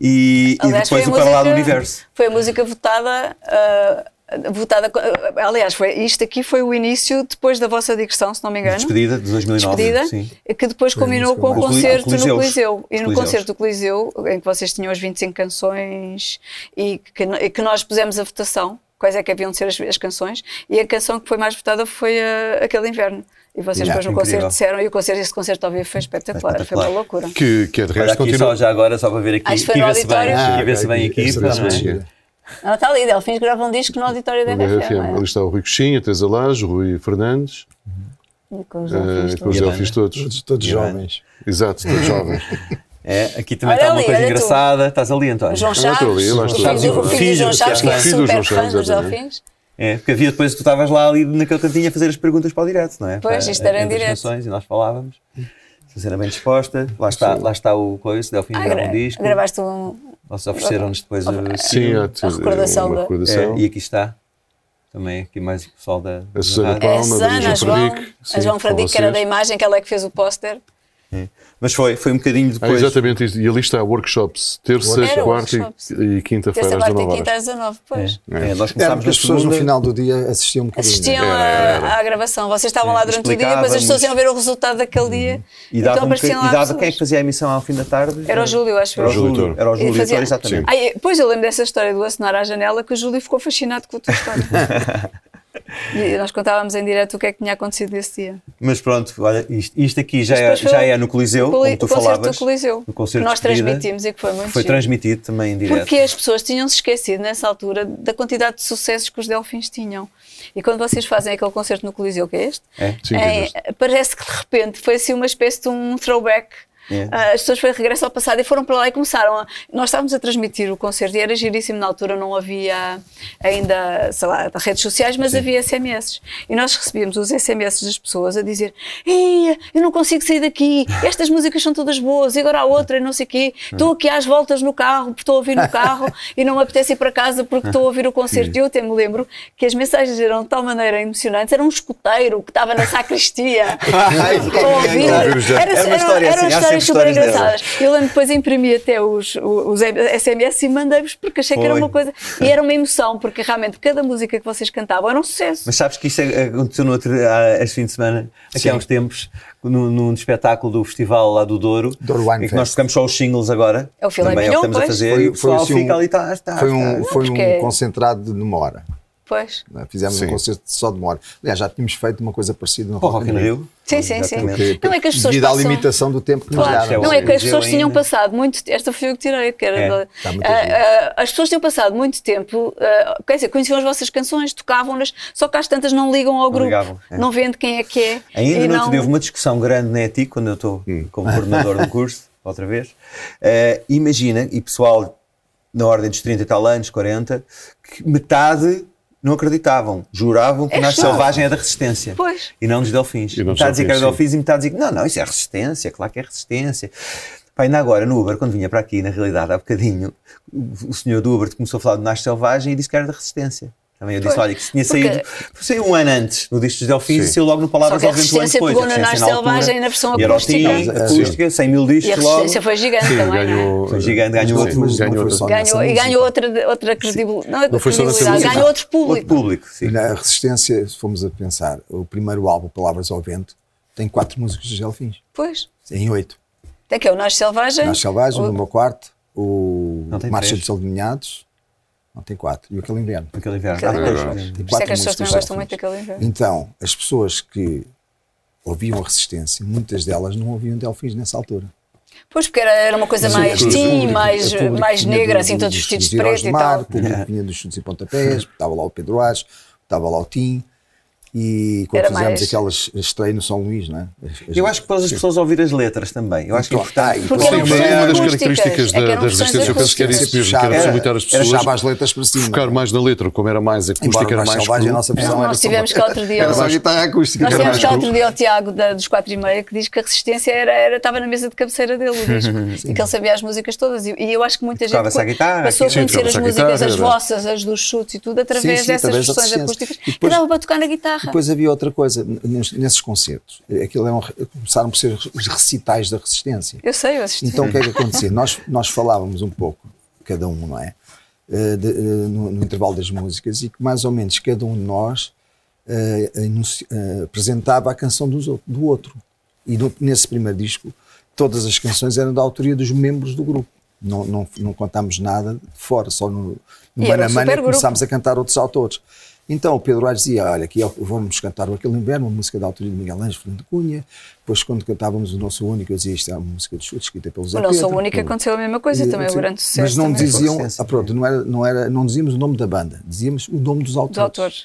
[SPEAKER 2] e, e
[SPEAKER 3] Aliás,
[SPEAKER 2] depois o
[SPEAKER 3] foi a
[SPEAKER 2] Paralado
[SPEAKER 3] música-
[SPEAKER 2] Universo.
[SPEAKER 3] Foi a música votada. ah, votada co- aliás, foi, isto aqui foi o início depois da vossa digressão, se não me engano.
[SPEAKER 2] Despedida de 2009.
[SPEAKER 3] despedida,
[SPEAKER 2] Sim.
[SPEAKER 3] que depois combinou
[SPEAKER 1] música
[SPEAKER 3] com o
[SPEAKER 2] mais-
[SPEAKER 3] concerto
[SPEAKER 2] Coliseus.
[SPEAKER 3] no Coliseu. E no
[SPEAKER 2] Coliseus.
[SPEAKER 3] concerto do Coliseu, em que vocês tinham as 25 canções e que, e que nós pusemos a votação, quais é que haviam de ser as, as canções, e a canção que foi mais votada foi ah, aquele inverno. E vocês
[SPEAKER 1] Yeah,
[SPEAKER 3] depois no
[SPEAKER 2] incrível.
[SPEAKER 3] concerto disseram, e o concerto, esse concerto ao vivo foi espetacular,
[SPEAKER 2] Foi
[SPEAKER 3] foi uma
[SPEAKER 2] espetacular.
[SPEAKER 3] loucura.
[SPEAKER 4] Que, que é de
[SPEAKER 2] Olha
[SPEAKER 4] resto
[SPEAKER 2] aqui
[SPEAKER 4] continua. Ah,
[SPEAKER 2] só já agora, só para ver aqui.
[SPEAKER 3] Acho que foi
[SPEAKER 2] aqui
[SPEAKER 3] no
[SPEAKER 2] vê-se bem,
[SPEAKER 1] Ah,
[SPEAKER 3] auditório.
[SPEAKER 2] aqui vê-se bem aqui.
[SPEAKER 1] essa
[SPEAKER 2] não é?
[SPEAKER 1] vez gira.
[SPEAKER 3] Ela está ali, Delfins grava um disco no auditório da
[SPEAKER 4] Da RFM.
[SPEAKER 3] RFM.
[SPEAKER 4] Ali está o Rui Coxinha, a Teresa Laje, o Rui Fernandes,
[SPEAKER 3] é? E com os Delfins
[SPEAKER 4] eh, com
[SPEAKER 2] todos.
[SPEAKER 4] os Delfins todos.
[SPEAKER 1] Todos, todos
[SPEAKER 2] E
[SPEAKER 1] jovens.
[SPEAKER 4] Exato, todos jovens.
[SPEAKER 2] É, aqui também
[SPEAKER 3] Olha
[SPEAKER 2] está uma
[SPEAKER 3] ali,
[SPEAKER 2] coisa
[SPEAKER 3] olha tu.
[SPEAKER 2] engraçada. Estás ali,
[SPEAKER 3] O
[SPEAKER 2] António.
[SPEAKER 3] João
[SPEAKER 4] estou
[SPEAKER 3] Chaves,
[SPEAKER 4] ali, lá
[SPEAKER 3] o
[SPEAKER 4] estou.
[SPEAKER 3] filho do- o filho do João Chaves, que é
[SPEAKER 4] Filho do João
[SPEAKER 3] super fã
[SPEAKER 4] Chaves,
[SPEAKER 3] dos
[SPEAKER 4] exatamente.
[SPEAKER 3] Delfins.
[SPEAKER 2] É, porque havia depois, tu estavas lá ali naquele cantinho a fazer as perguntas para o direto, não é?
[SPEAKER 3] Pois,
[SPEAKER 2] Para-
[SPEAKER 3] isto era em
[SPEAKER 2] entre as
[SPEAKER 3] direto.
[SPEAKER 2] Canções, e nós falávamos. Sinceramente disposta. Lá está, lá está o coice, Delfim
[SPEAKER 3] Ah,
[SPEAKER 2] gravou um
[SPEAKER 3] gra-
[SPEAKER 2] disco.
[SPEAKER 3] gravaste um,
[SPEAKER 2] Vocês ofereceram-nos depois o
[SPEAKER 4] Sim, há de
[SPEAKER 3] A recordação
[SPEAKER 4] uma
[SPEAKER 3] da-
[SPEAKER 4] recordação.
[SPEAKER 2] É, E aqui está. Também aqui mais o pessoal da. da
[SPEAKER 4] A Susana
[SPEAKER 2] rádio.
[SPEAKER 4] Palma,
[SPEAKER 3] É a
[SPEAKER 4] do
[SPEAKER 3] Susana, a
[SPEAKER 4] João
[SPEAKER 3] João,
[SPEAKER 4] Fradique.
[SPEAKER 3] a
[SPEAKER 4] Sim,
[SPEAKER 3] João Fradique,
[SPEAKER 4] com
[SPEAKER 3] que era da
[SPEAKER 4] vocês.
[SPEAKER 3] imagem, que ela é que fez o póster.
[SPEAKER 2] Mas foi, foi um bocadinho
[SPEAKER 4] Ah,
[SPEAKER 2] depois.
[SPEAKER 4] exatamente, isto. e ali está workshops, terça,
[SPEAKER 3] Era
[SPEAKER 4] quarta e-
[SPEAKER 3] workshops.
[SPEAKER 4] e quinta-feira
[SPEAKER 3] Terça,
[SPEAKER 4] às
[SPEAKER 3] quarta e
[SPEAKER 4] 19
[SPEAKER 3] quinta
[SPEAKER 4] horas.
[SPEAKER 3] às 19, pois.
[SPEAKER 2] É,
[SPEAKER 1] Era
[SPEAKER 2] nós começámos
[SPEAKER 1] porque
[SPEAKER 2] na
[SPEAKER 1] as pessoas no
[SPEAKER 2] segunda.
[SPEAKER 1] final do dia assistiam um bocadinho.
[SPEAKER 3] Assistiam
[SPEAKER 4] Era,
[SPEAKER 3] à-
[SPEAKER 4] era, era.
[SPEAKER 3] à gravação. Vocês estavam lá durante o dia, depois as
[SPEAKER 2] Explicávamos.
[SPEAKER 3] pessoas iam ver o resultado daquele dia.
[SPEAKER 2] E dava, um
[SPEAKER 3] Então apareciam
[SPEAKER 2] bocadinho-
[SPEAKER 3] lá
[SPEAKER 2] e dava
[SPEAKER 3] pessoas.
[SPEAKER 2] quem é que fazia a emissão ao fim da tarde?
[SPEAKER 3] Era o Júlio, acho
[SPEAKER 2] Era o
[SPEAKER 3] eu.
[SPEAKER 2] Júlio, era o
[SPEAKER 3] E
[SPEAKER 2] Júlio,
[SPEAKER 3] fazia-
[SPEAKER 2] exatamente.
[SPEAKER 3] Ah, e- pois eu lembro dessa história do assinar à janela que o Júlio ficou fascinado com a tua história. e nós contávamos em direto o que é que tinha acontecido esse dia.
[SPEAKER 2] Mas pronto, olha, isto, isto aqui já, é,
[SPEAKER 3] Mas depois
[SPEAKER 2] já
[SPEAKER 3] foi
[SPEAKER 2] é no Coliseu,
[SPEAKER 3] o Coli-
[SPEAKER 2] como tu
[SPEAKER 3] o concerto
[SPEAKER 2] falavas.
[SPEAKER 3] do Coliseu,
[SPEAKER 2] no concerto
[SPEAKER 3] que nós
[SPEAKER 2] de despedida,
[SPEAKER 3] transmitimos e que foi muito
[SPEAKER 2] Foi
[SPEAKER 3] giro.
[SPEAKER 2] transmitido também em direto.
[SPEAKER 3] Porque é- as pessoas tinham-se esquecido nessa altura da quantidade de sucessos que os Delfins tinham. E quando vocês fazem aquele concerto no Coliseu, que é este,
[SPEAKER 2] É?
[SPEAKER 4] Sim,
[SPEAKER 3] em-
[SPEAKER 4] que é este.
[SPEAKER 3] parece que de repente foi assim uma espécie de um throwback.
[SPEAKER 2] É.
[SPEAKER 3] Ah, As pessoas foi regresso ao passado e foram para lá e começaram a. Nós estávamos a transmitir o concerto e era giríssimo na altura, não havia ainda, sei lá, redes sociais, mas havia SMS. E nós recebíamos os SMS das pessoas a dizer: Ei, eu não consigo sair daqui, estas músicas são todas boas, e agora há outra, e não sei o quê, estou aqui às voltas no carro, porque estou a ouvir no carro e não me apetece ir para casa porque estou a ouvir o concerto. E eu até me lembro que as mensagens eram de tal maneira emocionantes, era um escuteiro que estava na sacristia.
[SPEAKER 2] Ai,
[SPEAKER 3] Estou a ouvir.
[SPEAKER 2] claro.
[SPEAKER 4] ouvir os
[SPEAKER 3] Era-
[SPEAKER 2] É uma história assim,
[SPEAKER 3] eram- eram
[SPEAKER 2] há sempre
[SPEAKER 3] histórias super
[SPEAKER 2] histórias
[SPEAKER 3] engraçadas. Eu lembro depois imprimi até os, os SMS e mandei-vos porque achei que era
[SPEAKER 2] Foi.
[SPEAKER 3] uma coisa. E era uma emoção, porque realmente cada música que vocês cantavam era um sucesso.
[SPEAKER 2] Mas sabes que isso é- aconteceu no outro, há- este fim de semana, aqui há uns tempos, num, num espetáculo do festival lá do Douro,
[SPEAKER 1] Douro Wine
[SPEAKER 2] em que nós
[SPEAKER 1] Fest.
[SPEAKER 2] tocamos só os singles agora.
[SPEAKER 3] É o filé
[SPEAKER 2] também é o
[SPEAKER 3] mignon,
[SPEAKER 2] que estamos a
[SPEAKER 3] pois.
[SPEAKER 2] fazer. e o pessoal
[SPEAKER 1] assim
[SPEAKER 2] fica ali, tá, está, está,
[SPEAKER 1] foi um,
[SPEAKER 2] está.
[SPEAKER 1] foi um
[SPEAKER 3] porque- é-
[SPEAKER 1] concentrado de numa hora.
[SPEAKER 3] Pois.
[SPEAKER 1] não é? Fizemos
[SPEAKER 4] Sim.
[SPEAKER 1] um concerto só de uma hora. Aliás, já tínhamos feito uma coisa parecida no
[SPEAKER 2] Para o Rock in Rio.
[SPEAKER 3] Sim, sim, sim.
[SPEAKER 2] Exatamente.
[SPEAKER 1] Porque-
[SPEAKER 3] Não é que as pessoas
[SPEAKER 1] devido à
[SPEAKER 3] passam-
[SPEAKER 1] limitação do tempo que nos
[SPEAKER 3] Claro.
[SPEAKER 2] que é
[SPEAKER 1] deram.
[SPEAKER 2] o-
[SPEAKER 3] não é que as
[SPEAKER 2] museu
[SPEAKER 3] pessoas tinham
[SPEAKER 2] ainda.
[SPEAKER 3] passado muito Esta foi eu que tirei, que era.
[SPEAKER 2] É,
[SPEAKER 3] da-
[SPEAKER 1] está muito
[SPEAKER 3] Ah,
[SPEAKER 1] giro.
[SPEAKER 3] ah, as pessoas tinham passado muito tempo, ah, quer dizer, conheciam as vossas canções, tocavam-nas, só que às tantas não ligam ao grupo,
[SPEAKER 2] ligavam, é.
[SPEAKER 3] não vêem de quem é que é.
[SPEAKER 2] Ainda
[SPEAKER 3] e
[SPEAKER 2] no outro dia houve uma discussão grande na ETI, quando eu estou como coordenador do curso, outra vez. Eh, imagina, e pessoal na ordem dos 30 e tal anos, 40, que metade não acreditavam, juravam que
[SPEAKER 3] É
[SPEAKER 2] o nasce
[SPEAKER 3] claro.
[SPEAKER 2] selvagem é da resistência.
[SPEAKER 3] Pois.
[SPEAKER 2] E não dos delfins.
[SPEAKER 4] E não dos
[SPEAKER 2] metade dizia que era
[SPEAKER 4] delfins,
[SPEAKER 2] delfins e metade dizia que não, não, isso é resistência, claro que é resistência. Pá, ainda agora, no Uber, quando vinha para aqui, na realidade, há bocadinho, o o senhor do Uber começou a falar do nasce selvagem e disse que era da resistência. Também eu disse,
[SPEAKER 3] Pois.
[SPEAKER 2] olha, que se tinha
[SPEAKER 3] Porque-
[SPEAKER 2] saído, saiu um ano antes no disco dos delfins
[SPEAKER 4] Sim.
[SPEAKER 2] e saiu logo no
[SPEAKER 3] Só
[SPEAKER 2] Palavras
[SPEAKER 3] que a
[SPEAKER 2] ao Vento um ano
[SPEAKER 3] resistência
[SPEAKER 2] depois.
[SPEAKER 3] pegou
[SPEAKER 2] A
[SPEAKER 3] no
[SPEAKER 2] Resistência,
[SPEAKER 3] Nasce
[SPEAKER 2] na altura,
[SPEAKER 3] Selvagem na versão
[SPEAKER 2] e era o team,
[SPEAKER 3] acústica.
[SPEAKER 2] acústica, 100 mil discos
[SPEAKER 3] E a
[SPEAKER 2] logo.
[SPEAKER 3] resistência foi gigante
[SPEAKER 4] Sim,
[SPEAKER 3] também. não é?
[SPEAKER 4] ganhou. eh,
[SPEAKER 2] Foi gigante, ganhou
[SPEAKER 4] Sim,
[SPEAKER 2] outro-
[SPEAKER 4] ganhou
[SPEAKER 1] não foi só
[SPEAKER 4] outro-
[SPEAKER 1] nessa
[SPEAKER 3] ganhou, e
[SPEAKER 1] música.
[SPEAKER 3] ganhou outra, outra credibilidade. Não, é
[SPEAKER 4] Não foi só nessa
[SPEAKER 3] credibilidade,
[SPEAKER 4] música.
[SPEAKER 3] ganhou outro público.
[SPEAKER 2] Outro público, sim.
[SPEAKER 1] Na Resistência, se formos a pensar, o primeiro álbum, Palavras ao Vento, tem quatro músicas dos Delfins.
[SPEAKER 3] Pois.
[SPEAKER 1] Em oito.
[SPEAKER 3] Tem que é o Nasce Selvagem.
[SPEAKER 1] Nas Selvagens,
[SPEAKER 3] o-
[SPEAKER 1] no meu quarto, o
[SPEAKER 2] Não tem
[SPEAKER 1] Marcha
[SPEAKER 2] três.
[SPEAKER 1] dos Alinhados, não tem quatro. E o Aquele Inverno.
[SPEAKER 2] Aquele inverno.
[SPEAKER 3] Aquele
[SPEAKER 2] Ah,
[SPEAKER 4] inverno.
[SPEAKER 2] pois,
[SPEAKER 1] Tem
[SPEAKER 3] Por isso é que as
[SPEAKER 1] músicas
[SPEAKER 3] pessoas também
[SPEAKER 1] dos
[SPEAKER 3] gostam muito
[SPEAKER 1] Delfins.
[SPEAKER 3] daquele inverno.
[SPEAKER 1] Então, as pessoas que ouviam a Resistência, muitas delas não ouviam Delfins nessa altura.
[SPEAKER 3] Pois, porque era, era uma coisa
[SPEAKER 1] Mas o
[SPEAKER 3] mais
[SPEAKER 1] público- o
[SPEAKER 3] teen,
[SPEAKER 1] público-
[SPEAKER 3] mais,
[SPEAKER 1] o público
[SPEAKER 3] mais
[SPEAKER 1] vinha
[SPEAKER 3] negra,
[SPEAKER 1] do-
[SPEAKER 3] assim, todos
[SPEAKER 1] dos-
[SPEAKER 3] vestidos
[SPEAKER 1] dos
[SPEAKER 3] de
[SPEAKER 1] Heróis
[SPEAKER 3] preto
[SPEAKER 1] do
[SPEAKER 3] e
[SPEAKER 1] Mar,
[SPEAKER 3] tal.
[SPEAKER 1] O público vinha dos chutes e pontapés, estava lá o Pedro Ares, estava lá o Tim. E quando
[SPEAKER 3] Era
[SPEAKER 1] fizemos
[SPEAKER 3] mais-
[SPEAKER 1] aquelas estreias no São Luís, não é? As- as-
[SPEAKER 2] Eu acho que pelas pessoas ouvir as letras também. Eu acho que é
[SPEAKER 1] Claro.
[SPEAKER 2] importante. é
[SPEAKER 1] Ah, e
[SPEAKER 3] Porque
[SPEAKER 4] Sim,
[SPEAKER 3] eram
[SPEAKER 4] mas é
[SPEAKER 3] versões
[SPEAKER 4] uma das
[SPEAKER 3] acústicas,
[SPEAKER 4] características da,
[SPEAKER 3] é que eram
[SPEAKER 4] da resistência, eu
[SPEAKER 3] versões
[SPEAKER 4] penso que era isso
[SPEAKER 3] acústicas.
[SPEAKER 4] mesmo, que era
[SPEAKER 1] Era-
[SPEAKER 4] possibilitar as
[SPEAKER 1] era
[SPEAKER 4] pessoas
[SPEAKER 1] chapa às letras para cima.
[SPEAKER 4] focar mais na letra, como era mais acústica,
[SPEAKER 1] Embora
[SPEAKER 4] era
[SPEAKER 1] mais
[SPEAKER 4] mais
[SPEAKER 1] selvagem, a
[SPEAKER 4] cru.
[SPEAKER 1] nossa versão
[SPEAKER 3] Nós
[SPEAKER 1] era só-
[SPEAKER 3] tivemos que outro dia-
[SPEAKER 1] Era só guitarra acústica.
[SPEAKER 3] Nós
[SPEAKER 1] era mais
[SPEAKER 3] tivemos que
[SPEAKER 1] cru.
[SPEAKER 3] outro dia o Tiago da- dos 4 e meia que diz que a resistência era, era, estava na mesa de cabeceira dele o disco, e que ele sabia as músicas todas. E, e eu acho que muita gente
[SPEAKER 2] Tocava-se a guitarra,
[SPEAKER 3] passou a
[SPEAKER 4] aquilo. Sim,
[SPEAKER 3] conhecer as
[SPEAKER 4] tocava-se
[SPEAKER 3] músicas,
[SPEAKER 4] a
[SPEAKER 3] as
[SPEAKER 4] guitarra, era.
[SPEAKER 3] vossas, as dos chutes e tudo, através
[SPEAKER 1] Sim, sim,
[SPEAKER 3] dessas
[SPEAKER 1] através da
[SPEAKER 3] versões
[SPEAKER 1] resistência.
[SPEAKER 3] acústicas
[SPEAKER 1] E
[SPEAKER 3] que
[SPEAKER 1] depois-
[SPEAKER 3] dava para tocar na guitarra.
[SPEAKER 1] Depois havia outra coisa, nes- nesses concertos, aquilo eram, começaram por ser os recitais da resistência.
[SPEAKER 3] Eu sei, eu assisti.
[SPEAKER 1] Então o que é que acontecia? nós, nós falávamos um pouco, cada um, não é? Eh, de- eh, no, no intervalo das músicas e que mais ou menos cada um de nós eh, enunci- eh, apresentava a canção dos ou- do outro. E no- nesse primeiro disco, todas as canções eram da autoria dos membros do grupo. Não, não, não contámos nada de fora, só no, no
[SPEAKER 3] E
[SPEAKER 1] Mana
[SPEAKER 3] era um
[SPEAKER 1] Mana
[SPEAKER 3] supergrupo.
[SPEAKER 1] começámos a cantar outros autores. Então o Pedro Aires dizia: Olha, aqui é o- vamos cantar o Aquele Inverno, uma música da autoria de Miguel Ângelo Fernando Cunha. Depois, quando cantávamos o Nosso Único, eu dizia: Isto é uma música de chute escrita pelos
[SPEAKER 3] O Nossa Única aconteceu a mesma coisa
[SPEAKER 1] E,
[SPEAKER 3] também, é o
[SPEAKER 1] sim,
[SPEAKER 3] grande sucesso.
[SPEAKER 1] Mas não
[SPEAKER 3] também.
[SPEAKER 1] diziam,
[SPEAKER 2] Sucesso,
[SPEAKER 1] ah, pronto, não, era, não, era, não dizíamos o nome da banda, dizíamos o nome dos autores.
[SPEAKER 3] Dos autores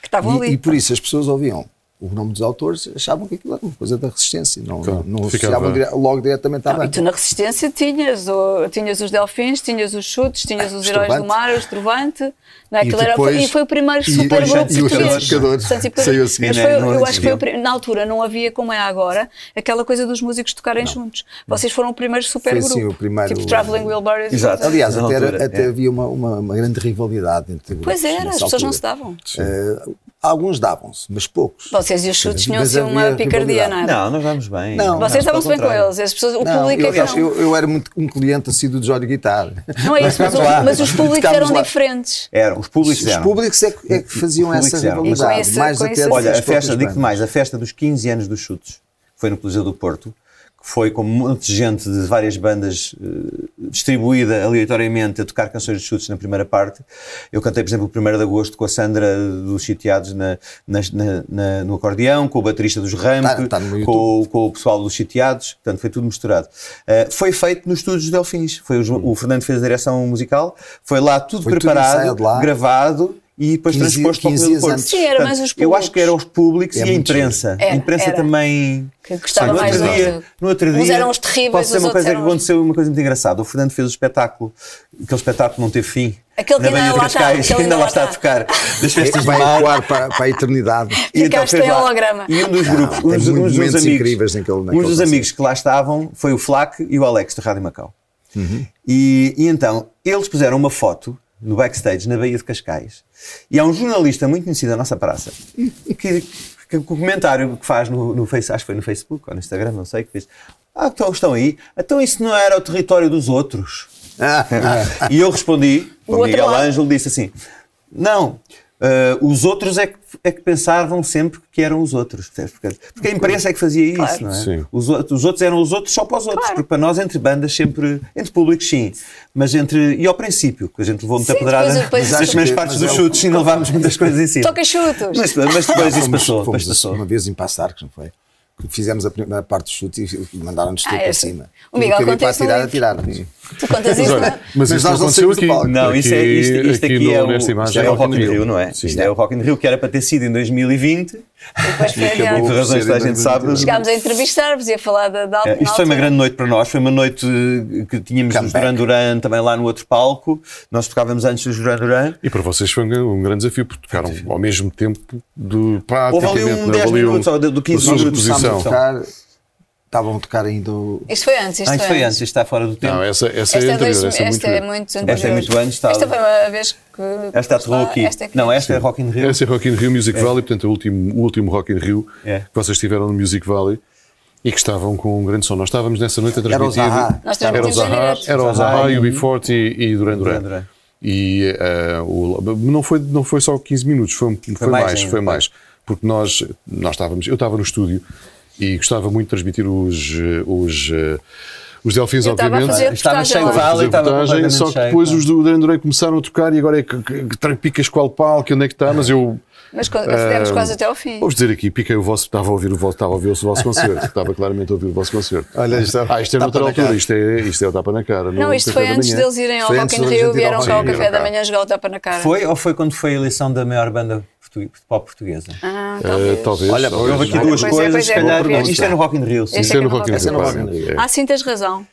[SPEAKER 3] que estavam
[SPEAKER 1] Uhum. E,
[SPEAKER 3] ali.
[SPEAKER 1] e por isso as pessoas ouviam o nome dos autores achavam que aquilo era uma coisa da resistência, não,
[SPEAKER 4] Claro,
[SPEAKER 1] não, não
[SPEAKER 4] ficava-
[SPEAKER 1] associavam dire- logo diretamente à
[SPEAKER 3] Não, e
[SPEAKER 1] banda.
[SPEAKER 3] tu na resistência tinhas, o- tinhas os delfins, tinhas os chutes, tinhas os
[SPEAKER 1] Ah,
[SPEAKER 3] heróis do
[SPEAKER 1] Estrovante.
[SPEAKER 3] mar, os trovante. Não, é?
[SPEAKER 1] E
[SPEAKER 3] Aquilo era- foi- e,
[SPEAKER 1] depois-
[SPEAKER 3] foi o primeiro
[SPEAKER 1] e-
[SPEAKER 3] super
[SPEAKER 1] e-
[SPEAKER 3] grupo
[SPEAKER 2] e os
[SPEAKER 3] português.
[SPEAKER 1] Santificadores.
[SPEAKER 3] Santificadores.
[SPEAKER 1] Saiu a seguir,
[SPEAKER 3] Mas
[SPEAKER 2] né?
[SPEAKER 3] foi-
[SPEAKER 2] Não
[SPEAKER 3] eu acho que foi
[SPEAKER 2] existiam.
[SPEAKER 3] o pri- na altura não havia como é agora aquela coisa dos músicos tocarem juntos. Vocês foram o primeiro super
[SPEAKER 1] Foi
[SPEAKER 3] grupo.
[SPEAKER 1] assim, o primeiro-
[SPEAKER 3] Tipo Traveling Wilburys. e
[SPEAKER 2] Exato.
[SPEAKER 3] coisa.
[SPEAKER 1] Aliás,
[SPEAKER 2] Na
[SPEAKER 1] até, era-
[SPEAKER 2] altura,
[SPEAKER 1] até
[SPEAKER 2] é.
[SPEAKER 1] havia uma, uma, uma grande rivalidade entre grupos.
[SPEAKER 3] Pois era,
[SPEAKER 1] nessa
[SPEAKER 3] as pessoas não se
[SPEAKER 1] altura.
[SPEAKER 3] davam.
[SPEAKER 1] Eh, alguns davam-se, mas poucos.
[SPEAKER 3] Vocês e os chutes tinham
[SPEAKER 1] Mas
[SPEAKER 3] assim uma
[SPEAKER 1] havia
[SPEAKER 3] picardia,
[SPEAKER 1] rivalidade.
[SPEAKER 3] não era?
[SPEAKER 2] Não, nós vamos bem.
[SPEAKER 1] Não.
[SPEAKER 3] Vocês estavam-se bem com
[SPEAKER 2] contrário.
[SPEAKER 3] eles, as pessoas, o
[SPEAKER 1] Não,
[SPEAKER 3] público
[SPEAKER 1] eu,
[SPEAKER 3] é que
[SPEAKER 1] aliás,
[SPEAKER 3] não.
[SPEAKER 1] eu, eu era muito um cliente assíduo de Jorge Guitar.
[SPEAKER 3] Não é isso, mas, o-
[SPEAKER 1] Claro.
[SPEAKER 3] mas os públicos
[SPEAKER 1] Ficámos
[SPEAKER 3] eram
[SPEAKER 1] lá.
[SPEAKER 3] diferentes.
[SPEAKER 2] Eram, os públicos
[SPEAKER 1] Os
[SPEAKER 2] eram.
[SPEAKER 1] públicos é que, é que
[SPEAKER 2] Os
[SPEAKER 1] faziam
[SPEAKER 2] públicos
[SPEAKER 1] essa
[SPEAKER 2] eram.
[SPEAKER 1] rivalidade,
[SPEAKER 3] E com esse-
[SPEAKER 1] mais
[SPEAKER 3] com
[SPEAKER 1] até
[SPEAKER 3] esse-
[SPEAKER 1] do que
[SPEAKER 3] Olha,
[SPEAKER 2] Olha,
[SPEAKER 1] as
[SPEAKER 2] a festa,
[SPEAKER 1] próprias
[SPEAKER 2] digo-te
[SPEAKER 1] bandas.
[SPEAKER 2] mais, a festa dos 15 anos dos chutes, que foi no Coliseu do Porto, que foi com um monte de gente de várias bandas eh, distribuída aleatoriamente a tocar canções de chutes na primeira parte. Eu cantei, por exemplo, o 1 de Agosto com a Sandra dos Sitiados na, nas- na- na- no acordeão, com o baterista dos Ramp,
[SPEAKER 1] Tá- tá no YouTube.
[SPEAKER 2] com, o- com o pessoal dos Sitiados, portanto foi tudo misturado. Eh, foi feito nos estúdios dos Delfins, foi os- o Fernando fez a direção musical, foi lá tudo
[SPEAKER 1] Foi tudo
[SPEAKER 2] preparado,
[SPEAKER 1] ensaiado lá.
[SPEAKER 2] gravado e depois
[SPEAKER 1] 15
[SPEAKER 2] transposto para o
[SPEAKER 1] 15
[SPEAKER 2] Coliseu do
[SPEAKER 1] dias
[SPEAKER 2] Porto.
[SPEAKER 1] antes.
[SPEAKER 3] Sim, era mais os
[SPEAKER 2] Eu acho que era os públicos
[SPEAKER 1] É
[SPEAKER 2] e a
[SPEAKER 1] muito
[SPEAKER 2] imprensa.
[SPEAKER 3] Era,
[SPEAKER 2] a imprensa
[SPEAKER 3] era.
[SPEAKER 2] também.
[SPEAKER 3] Que gostava
[SPEAKER 2] no
[SPEAKER 3] mais
[SPEAKER 2] outro
[SPEAKER 3] do-
[SPEAKER 2] dia, no outro
[SPEAKER 3] Uns
[SPEAKER 2] dia,
[SPEAKER 3] eram os terríveis,
[SPEAKER 2] posso dizer
[SPEAKER 3] os
[SPEAKER 2] uma coisa
[SPEAKER 3] outros
[SPEAKER 2] que
[SPEAKER 3] eram os-
[SPEAKER 2] aconteceu, uma coisa muito engraçada. O Fernando fez o espetáculo, aquele espetáculo não teve fim.
[SPEAKER 3] Aquele que
[SPEAKER 2] na
[SPEAKER 3] ainda
[SPEAKER 2] Baía de
[SPEAKER 3] lá está,
[SPEAKER 2] Cascais,
[SPEAKER 3] aquele
[SPEAKER 2] ainda lá está a tocar, das festas de
[SPEAKER 1] Vai
[SPEAKER 2] mar.
[SPEAKER 1] ecoar para, para a eternidade.
[SPEAKER 2] E então
[SPEAKER 3] Ficaste
[SPEAKER 2] fez
[SPEAKER 3] em
[SPEAKER 2] lá.
[SPEAKER 3] holograma.
[SPEAKER 2] E um dos grupos,
[SPEAKER 1] Ah, tem
[SPEAKER 2] uns, uns
[SPEAKER 1] momentos
[SPEAKER 2] dos amigos,
[SPEAKER 1] incríveis naquele- naquele
[SPEAKER 2] uns dos
[SPEAKER 1] concerto.
[SPEAKER 2] amigos que lá estavam foi o Flac e o Alex do Rádio Macau.
[SPEAKER 1] Uhum.
[SPEAKER 2] E, e então eles puseram uma foto no backstage na Baía de Cascais e há um jornalista muito conhecido da nossa praça que, que, com o comentário que faz no, no Face, acho que foi no Facebook ou no Instagram, não sei, que fez Ah, então estão aí, então isso não era o território dos outros. E eu respondi,
[SPEAKER 3] O
[SPEAKER 2] o
[SPEAKER 3] outro
[SPEAKER 2] Miguel
[SPEAKER 3] lado.
[SPEAKER 2] Ângelo disse assim: não, eh, os outros é que, é que pensavam sempre que eram os outros. percebes? Porque, porque a imprensa é que fazia isso,
[SPEAKER 3] Claro.
[SPEAKER 2] não é?
[SPEAKER 4] Sim.
[SPEAKER 2] Os, outros- os outros eram os outros só para os outros,
[SPEAKER 3] Claro.
[SPEAKER 2] porque para nós, entre bandas, sempre, entre públicos, sim, mas entre. E ao princípio, que a gente levou muita
[SPEAKER 3] Sim,
[SPEAKER 2] pedrada
[SPEAKER 3] depois- depois-
[SPEAKER 2] nas
[SPEAKER 3] Mas
[SPEAKER 1] acho
[SPEAKER 2] primeiras
[SPEAKER 1] que-
[SPEAKER 2] partes
[SPEAKER 1] mas
[SPEAKER 2] dos
[SPEAKER 1] é o-
[SPEAKER 2] chutes e não levámos muitas coisas em cima.
[SPEAKER 3] Toca chutos!
[SPEAKER 2] Mas, mas depois isso
[SPEAKER 1] Fomos-
[SPEAKER 2] passou.
[SPEAKER 1] fomos assim.
[SPEAKER 2] Depois passou.
[SPEAKER 1] uma vez em Passarques, não foi? fizemos a primeira parte do chute e mandaram-nos tudo
[SPEAKER 3] Ah,
[SPEAKER 1] para
[SPEAKER 3] é.
[SPEAKER 1] cima.
[SPEAKER 3] O Miguel
[SPEAKER 1] E acabei
[SPEAKER 3] conta
[SPEAKER 1] para
[SPEAKER 3] isso no
[SPEAKER 1] tirar,
[SPEAKER 3] livro.
[SPEAKER 1] atiraram. E-
[SPEAKER 3] Tu contas
[SPEAKER 4] Mas
[SPEAKER 3] isso,
[SPEAKER 4] olha,
[SPEAKER 3] não?
[SPEAKER 4] mas
[SPEAKER 1] Mas
[SPEAKER 4] isto
[SPEAKER 1] nós
[SPEAKER 4] não
[SPEAKER 1] não
[SPEAKER 4] aconteceu
[SPEAKER 1] saímos do
[SPEAKER 4] aqui.
[SPEAKER 1] palco.
[SPEAKER 2] Não, isto é, isto, isto
[SPEAKER 4] aqui
[SPEAKER 2] aqui,
[SPEAKER 4] no-
[SPEAKER 2] é, o,
[SPEAKER 4] nesta imagem
[SPEAKER 2] isto é o Rock in Rio, não é?
[SPEAKER 4] Sim.
[SPEAKER 2] Isto é o Rock in Rio que era para ter sido em 2020,
[SPEAKER 3] é? Depois foi
[SPEAKER 1] acabou.
[SPEAKER 2] por
[SPEAKER 3] adiante.
[SPEAKER 2] razões que toda a gente sabe.
[SPEAKER 3] Chegámos a entrevistar-vos e a falar da da
[SPEAKER 2] É,
[SPEAKER 3] alta.
[SPEAKER 2] Isto foi uma grande noite para nós, foi uma noite eh, que tínhamos os
[SPEAKER 1] Comeback.
[SPEAKER 2] Duran Duran também lá no outro palco, nós tocávamos antes dos Duran Duran.
[SPEAKER 4] E para vocês foi um, um grande desafio, porque tocaram ao mesmo tempo de praticamente
[SPEAKER 2] Houve ali um
[SPEAKER 4] não
[SPEAKER 2] 10
[SPEAKER 4] valia um-
[SPEAKER 2] minutos ou de- então. do 15
[SPEAKER 4] a sua
[SPEAKER 1] Nós
[SPEAKER 2] minutos,
[SPEAKER 1] começámos a
[SPEAKER 4] posição.
[SPEAKER 1] tocar, estavam a tocar ainda o-
[SPEAKER 3] Isto foi antes, isto
[SPEAKER 2] Ah, isto
[SPEAKER 3] foi
[SPEAKER 2] foi antes, isto está fora do tempo.
[SPEAKER 4] Não, essa, essa
[SPEAKER 3] Esta
[SPEAKER 4] é
[SPEAKER 3] é, dois,
[SPEAKER 4] anterior, essa é muito.
[SPEAKER 3] esta é
[SPEAKER 4] anterior.
[SPEAKER 3] muito anterior.
[SPEAKER 2] Esta é muito antes, está-
[SPEAKER 3] Esta foi uma vez que.
[SPEAKER 2] Esta aterrou
[SPEAKER 3] lá,
[SPEAKER 2] aqui.
[SPEAKER 3] Esta é que-
[SPEAKER 2] Não, esta é Rock in Rio.
[SPEAKER 4] Esse é Rock in Rio Music Valley, portanto, o último, o último Rock in Rio
[SPEAKER 2] É.
[SPEAKER 4] que vocês tiveram no Music Valley e que estavam com um grande som. Nós estávamos nessa noite a
[SPEAKER 1] Era o
[SPEAKER 4] transmitir.
[SPEAKER 1] Zaha.
[SPEAKER 3] Nós
[SPEAKER 4] Era o
[SPEAKER 3] transmitimos em
[SPEAKER 4] Zaha,
[SPEAKER 3] direto.
[SPEAKER 4] era o
[SPEAKER 2] Zaha
[SPEAKER 4] Zaha,
[SPEAKER 2] e-
[SPEAKER 4] o B40 e e Duran
[SPEAKER 2] Duran
[SPEAKER 4] Duran.
[SPEAKER 2] Duran.
[SPEAKER 4] E eh, o- não, foi, não foi só 15 minutos, foi, foi,
[SPEAKER 2] mais
[SPEAKER 4] mais,
[SPEAKER 2] ainda,
[SPEAKER 4] foi
[SPEAKER 2] foi.
[SPEAKER 4] mais. Porque nós, nós estávamos, eu estava no estúdio e gostava muito de transmitir os, eh, os, eh, os Delfins,
[SPEAKER 3] Eu estava é a
[SPEAKER 4] obviamente.
[SPEAKER 3] fazer
[SPEAKER 2] Estava
[SPEAKER 3] reportagem
[SPEAKER 2] cheio de
[SPEAKER 3] lá.
[SPEAKER 2] vale.
[SPEAKER 4] Fazer
[SPEAKER 2] estava
[SPEAKER 4] vantagem,
[SPEAKER 2] completamente
[SPEAKER 4] é só que
[SPEAKER 2] cheio,
[SPEAKER 4] depois
[SPEAKER 2] claro.
[SPEAKER 4] os do Duran Duran começaram a tocar e agora é que, que, que trampicas qual palco, onde é que está, mas eu...
[SPEAKER 3] Mas quando- fizemos
[SPEAKER 4] ah,
[SPEAKER 3] quase até ao fim.
[SPEAKER 4] Vamos dizer aqui, piquei o vosso, estava a ouvir o vosso, estava a ouvir o vosso concerto, estava claramente a ouvir o vosso concerto.
[SPEAKER 1] Olha, isto é-
[SPEAKER 4] ah, isto é
[SPEAKER 1] tapa
[SPEAKER 4] noutra
[SPEAKER 1] na
[SPEAKER 4] altura,
[SPEAKER 1] cara.
[SPEAKER 4] isto é, isto é o tapa na cara.
[SPEAKER 3] Não,
[SPEAKER 4] no
[SPEAKER 3] isto
[SPEAKER 4] café
[SPEAKER 3] foi
[SPEAKER 4] da
[SPEAKER 3] antes
[SPEAKER 4] manhã.
[SPEAKER 3] deles irem ao
[SPEAKER 1] Foi
[SPEAKER 3] Rock
[SPEAKER 1] antes
[SPEAKER 3] in
[SPEAKER 1] da
[SPEAKER 3] Rio,
[SPEAKER 1] gente ir ao
[SPEAKER 3] vieram
[SPEAKER 1] Rock
[SPEAKER 3] cá ao
[SPEAKER 4] in Rio,
[SPEAKER 3] café da
[SPEAKER 4] cá.
[SPEAKER 3] manhã jogar o tapa na cara.
[SPEAKER 2] Foi ou foi quando foi a eleição da maior banda portu- de pop portuguesa?
[SPEAKER 3] Ah,
[SPEAKER 4] Ah,
[SPEAKER 3] talvez.
[SPEAKER 4] talvez.
[SPEAKER 1] Olha,
[SPEAKER 4] talvez,
[SPEAKER 2] Houve aqui
[SPEAKER 4] não.
[SPEAKER 2] duas
[SPEAKER 3] Pois é,
[SPEAKER 2] coisas,
[SPEAKER 3] pois
[SPEAKER 2] se
[SPEAKER 3] é,
[SPEAKER 2] calhar.
[SPEAKER 3] boa
[SPEAKER 2] Isto é no Rock in Rio, sim.
[SPEAKER 3] Este
[SPEAKER 4] Isto é no
[SPEAKER 3] Rock
[SPEAKER 4] Rock in
[SPEAKER 3] in
[SPEAKER 4] Rio,
[SPEAKER 1] Rio.
[SPEAKER 4] claramente. é.
[SPEAKER 3] Ah, sim, tens razão.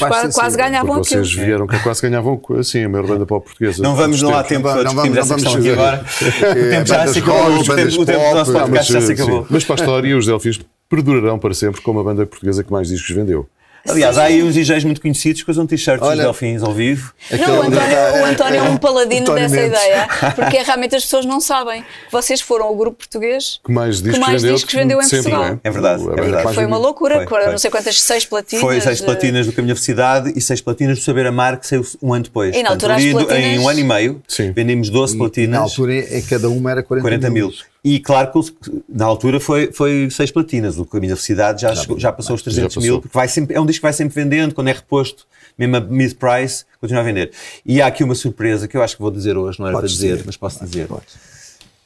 [SPEAKER 1] capaz de
[SPEAKER 3] quase,
[SPEAKER 1] ser,
[SPEAKER 3] quase
[SPEAKER 1] sim,
[SPEAKER 3] ganhavam
[SPEAKER 4] Porque
[SPEAKER 3] aquilo.
[SPEAKER 4] vocês vieram cá, quase ganhavam assim, a maior banda pop portuguesa.
[SPEAKER 2] Não vamos, não há
[SPEAKER 4] Dos
[SPEAKER 2] tempo
[SPEAKER 1] Não
[SPEAKER 2] para
[SPEAKER 1] vamos-
[SPEAKER 2] discutirmos essa
[SPEAKER 1] não
[SPEAKER 2] questão
[SPEAKER 1] vamos
[SPEAKER 2] aqui
[SPEAKER 1] fazer.
[SPEAKER 2] agora. O tempo já
[SPEAKER 1] bandas
[SPEAKER 2] se acabou,
[SPEAKER 1] rock,
[SPEAKER 2] o
[SPEAKER 1] bandas
[SPEAKER 2] tempo o tempo do nosso
[SPEAKER 1] pop,
[SPEAKER 2] podcast já se
[SPEAKER 4] sim.
[SPEAKER 2] acabou.
[SPEAKER 4] Mas para a história, os Delfins perdurarão para sempre como a banda portuguesa que mais discos vendeu.
[SPEAKER 2] Aliás, há aí uns DJs muito conhecidos que usam t-shirts dos
[SPEAKER 1] Olha-
[SPEAKER 2] Delfins ao vivo.
[SPEAKER 3] Não, o
[SPEAKER 1] Aquele-
[SPEAKER 3] António, o António é um paladino
[SPEAKER 1] António
[SPEAKER 3] dessa
[SPEAKER 1] Mendes.
[SPEAKER 3] ideia, porque é, realmente as pessoas não sabem que vocês foram o grupo português
[SPEAKER 4] Que mais discos,
[SPEAKER 3] mais
[SPEAKER 4] vendeu,
[SPEAKER 3] discos vendeu em
[SPEAKER 4] de sempre,
[SPEAKER 3] Portugal.
[SPEAKER 4] não
[SPEAKER 2] É verdade,
[SPEAKER 4] A
[SPEAKER 2] é
[SPEAKER 4] banda
[SPEAKER 2] verdade.
[SPEAKER 4] que mais
[SPEAKER 3] Foi uma
[SPEAKER 4] vendeu.
[SPEAKER 3] loucura,
[SPEAKER 2] Foi, foi.
[SPEAKER 3] não sei quantas, seis platinas.
[SPEAKER 2] Foi seis
[SPEAKER 3] de-
[SPEAKER 2] platinas do Caminho da Felicidade e seis platinas do Saber Amar, que saiu um ano depois.
[SPEAKER 3] E na
[SPEAKER 2] Portanto,
[SPEAKER 3] altura as
[SPEAKER 2] ali do- Em
[SPEAKER 3] platinas-
[SPEAKER 2] um ano e meio,
[SPEAKER 4] Sim.
[SPEAKER 2] vendemos 12 platinas.
[SPEAKER 1] Na altura, é, cada uma era 40,
[SPEAKER 2] 40 mil. E claro que o- na altura foi, foi seis platinas. O Caminho da Felicidade já, chegou- já passou os 300
[SPEAKER 4] passou.
[SPEAKER 2] mil, porque vai sempre, é um disco que vai sempre vendendo, quando é reposto, mesmo a mid-price, continua a vender. E há aqui uma surpresa que eu acho que vou dizer hoje, não era
[SPEAKER 1] Podes
[SPEAKER 2] para dizer,
[SPEAKER 1] dizer.
[SPEAKER 2] mas posso dizer.
[SPEAKER 1] Podes.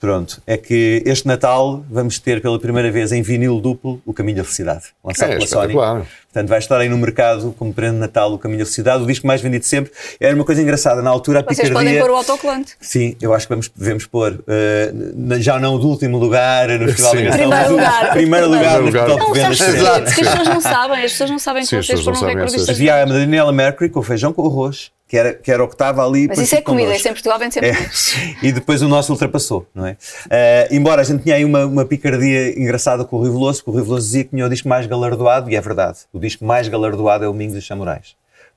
[SPEAKER 2] Pronto, é que este Natal vamos ter pela primeira vez em vinil duplo o Caminho da Felicidade, lançado
[SPEAKER 4] É,
[SPEAKER 2] pela Sony.
[SPEAKER 4] espetacular.
[SPEAKER 2] Portanto, vai estar aí no mercado como prende de Natal o Caminho da Felicidade, o disco mais vendido sempre. Era uma coisa engraçada, na altura a
[SPEAKER 3] Vocês
[SPEAKER 2] picardia...
[SPEAKER 3] podem pôr o autocolante.
[SPEAKER 2] Sim, eu acho que vamos, devemos pôr eh, n- já não do último lugar no Festival
[SPEAKER 4] Sim.
[SPEAKER 2] da Canção.
[SPEAKER 3] Primeiro lugar.
[SPEAKER 2] Primeiro lugar no
[SPEAKER 4] Primeiro
[SPEAKER 2] Festival
[SPEAKER 4] lugar.
[SPEAKER 2] de
[SPEAKER 3] Não,
[SPEAKER 2] Vendas.
[SPEAKER 3] sabes porquê?
[SPEAKER 2] Sim.
[SPEAKER 3] Porque as pessoas não sabem, as pessoas não sabem que
[SPEAKER 4] Sim, as
[SPEAKER 3] vocês
[SPEAKER 4] pessoas
[SPEAKER 3] foram
[SPEAKER 4] não sabem
[SPEAKER 3] recordistas.
[SPEAKER 4] essas.
[SPEAKER 2] Havia a Daniela Mercury com feijão com arroz, que era, que era o que estava ali.
[SPEAKER 3] Mas
[SPEAKER 2] parecido
[SPEAKER 3] isso é comida,
[SPEAKER 2] connosco.
[SPEAKER 3] isso em Portugal vem sempre
[SPEAKER 2] É.
[SPEAKER 3] mais.
[SPEAKER 2] E depois o nosso ultrapassou, não é? Eh, embora a gente tinha aí uma, uma picardia engraçada com o Rui Veloso, que o Rui Veloso dizia que tinha o disco mais galardoado, e é verdade, o disco mais galardoado é o Mingos dos Samurais.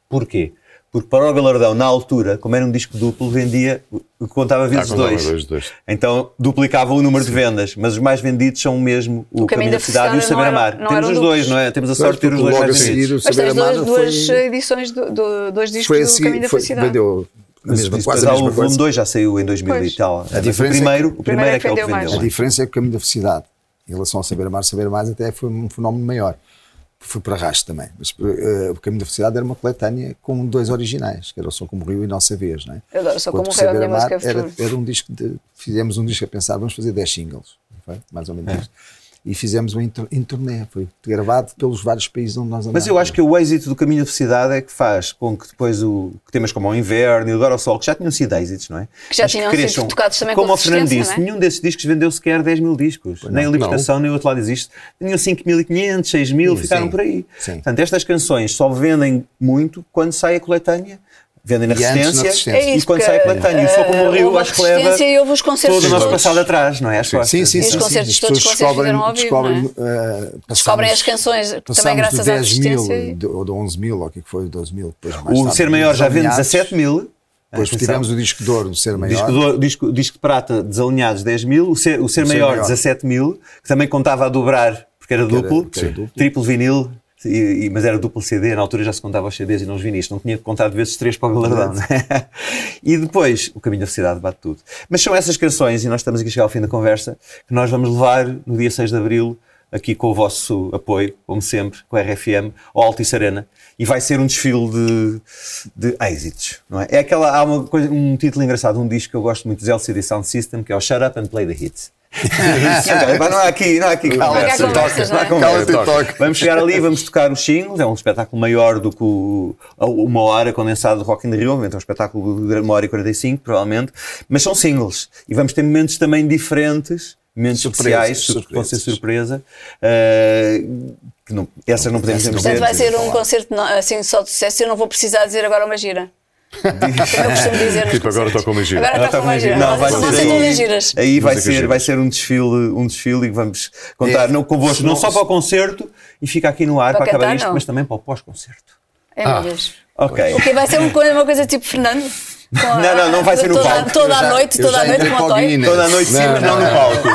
[SPEAKER 2] Porquê? Porque para o galardão, na altura, como era um disco duplo, vendia, contava vezes
[SPEAKER 4] contava
[SPEAKER 2] dois.
[SPEAKER 4] vezes dois.
[SPEAKER 2] Então duplicava o número de vendas, mas os mais vendidos são mesmo o, Caminho da Cidade e o
[SPEAKER 3] Felicidade
[SPEAKER 2] Saber
[SPEAKER 3] não
[SPEAKER 2] Amar.
[SPEAKER 3] eram- não
[SPEAKER 2] Temos
[SPEAKER 3] eram
[SPEAKER 2] os
[SPEAKER 3] duplos.
[SPEAKER 2] dois, não é? Temos a sorte de ter os dois
[SPEAKER 1] Logo
[SPEAKER 2] mais
[SPEAKER 1] a seguir,
[SPEAKER 2] vendidos.
[SPEAKER 1] o
[SPEAKER 3] Mas
[SPEAKER 1] Saber
[SPEAKER 3] tens
[SPEAKER 1] Amar
[SPEAKER 3] duas, duas
[SPEAKER 1] foi,
[SPEAKER 3] edições, do, do- dois discos
[SPEAKER 1] foi a
[SPEAKER 3] do
[SPEAKER 1] seguir,
[SPEAKER 3] Caminho da
[SPEAKER 1] foi-
[SPEAKER 3] Felicidade.
[SPEAKER 1] vendeu a
[SPEAKER 2] Mas
[SPEAKER 1] mesma,
[SPEAKER 2] depois
[SPEAKER 1] quase
[SPEAKER 2] há
[SPEAKER 1] a
[SPEAKER 2] o
[SPEAKER 1] mesma
[SPEAKER 2] volume
[SPEAKER 1] coisa.
[SPEAKER 2] 2 já saiu em 2000
[SPEAKER 3] Pois.
[SPEAKER 2] e tal. Mas
[SPEAKER 1] diferença
[SPEAKER 2] o
[SPEAKER 1] é
[SPEAKER 2] primeiro,
[SPEAKER 1] que-
[SPEAKER 2] o primeiro é que é o que
[SPEAKER 3] Primeiro é que
[SPEAKER 2] vendeu.
[SPEAKER 1] A
[SPEAKER 2] mais.
[SPEAKER 1] diferença é que o caminho da felicidade em relação ao saber amar, saber mais até foi um fenómeno maior. Foi por arrasto também. Mas eh, o caminho da felicidade era uma coletânea com dois originais, que era o Só Como Rio e Nossa Vez, não é?
[SPEAKER 3] Eu adoro Só Como
[SPEAKER 1] Enquanto
[SPEAKER 3] Rio, a
[SPEAKER 1] Saber
[SPEAKER 3] minha
[SPEAKER 1] Amar
[SPEAKER 3] música
[SPEAKER 1] era,
[SPEAKER 3] favorita.
[SPEAKER 1] era um disco de. Fizemos um disco a pensar, vamos fazer 10 singles, não foi? mais ou menos
[SPEAKER 2] É.
[SPEAKER 1] isto. E fizemos um inter- em turnê, foi gravado pelos vários países onde nós andamos.
[SPEAKER 2] Mas eu acho que o êxito do Caminho da Felicidade é que faz com que depois o que temas como o Inverno e o Lugar ao Sol, que já tinham sido êxitos, não é?
[SPEAKER 3] Que já tinham sido tocados também com
[SPEAKER 2] Como o Fernando
[SPEAKER 3] resistência,
[SPEAKER 2] disse,
[SPEAKER 3] não é?
[SPEAKER 2] nenhum desses discos vendeu sequer 10 mil discos. nem a Libertação, nem o Outro Lado Existe. Tinham 5.500, 6 mil, ficaram
[SPEAKER 1] sim.
[SPEAKER 2] por aí.
[SPEAKER 1] Sim.
[SPEAKER 2] Portanto, estas canções só vendem muito quando sai a coletânea. Vendem na
[SPEAKER 1] E antes na
[SPEAKER 2] resistência,
[SPEAKER 1] Resistência.
[SPEAKER 3] É
[SPEAKER 2] e
[SPEAKER 3] isso,
[SPEAKER 2] quando sai a
[SPEAKER 3] porque,
[SPEAKER 2] coletânea. E só como
[SPEAKER 3] eh,
[SPEAKER 2] o Rio,
[SPEAKER 3] houve a
[SPEAKER 2] acho que leva
[SPEAKER 3] Resistência e houve os concertos
[SPEAKER 2] todo o nosso
[SPEAKER 3] todos.
[SPEAKER 2] passado atrás, não é? Às costas.
[SPEAKER 1] Sim, sim,
[SPEAKER 3] E os
[SPEAKER 1] sim. sim.
[SPEAKER 3] concertos
[SPEAKER 1] As
[SPEAKER 3] todos
[SPEAKER 1] pessoas
[SPEAKER 3] que vocês fizeram ao vivo,
[SPEAKER 1] descobrem,
[SPEAKER 3] não é?
[SPEAKER 1] eh,
[SPEAKER 3] Descobrem
[SPEAKER 1] passamos-
[SPEAKER 3] as canções também
[SPEAKER 1] Passámos de
[SPEAKER 3] graças à
[SPEAKER 1] 10 mil
[SPEAKER 3] resistência. e-
[SPEAKER 1] de- ou de 11 mil, ou o que é que foi, 12 mil. Depois mais
[SPEAKER 2] O
[SPEAKER 1] tarde,
[SPEAKER 2] Ser Maior já vende
[SPEAKER 1] desalinhados.
[SPEAKER 2] 17 mil.
[SPEAKER 1] Depois
[SPEAKER 2] Atenção.
[SPEAKER 1] tivemos o disco de ouro do Ser Maior.
[SPEAKER 2] Disco, do- disco, disco de prata desalinhados 10 mil, o ser, o ser maior,
[SPEAKER 1] maior.
[SPEAKER 2] 17 mil, que também contava a dobrar, porque era
[SPEAKER 1] era-
[SPEAKER 2] duplo,
[SPEAKER 1] que era duplo.
[SPEAKER 2] triplo vinil, e- e- mas era duplo CD, na altura já se contava os CDs e não os vinis, não tinha contado vezes três para o galardão. né? e depois, o caminho da sociedade bate tudo. Mas são essas canções, e nós estamos aqui a chegar ao fim da conversa, que nós vamos levar no dia 6 de Abril, aqui com o vosso apoio, como sempre, com a RFM, ao Altice Arena. E vai ser um desfile de, de êxitos, não é? É aquela, há uma coisa, um título engraçado, um disco que eu gosto muito dos LCD Sound System, que é o Shut Up and Play the Hits. então, Mas não há aqui, não há aqui conversa.
[SPEAKER 3] Não há conversas,
[SPEAKER 2] Não há
[SPEAKER 3] não é?
[SPEAKER 2] conversa.
[SPEAKER 4] Cala-te e toca.
[SPEAKER 2] Vamos chegar ali, vamos tocar os singles. É um espetáculo maior do que o, a- uma hora condensado do Rock in Rio. Obviamente É um espetáculo de uma hora e 45, provavelmente. Mas são singles. E vamos ter momentos também diferentes, momentos
[SPEAKER 1] Surpresas,
[SPEAKER 2] especiais, sur- que vão ser
[SPEAKER 1] surpresas.
[SPEAKER 2] surpresa. Ah, que não- essas não podemos
[SPEAKER 3] Portanto, vai
[SPEAKER 2] dizer.
[SPEAKER 3] ser um concerto não- assim só de sucesso. Eu não vou precisar dizer agora uma gira. Como eu costumo dizer. nos
[SPEAKER 4] Tipo, agora
[SPEAKER 3] concertos.
[SPEAKER 4] toca uma gira.
[SPEAKER 3] Agora
[SPEAKER 2] Ela tá
[SPEAKER 3] toca
[SPEAKER 2] está
[SPEAKER 3] tá uma gira.
[SPEAKER 2] Não, vai
[SPEAKER 3] São
[SPEAKER 2] ser
[SPEAKER 3] todas
[SPEAKER 2] aí,
[SPEAKER 3] as giras.
[SPEAKER 2] aí vai
[SPEAKER 4] Música
[SPEAKER 2] ser,
[SPEAKER 4] giras.
[SPEAKER 2] vai ser um desfile, um desfile e vamos contar
[SPEAKER 1] É.
[SPEAKER 2] não convosco, não só para o concerto e fica aqui no ar para,
[SPEAKER 3] Para
[SPEAKER 2] acabar
[SPEAKER 3] cantar,
[SPEAKER 2] isto,
[SPEAKER 3] não.
[SPEAKER 2] mas também para o pós-concerto.
[SPEAKER 3] Ai,
[SPEAKER 4] Ah.
[SPEAKER 3] meu Deus.
[SPEAKER 2] Ok.
[SPEAKER 3] O que vai ser uma coisa, uma coisa tipo Fernando? Com a-
[SPEAKER 2] Não, não, não vai ser no
[SPEAKER 3] toda,
[SPEAKER 2] palco.
[SPEAKER 3] Toda
[SPEAKER 1] Eu
[SPEAKER 3] a
[SPEAKER 1] já-
[SPEAKER 3] noite,
[SPEAKER 1] eu
[SPEAKER 3] toda
[SPEAKER 1] já
[SPEAKER 3] a noite
[SPEAKER 1] entrei
[SPEAKER 3] com
[SPEAKER 1] para
[SPEAKER 3] a
[SPEAKER 1] o
[SPEAKER 3] Toy.
[SPEAKER 1] Guinness.
[SPEAKER 2] Toda a noite sim,
[SPEAKER 1] Não,
[SPEAKER 2] mas não,
[SPEAKER 1] não,
[SPEAKER 2] no
[SPEAKER 1] não.
[SPEAKER 2] palco.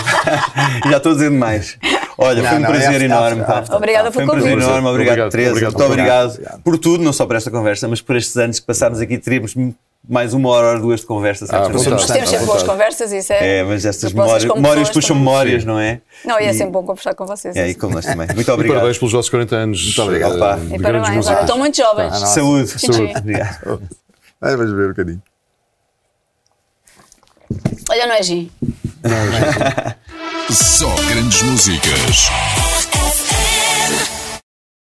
[SPEAKER 2] Já estou a dizer demais. Olha,
[SPEAKER 1] Não,
[SPEAKER 2] foi um
[SPEAKER 1] não,
[SPEAKER 2] prazer
[SPEAKER 1] after,
[SPEAKER 2] enorme.
[SPEAKER 1] after,
[SPEAKER 2] pá.
[SPEAKER 1] after.
[SPEAKER 3] Obrigada
[SPEAKER 2] foi um
[SPEAKER 3] pelo
[SPEAKER 2] prazer
[SPEAKER 3] convite.
[SPEAKER 2] enorme. Obrigado,
[SPEAKER 4] Obrigado,
[SPEAKER 2] Teresa.
[SPEAKER 4] obrigado,
[SPEAKER 2] Muito obrigado,
[SPEAKER 1] obrigado.
[SPEAKER 2] por tudo, não só por esta conversa, mas por estes anos que passámos aqui. Teremos mais uma hora ou duas de conversa. sabes?
[SPEAKER 4] mas
[SPEAKER 3] Nós temos sempre boas conversas, isso é.
[SPEAKER 2] É, mas estas
[SPEAKER 3] Eu posso
[SPEAKER 2] memórias,
[SPEAKER 3] como
[SPEAKER 2] memórias
[SPEAKER 3] pessoas
[SPEAKER 2] puxam
[SPEAKER 3] também.
[SPEAKER 2] memórias, não é?
[SPEAKER 3] Não, e é
[SPEAKER 2] E-
[SPEAKER 3] sempre bom conversar com vocês.
[SPEAKER 2] É, e
[SPEAKER 3] assim.
[SPEAKER 2] com nós também. Muito
[SPEAKER 4] E
[SPEAKER 2] obrigado.
[SPEAKER 4] parabéns pelos vossos 40 anos. eh, Muito
[SPEAKER 1] obrigado,
[SPEAKER 2] pá.
[SPEAKER 3] E parabéns,
[SPEAKER 2] Então,
[SPEAKER 3] olha, estão muito
[SPEAKER 2] Ah,
[SPEAKER 3] jovens.
[SPEAKER 1] Tá.
[SPEAKER 2] Saúde.
[SPEAKER 3] Saúde.
[SPEAKER 2] Obrigado.
[SPEAKER 1] Ai, Vamos ver um bocadinho.
[SPEAKER 3] Olha, não é gin.
[SPEAKER 5] Só grandes músicas.